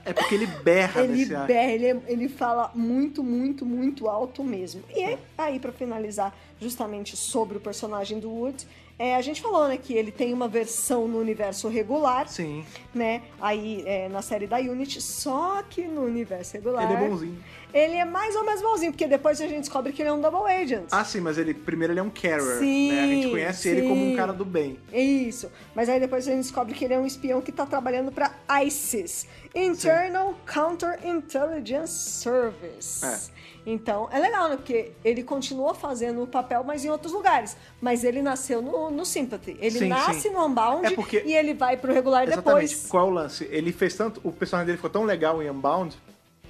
Speaker 1: É porque ele berra
Speaker 2: Ele,
Speaker 1: nesse ar.
Speaker 2: berra, ele, é- ele fala muito, muito, muito alto mesmo. E é aí, pra finalizar, justamente sobre o personagem do Wood, é, a gente falou né, que ele tem uma versão no universo regular,
Speaker 1: Sim,
Speaker 2: né? Aí é, na série da Unity, só que no universo regular.
Speaker 1: ele é bonzinho.
Speaker 2: ele é mais ou menos bonzinho, porque depois a gente descobre que ele é um double agent.
Speaker 1: Ah, sim, mas ele primeiro ele é um carer,
Speaker 2: Sim,
Speaker 1: né? A gente conhece ele como um
Speaker 2: sim.
Speaker 1: cara do bem.
Speaker 2: É Isso. Mas aí depois a gente descobre que ele é um espião que tá trabalhando pra ISIS Internal Counterintelligence Service.
Speaker 1: É.
Speaker 2: Então, é legal, né? Porque ele continua fazendo o papel, mas em outros lugares. Mas ele nasceu no, no Sympathy. Ele
Speaker 1: Sim,
Speaker 2: nasce
Speaker 1: sim.
Speaker 2: no Unbound
Speaker 1: É porque-
Speaker 2: e ele vai pro regular
Speaker 1: Exatamente.
Speaker 2: depois.
Speaker 1: Qual é o lance? Ele fez tanto. O personagem dele ficou tão legal em Unbound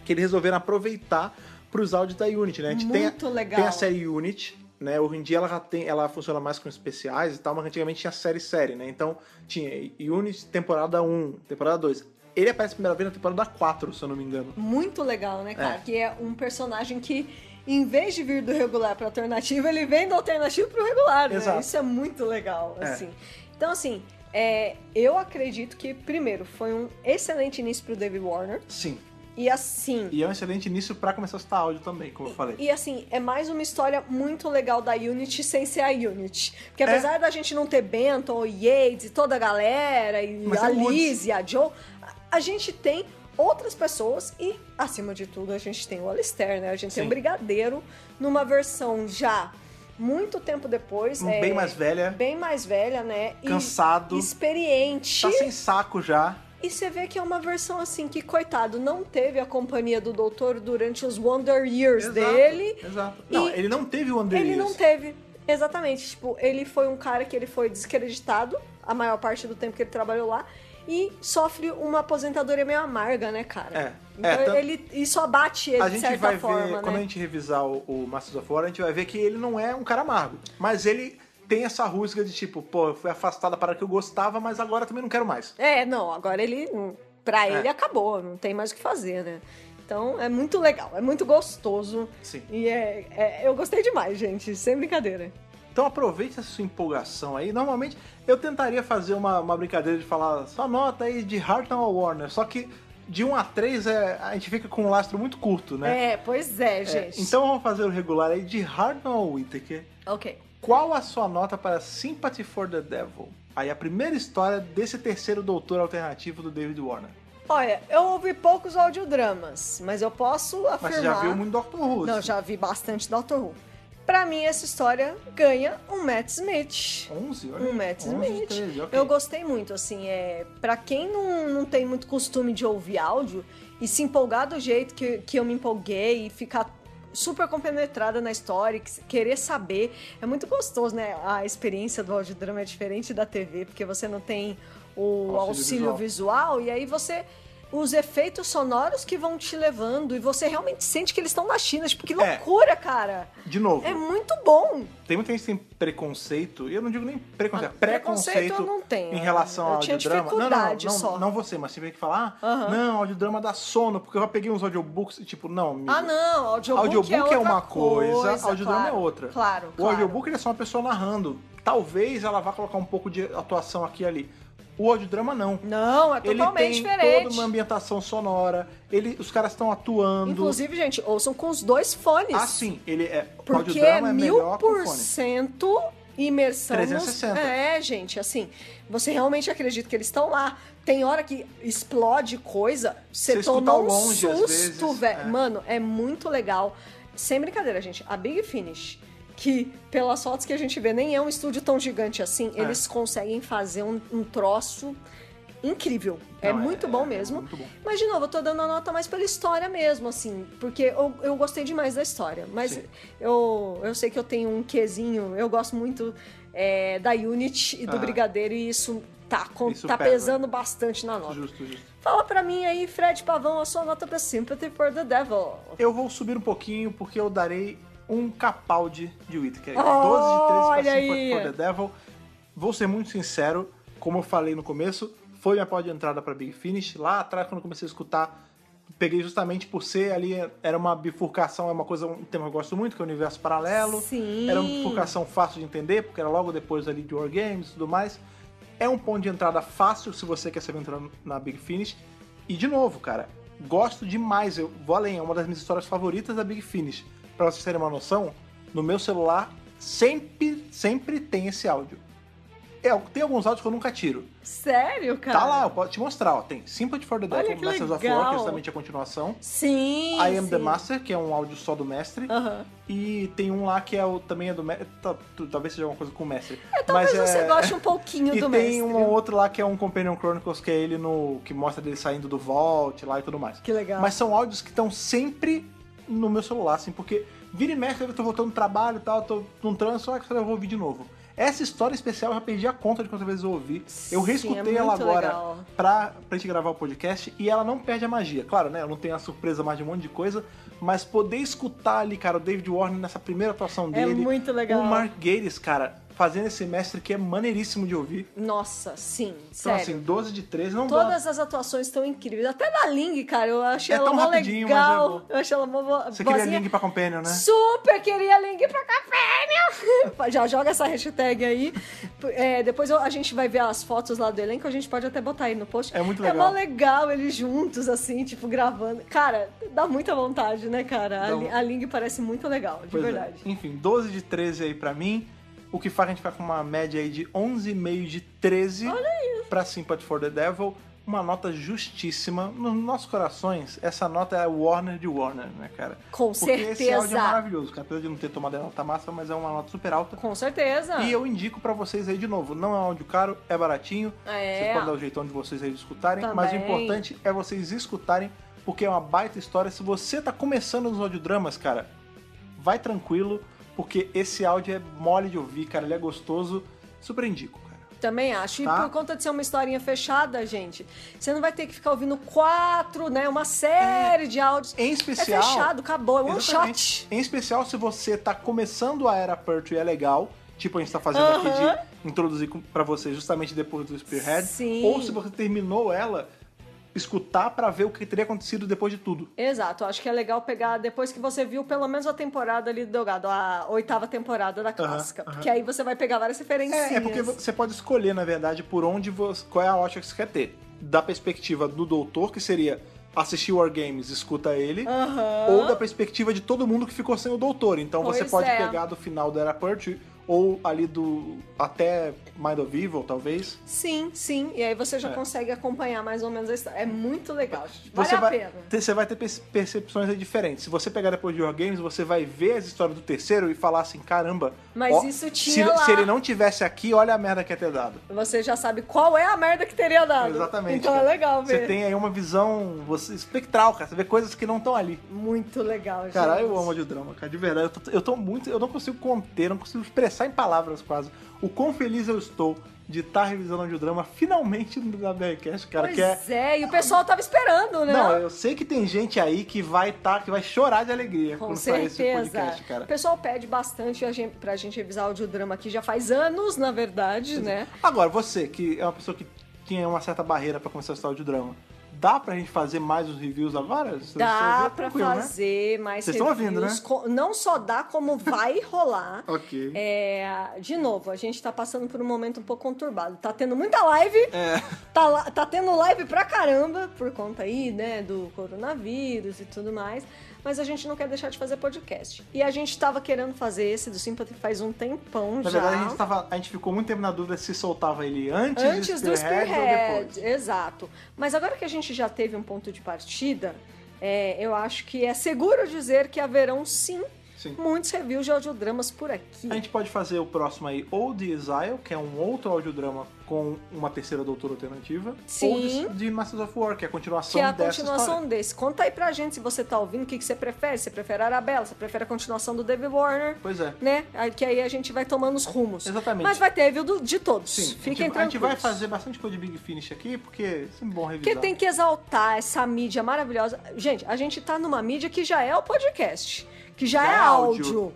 Speaker 1: que eles resolveram aproveitar pros áudios da Unity, né? A gente tem
Speaker 2: Muito
Speaker 1: a,
Speaker 2: legal.
Speaker 1: Tem a série Unity, né? Hoje em dia ela já tem, ela funciona mais com especiais e tal, mas antigamente tinha série série, né? Então tinha Unity temporada 1, temporada 2. Ele aparece a primeira vez na temporada 4, se eu não me engano.
Speaker 2: Muito legal, né, cara?
Speaker 1: É.
Speaker 2: Que é um personagem que, em vez de vir do regular pra alternativa, ele vem do alternativo pro regular, né?
Speaker 1: Exato.
Speaker 2: Isso é muito legal,
Speaker 1: É.
Speaker 2: assim. Então, assim, é, eu acredito que, primeiro, foi um excelente início pro David Warner.
Speaker 1: Sim.
Speaker 2: E assim...
Speaker 1: E é um excelente início pra começar a citar áudio também, como eu falei.
Speaker 2: E assim, é mais uma história muito legal da Unity sem ser a Unity. Porque
Speaker 1: É.
Speaker 2: apesar da gente não ter Benton, o Yates e toda a galera, e
Speaker 1: Mas
Speaker 2: a
Speaker 1: é um monte.
Speaker 2: Liz e a Joe, a- a gente tem outras pessoas e, acima de tudo, a gente tem o Alistair, né? A gente tem
Speaker 1: Sim.
Speaker 2: o Brigadeiro numa versão já muito tempo depois. é,
Speaker 1: Um Bem mais velha,
Speaker 2: Bem mais velha, né? E
Speaker 1: cansado,
Speaker 2: Experiente.
Speaker 1: tá sem saco já.
Speaker 2: E você vê que é uma versão assim que, coitado, não teve a companhia do doutor durante os Wonder Years dele.
Speaker 1: Exato.
Speaker 2: E
Speaker 1: Não, ele não teve o Under
Speaker 2: Ele
Speaker 1: Years.
Speaker 2: não teve. Exatamente. Tipo, ele foi um cara que ele foi descreditado a maior parte do tempo que ele trabalhou lá. E sofre uma aposentadoria meio amarga, né, cara?
Speaker 1: É.
Speaker 2: Então
Speaker 1: É, tanto-
Speaker 2: ele, isso abate ele
Speaker 1: A
Speaker 2: de
Speaker 1: gente
Speaker 2: certa
Speaker 1: vai
Speaker 2: forma,
Speaker 1: ver,
Speaker 2: né?
Speaker 1: quando a gente revisar o, o Masters of War, a gente vai ver que ele não é um cara amargo. Mas ele tem essa rusga de tipo, pô, eu fui afastada para que eu gostava, mas agora também não quero mais.
Speaker 2: É, não, agora ele. hum, Pra
Speaker 1: É.
Speaker 2: ele acabou, não tem mais o que fazer, né? Então é muito legal, é muito gostoso.
Speaker 1: Sim.
Speaker 2: E é, é- eu gostei demais, gente, sem brincadeira.
Speaker 1: Então aproveite essa sua empolgação aí. Normalmente eu tentaria fazer uma, uma brincadeira de falar só nota aí de Harton ou Warner, só que de 1 a 3 é, a gente fica com um lastro muito curto, né?
Speaker 2: É, pois é,
Speaker 1: É,
Speaker 2: gente.
Speaker 1: então vamos fazer o regular aí de Harton ou Whittaker.
Speaker 2: Ok.
Speaker 1: Qual a sua nota para Sympathy for the Devil? Aí a primeira história desse terceiro doutor alternativo do David Warner.
Speaker 2: Olha, eu ouvi poucos audiodramas, mas eu posso afirmar.
Speaker 1: Mas você já viu muito Doctor Who.
Speaker 2: Não, já vi bastante Doctor Who. Pra mim, essa história ganha um Matt Smith.
Speaker 1: 11, olha.
Speaker 2: Um
Speaker 1: 11
Speaker 2: Matt
Speaker 1: de
Speaker 2: Smith.
Speaker 1: 13, ok.
Speaker 2: Eu gostei muito, assim, é... Pra quem não, não tem muito costume de ouvir áudio e se empolgar do jeito que, que eu me empolguei e ficar super compenetrada na história, e que- querer saber, é muito gostoso, né? A experiência do audiodrama é diferente da TV, porque você não tem o
Speaker 1: Auxílio
Speaker 2: auxílio
Speaker 1: visual.
Speaker 2: visual e aí você... Os efeitos sonoros que vão te levando e você realmente sente que eles estão na China. Tipo, que
Speaker 1: É.
Speaker 2: loucura, cara!
Speaker 1: De novo,
Speaker 2: É muito bom.
Speaker 1: tem muita gente que tem preconceito, e eu não digo nem preconceito,
Speaker 2: Ah,
Speaker 1: é preconceito,
Speaker 2: preconceito eu não tenho.
Speaker 1: em relação
Speaker 2: Eu
Speaker 1: ao
Speaker 2: tinha
Speaker 1: audiodrama. Não, não, não,
Speaker 2: dificuldade
Speaker 1: não,
Speaker 2: só.
Speaker 1: não você, mas você vem que falar, ah,
Speaker 2: Aham.
Speaker 1: não, audiodrama dá sono, porque eu já peguei uns audiobooks e tipo, não, amigo.
Speaker 2: Ah, não, audiobook,
Speaker 1: audiobook
Speaker 2: é, outra
Speaker 1: uma coisa, audiodrama
Speaker 2: claro,
Speaker 1: é outra.
Speaker 2: Claro,
Speaker 1: O
Speaker 2: claro.
Speaker 1: audiobook ele é só uma pessoa narrando. Talvez ela vá colocar um pouco de atuação aqui e ali. O audiodrama não.
Speaker 2: Não, é
Speaker 1: Ele
Speaker 2: totalmente
Speaker 1: tem
Speaker 2: diferente.
Speaker 1: toda uma ambientação sonora, ele, os caras estão atuando.
Speaker 2: Inclusive, gente, ouçam com os dois fones.
Speaker 1: Ah, sim, ele é. o
Speaker 2: Porque é
Speaker 1: audiodrama é
Speaker 2: mil
Speaker 1: melhor com
Speaker 2: por
Speaker 1: fone.
Speaker 2: cento imersão. nos-
Speaker 1: 360.
Speaker 2: É, gente, assim, você realmente acredita que eles estão lá. Tem hora que explode coisa, você
Speaker 1: Você
Speaker 2: toma
Speaker 1: escuta
Speaker 2: um
Speaker 1: longe, às
Speaker 2: susto,
Speaker 1: vezes,
Speaker 2: velho.
Speaker 1: é.
Speaker 2: Mano, é muito legal. Sem brincadeira, gente, a Big Finish, que pelas fotos que a gente vê, nem é um estúdio tão gigante assim,
Speaker 1: É.
Speaker 2: eles conseguem fazer um, um troço incrível. é
Speaker 1: Não,
Speaker 2: muito bom mesmo.
Speaker 1: É muito bom.
Speaker 2: Mas, de novo, eu tô dando a nota mais pela história mesmo, assim, porque eu, eu gostei demais da história. Mas
Speaker 1: Sim.
Speaker 2: eu, eu sei que eu tenho um quezinho, eu gosto muito é, da Unity e do
Speaker 1: Ah.
Speaker 2: Brigadeiro, e isso tá, com-
Speaker 1: Isso
Speaker 2: tá
Speaker 1: pesa.
Speaker 2: pesando bastante na nota.
Speaker 1: Justo, justo.
Speaker 2: Fala pra mim aí, Fred Pavão, a sua nota pra Sympathy for the Devil.
Speaker 1: Eu vou subir um pouquinho porque eu darei um Capaldi de Whittaker.
Speaker 2: Oh,
Speaker 1: 12 de 13
Speaker 2: olha
Speaker 1: pra
Speaker 2: aí.
Speaker 1: 50 for the Devil. Vou ser muito sincero, como eu falei no começo, foi minha porta de entrada pra Big Finish. Lá atrás, quando eu comecei a escutar peguei justamente por ser ali, era uma bifurcação, é uma coisa, um tema que eu gosto muito, que é o universo paralelo.
Speaker 2: Sim.
Speaker 1: Era uma bifurcação fácil de entender, porque era logo depois ali de War Games e tudo mais. É um ponto de entrada fácil se você quer se aventurar na Big Finish. E de novo, cara, gosto demais. Eu vou além, é uma das minhas histórias favoritas da Big Finish. Pra vocês terem uma noção, no meu celular sempre, sempre tem esse áudio. É, tem alguns áudios que eu nunca tiro.
Speaker 2: Sério, cara?
Speaker 1: Tá lá, eu posso te mostrar, ó. Tem Sympathy for the
Speaker 2: Ah. Olha
Speaker 1: Devil,
Speaker 2: que
Speaker 1: Masters of
Speaker 2: legal.
Speaker 1: War, que é justamente a continuação.
Speaker 2: Sim.
Speaker 1: I Am
Speaker 2: sim.
Speaker 1: the Master, que é um áudio só do mestre.
Speaker 2: Aham.
Speaker 1: E tem um lá que é o, também é do mestre. talvez seja alguma coisa com o mestre.
Speaker 2: Talvez
Speaker 1: Mas
Speaker 2: você
Speaker 1: é-
Speaker 2: goste um pouquinho
Speaker 1: E
Speaker 2: do
Speaker 1: tem
Speaker 2: mestre.
Speaker 1: um outro lá que é um Companion Chronicles, que é ele no. que mostra dele saindo do Vault lá e tudo mais.
Speaker 2: Que legal.
Speaker 1: Mas são áudios que estão sempre no meu celular, assim, porque vira e mexe, eu tô voltando do trabalho e tal, tô num trânsito, ah, que eu vou ouvir de novo. Essa história especial eu já perdi a conta de quantas vezes eu ouvi. Eu
Speaker 2: Sim,
Speaker 1: reescutei
Speaker 2: é
Speaker 1: ela
Speaker 2: muito
Speaker 1: agora
Speaker 2: legal.
Speaker 1: pra, pra gente gravar o podcast e ela não perde a magia. Claro, né? Eu não tenho a surpresa mais de um monte de coisa, mas poder escutar ali, cara, o David Warner nessa primeira atuação
Speaker 2: É
Speaker 1: dele.
Speaker 2: muito legal.
Speaker 1: O Mark Gatiss, cara, fazendo esse mestre que é maneiríssimo de ouvir.
Speaker 2: Nossa, sim,
Speaker 1: Então,
Speaker 2: sério.
Speaker 1: assim, 12 de 13, não dá.
Speaker 2: Todas as atuações estão incríveis. Até da Ling, cara, eu achei
Speaker 1: É
Speaker 2: ela
Speaker 1: tão
Speaker 2: mó
Speaker 1: rapidinho, mas
Speaker 2: legal.
Speaker 1: é bom.
Speaker 2: Eu achei ela mó vo-
Speaker 1: Você queria
Speaker 2: vozinha.
Speaker 1: link pra Companion, né?
Speaker 2: Super queria Ling pra Capênia! Já joga essa hashtag aí. É, depois eu- a gente vai ver as fotos lá do elenco, a gente pode até botar aí no post.
Speaker 1: É muito
Speaker 2: É mó
Speaker 1: legal.
Speaker 2: legal eles juntos, assim, tipo, gravando. Cara, dá muita vontade, né, cara? A,
Speaker 1: Dá um-
Speaker 2: Li- a Ling parece muito legal, de
Speaker 1: Pois é.
Speaker 2: verdade.
Speaker 1: Enfim, 12 de 13 aí pra mim. O que faz a gente ficar com uma média aí de 11,5 de 13 pra Sympathy for the Devil. Uma nota justíssima. Nos nossos corações, essa nota é a Warner de Warner, né, cara?
Speaker 2: Com
Speaker 1: Porque esse áudio é
Speaker 2: certeza.
Speaker 1: maravilhoso, cara. Apesar de não ter tomado a nota massa, mas é uma nota super alta.
Speaker 2: Com certeza.
Speaker 1: E eu indico pra vocês aí de novo, não é um áudio caro, é baratinho.
Speaker 2: É.
Speaker 1: Vocês podem dar o jeitão de vocês aí de escutarem, mas o
Speaker 2: Também.
Speaker 1: importante é vocês escutarem, porque é uma baita história. Se você tá começando nos audiodramas, cara, vai tranquilo, porque esse áudio é mole de ouvir, cara, ele é gostoso. Super indico, cara.
Speaker 2: Também acho. E
Speaker 1: Tá?
Speaker 2: por conta de ser uma historinha fechada, gente, você não vai ter que ficar ouvindo quatro, né? Uma série de áudios.
Speaker 1: Em especial.
Speaker 2: É fechado, acabou. É um
Speaker 1: Exatamente.
Speaker 2: shot.
Speaker 1: Em especial se você tá começando a era Pertwee é legal, tipo a gente tá fazendo
Speaker 2: Aham.
Speaker 1: aqui de introduzir com- pra você justamente depois do Spearhead,
Speaker 2: Sim.
Speaker 1: ou se você terminou ela, escutar pra ver o que teria acontecido depois de tudo.
Speaker 2: Exato, acho que é legal pegar depois que você viu pelo menos a temporada ali do Delgado, a oitava temporada da clássica.
Speaker 1: aham.
Speaker 2: Porque aí você vai pegar várias referências.
Speaker 1: É, é porque você pode escolher, na verdade, por onde você, qual é a ótica que você quer ter. Da perspectiva do doutor, que seria assistir War Games, escuta ele,
Speaker 2: Aham.
Speaker 1: ou da perspectiva de todo mundo que ficou sem o doutor. Então você
Speaker 2: Pois
Speaker 1: pode
Speaker 2: é.
Speaker 1: pegar do final da Era Pertwee, ou ali do até Mind of Evil, talvez.
Speaker 2: Sim, sim. E aí você já
Speaker 1: É.
Speaker 2: consegue acompanhar mais ou menos a história. É muito legal. gente. Vale
Speaker 1: você
Speaker 2: a
Speaker 1: vai,
Speaker 2: pena.
Speaker 1: ter- você vai ter perce- percepções aí diferentes. Se você pegar depois de War Games, você vai ver as histórias do terceiro e falar assim, caramba...
Speaker 2: Mas
Speaker 1: ó,
Speaker 2: isso
Speaker 1: se,
Speaker 2: tinha lá.
Speaker 1: se ele não tivesse aqui, olha a merda que ia ter dado.
Speaker 2: Você já sabe qual é a merda que teria dado.
Speaker 1: Exatamente.
Speaker 2: Então
Speaker 1: cara.
Speaker 2: é legal ver.
Speaker 1: Você tem aí uma visão você, espectral, cara. Você vê coisas que não estão ali.
Speaker 2: Muito legal,
Speaker 1: Cara,
Speaker 2: gente.
Speaker 1: eu amo de drama, cara. De verdade, eu tô, eu tô muito. Eu não consigo conter, não consigo expressar em palavras quase o quão feliz eu estou de estar revisando o drama finalmente na BRCast, cara.
Speaker 2: Pois
Speaker 1: que é.
Speaker 2: é, e o pessoal tava esperando, né?
Speaker 1: Não, eu sei que tem gente aí que vai tá, que vai chorar de alegria
Speaker 2: Com
Speaker 1: quando sair esse
Speaker 2: certeza.
Speaker 1: podcast,
Speaker 2: o
Speaker 1: cara.
Speaker 2: pessoal pede bastante a gente, pra gente revisar audiodrama aqui já faz anos, na verdade, né?
Speaker 1: Agora, você que é uma pessoa que tinha uma certa barreira pra começar a história de drama, dá pra gente fazer mais os reviews agora? Você- você-
Speaker 2: Dá
Speaker 1: é
Speaker 2: pra
Speaker 1: tranquilo, né?
Speaker 2: fazer mais
Speaker 1: Vocês estão ouvindo,
Speaker 2: reviews,
Speaker 1: né?
Speaker 2: co- Não só dá, como vai rolar.
Speaker 1: Ok.
Speaker 2: É, de novo, a gente tá passando por um momento um pouco conturbado. Tá tendo muita live.
Speaker 1: É,
Speaker 2: Tá, lá- tá tendo live pra caramba, por conta aí, né, do coronavírus e tudo mais. Mas a gente não quer deixar de fazer podcast. E a gente tava querendo fazer esse do Sympathy faz um tempão
Speaker 1: Na
Speaker 2: já.
Speaker 1: verdade, a gente, tava- a gente ficou muito tempo na dúvida se soltava ele antes,
Speaker 2: Antes
Speaker 1: do
Speaker 2: do
Speaker 1: Spearhead, ou
Speaker 2: Spearhead,
Speaker 1: depois.
Speaker 2: exato. Mas agora que a gente já teve um ponto de partida, é, eu acho que é seguro dizer que haverão sim
Speaker 1: Sim.
Speaker 2: muitos reviews de audiodramas por aqui.
Speaker 1: A gente pode fazer o próximo aí, ou The Exile, que é um outro audiodrama com uma terceira doutora alternativa,
Speaker 2: Sim.
Speaker 1: ou de, de Masters of War, que é a continuação
Speaker 2: Que é a
Speaker 1: dessa
Speaker 2: continuação
Speaker 1: história.
Speaker 2: desse. Conta aí pra gente se você tá ouvindo, o que, que você prefere. Você prefere a Arabella, você prefere a continuação do David Warner,
Speaker 1: Pois é.
Speaker 2: né? Aí- Que aí a gente vai tomando os rumos.
Speaker 1: Exatamente.
Speaker 2: Mas vai ter review do- de todos.
Speaker 1: Sim, a,
Speaker 2: Fiquem
Speaker 1: gente, a gente
Speaker 2: tranquilos.
Speaker 1: vai fazer bastante coisa de Big Finish aqui, porque é sempre bom revisar.
Speaker 2: Porque tem que exaltar essa mídia maravilhosa. Gente, a gente tá numa mídia que já é o podcast, que já,
Speaker 1: Já
Speaker 2: é
Speaker 1: é
Speaker 2: áudio.
Speaker 1: áudio.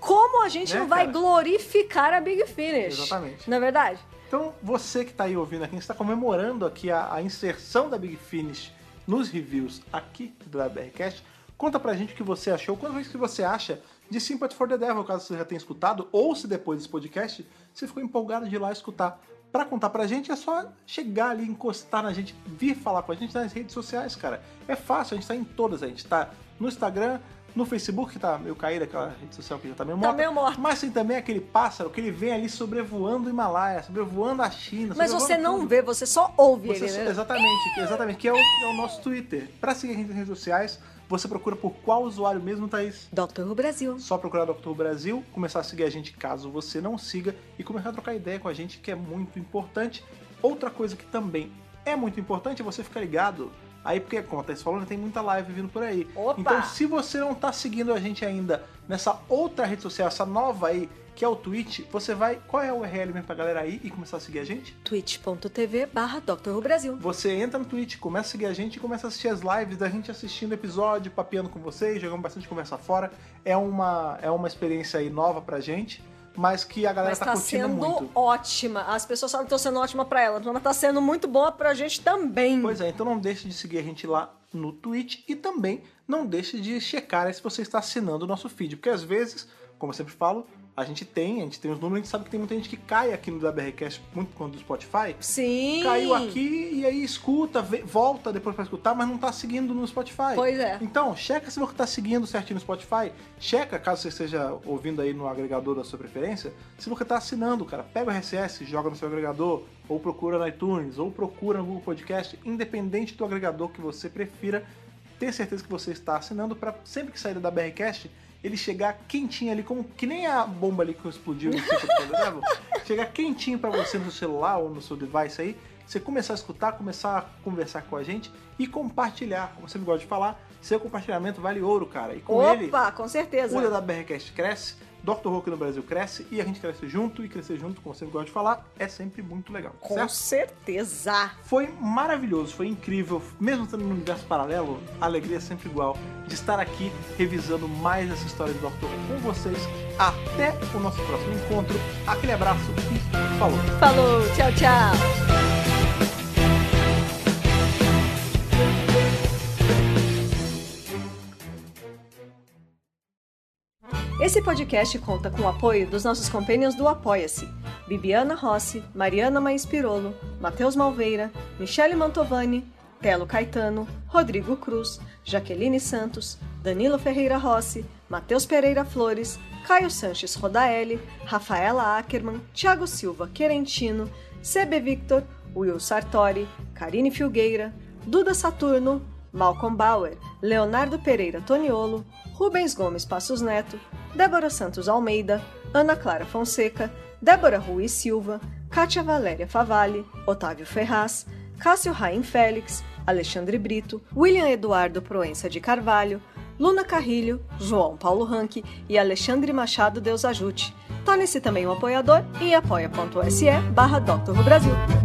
Speaker 2: Como a gente
Speaker 1: Né,
Speaker 2: não vai
Speaker 1: cara?
Speaker 2: glorificar a Big Finish?
Speaker 1: Exatamente.
Speaker 2: Na verdade?
Speaker 1: Então, você que tá aí ouvindo aqui, a gente tá comemorando aqui a, a inserção da Big Finish nos reviews aqui do ABRCast. Conta pra gente o que você achou, quantas vezes que você acha de Sympathy for the Devil, caso você já tenha escutado, ou se depois desse podcast você ficou empolgado de ir lá escutar. Pra contar pra gente é só chegar ali, encostar na gente, vir falar com a gente nas redes sociais, cara. É fácil, a gente tá em todas, a gente tá no Instagram, no Facebook, que tá meio caída, aquela rede social que já tá meio morta.
Speaker 2: Tá meio morta.
Speaker 1: Mas tem também aquele pássaro que ele vem ali sobrevoando o Himalaia, sobrevoando a China.
Speaker 2: Mas
Speaker 1: sobrevoando
Speaker 2: você não
Speaker 1: tudo.
Speaker 2: vê, você só ouve
Speaker 1: Você-
Speaker 2: ele, né?
Speaker 1: Exatamente, que- exatamente, que é o, é o nosso Twitter. Pra seguir a gente nas redes sociais, você procura por qual usuário mesmo, Thaís?
Speaker 2: Doctor Who Brasil.
Speaker 1: Só procurar Dr. Who Brasil, começar a seguir a gente caso você não siga e começar a trocar ideia com a gente, que é muito importante. Outra coisa que também é muito importante é você ficar ligado aí, porque, como a Thaís falou, né, tem muita live vindo por aí.
Speaker 2: Opa!
Speaker 1: Então, se você não tá seguindo a gente ainda nessa outra rede social, essa nova aí, que é o Twitch, você vai. Qual é a URL mesmo pra galera aí e começar a seguir a gente?
Speaker 2: twitch.tv barra Doctor Who Brasil.
Speaker 1: Você entra no Twitch, começa a seguir a gente e começa a assistir as lives da gente assistindo episódio, papeando com vocês, jogando bastante conversa fora. É uma, é uma experiência aí nova pra gente, mas que a galera
Speaker 2: Mas
Speaker 1: tá,
Speaker 2: tá
Speaker 1: curtindo
Speaker 2: sendo
Speaker 1: muito.
Speaker 2: ótima. As pessoas falam que tô sendo ótima pra ela, mas tá sendo muito boa pra gente também.
Speaker 1: Pois é, então não deixe de seguir a gente lá no Twitch e também não deixe de checar aí se você está assinando o nosso feed, porque às vezes, como eu sempre falo, a gente tem, a gente tem os números, a gente sabe que tem muita gente que cai aqui no WRCast, muito por conta do Spotify,
Speaker 2: Sim.
Speaker 1: caiu aqui e aí escuta, vê- volta depois pra escutar, mas não tá seguindo no Spotify.
Speaker 2: Pois é.
Speaker 1: Então, checa se você tá seguindo certinho no Spotify. Checa, caso você esteja ouvindo aí no agregador da sua preferência, se você tá assinando, cara. Pega o RSS, joga no seu agregador, ou procura no iTunes, ou procura no Google Podcast, independente do agregador que você prefira. Ter certeza que você está assinando para sempre que sair da BRCast, ele chegar quentinho ali, como que nem a bomba ali que explodiu no seu computador, né, chegar quentinho para você no seu celular ou no seu device aí, você começar a escutar, começar a conversar com a gente e compartilhar. Como você gosta de falar, seu compartilhamento vale ouro, cara. E com ele,
Speaker 2: Opa, com
Speaker 1: o
Speaker 2: certeza.
Speaker 1: da BRCast cresce, Dr. Rock no Brasil cresce e a gente cresce junto e crescer junto, como você gosta de falar, é sempre muito legal.
Speaker 2: Com
Speaker 1: certo?
Speaker 2: certeza.
Speaker 1: Foi maravilhoso, foi incrível, mesmo estando num universo paralelo, a alegria é sempre igual de estar aqui revisando mais essa história do Dr. Who com vocês. Até o nosso próximo encontro. Aquele abraço e falou!
Speaker 2: Falou, tchau, tchau. Esse podcast conta com o apoio dos nossos companheiros do Apoia-se. Bibiana Rossi, Mariana Maes Pirolo, Matheus Malveira, Michele Mantovani, Telo Caetano, Rodrigo Cruz, Jaqueline Santos, Danilo Ferreira Rossi, Matheus Pereira Flores, Caio Sanches Rodaelli, Rafaela Ackerman, Thiago Silva Querentino, CB Victor, Will Sartori, Karine Filgueira, Duda Saturno, Malcolm Bauer, Leonardo Pereira Toniolo, Rubens Gomes Passos Neto, Débora Santos Almeida, Ana Clara Fonseca, Débora Rui Silva, Kátia Valéria Favalli, Otávio Ferraz, Cássio Raim Félix, Alexandre Brito, William Eduardo Proença de Carvalho, Luna Carrilho, João Paulo Ranque e Alexandre Machado Deus Ajute. Torne-se também um apoiador em apoia.se barra Dr. Who Brasil.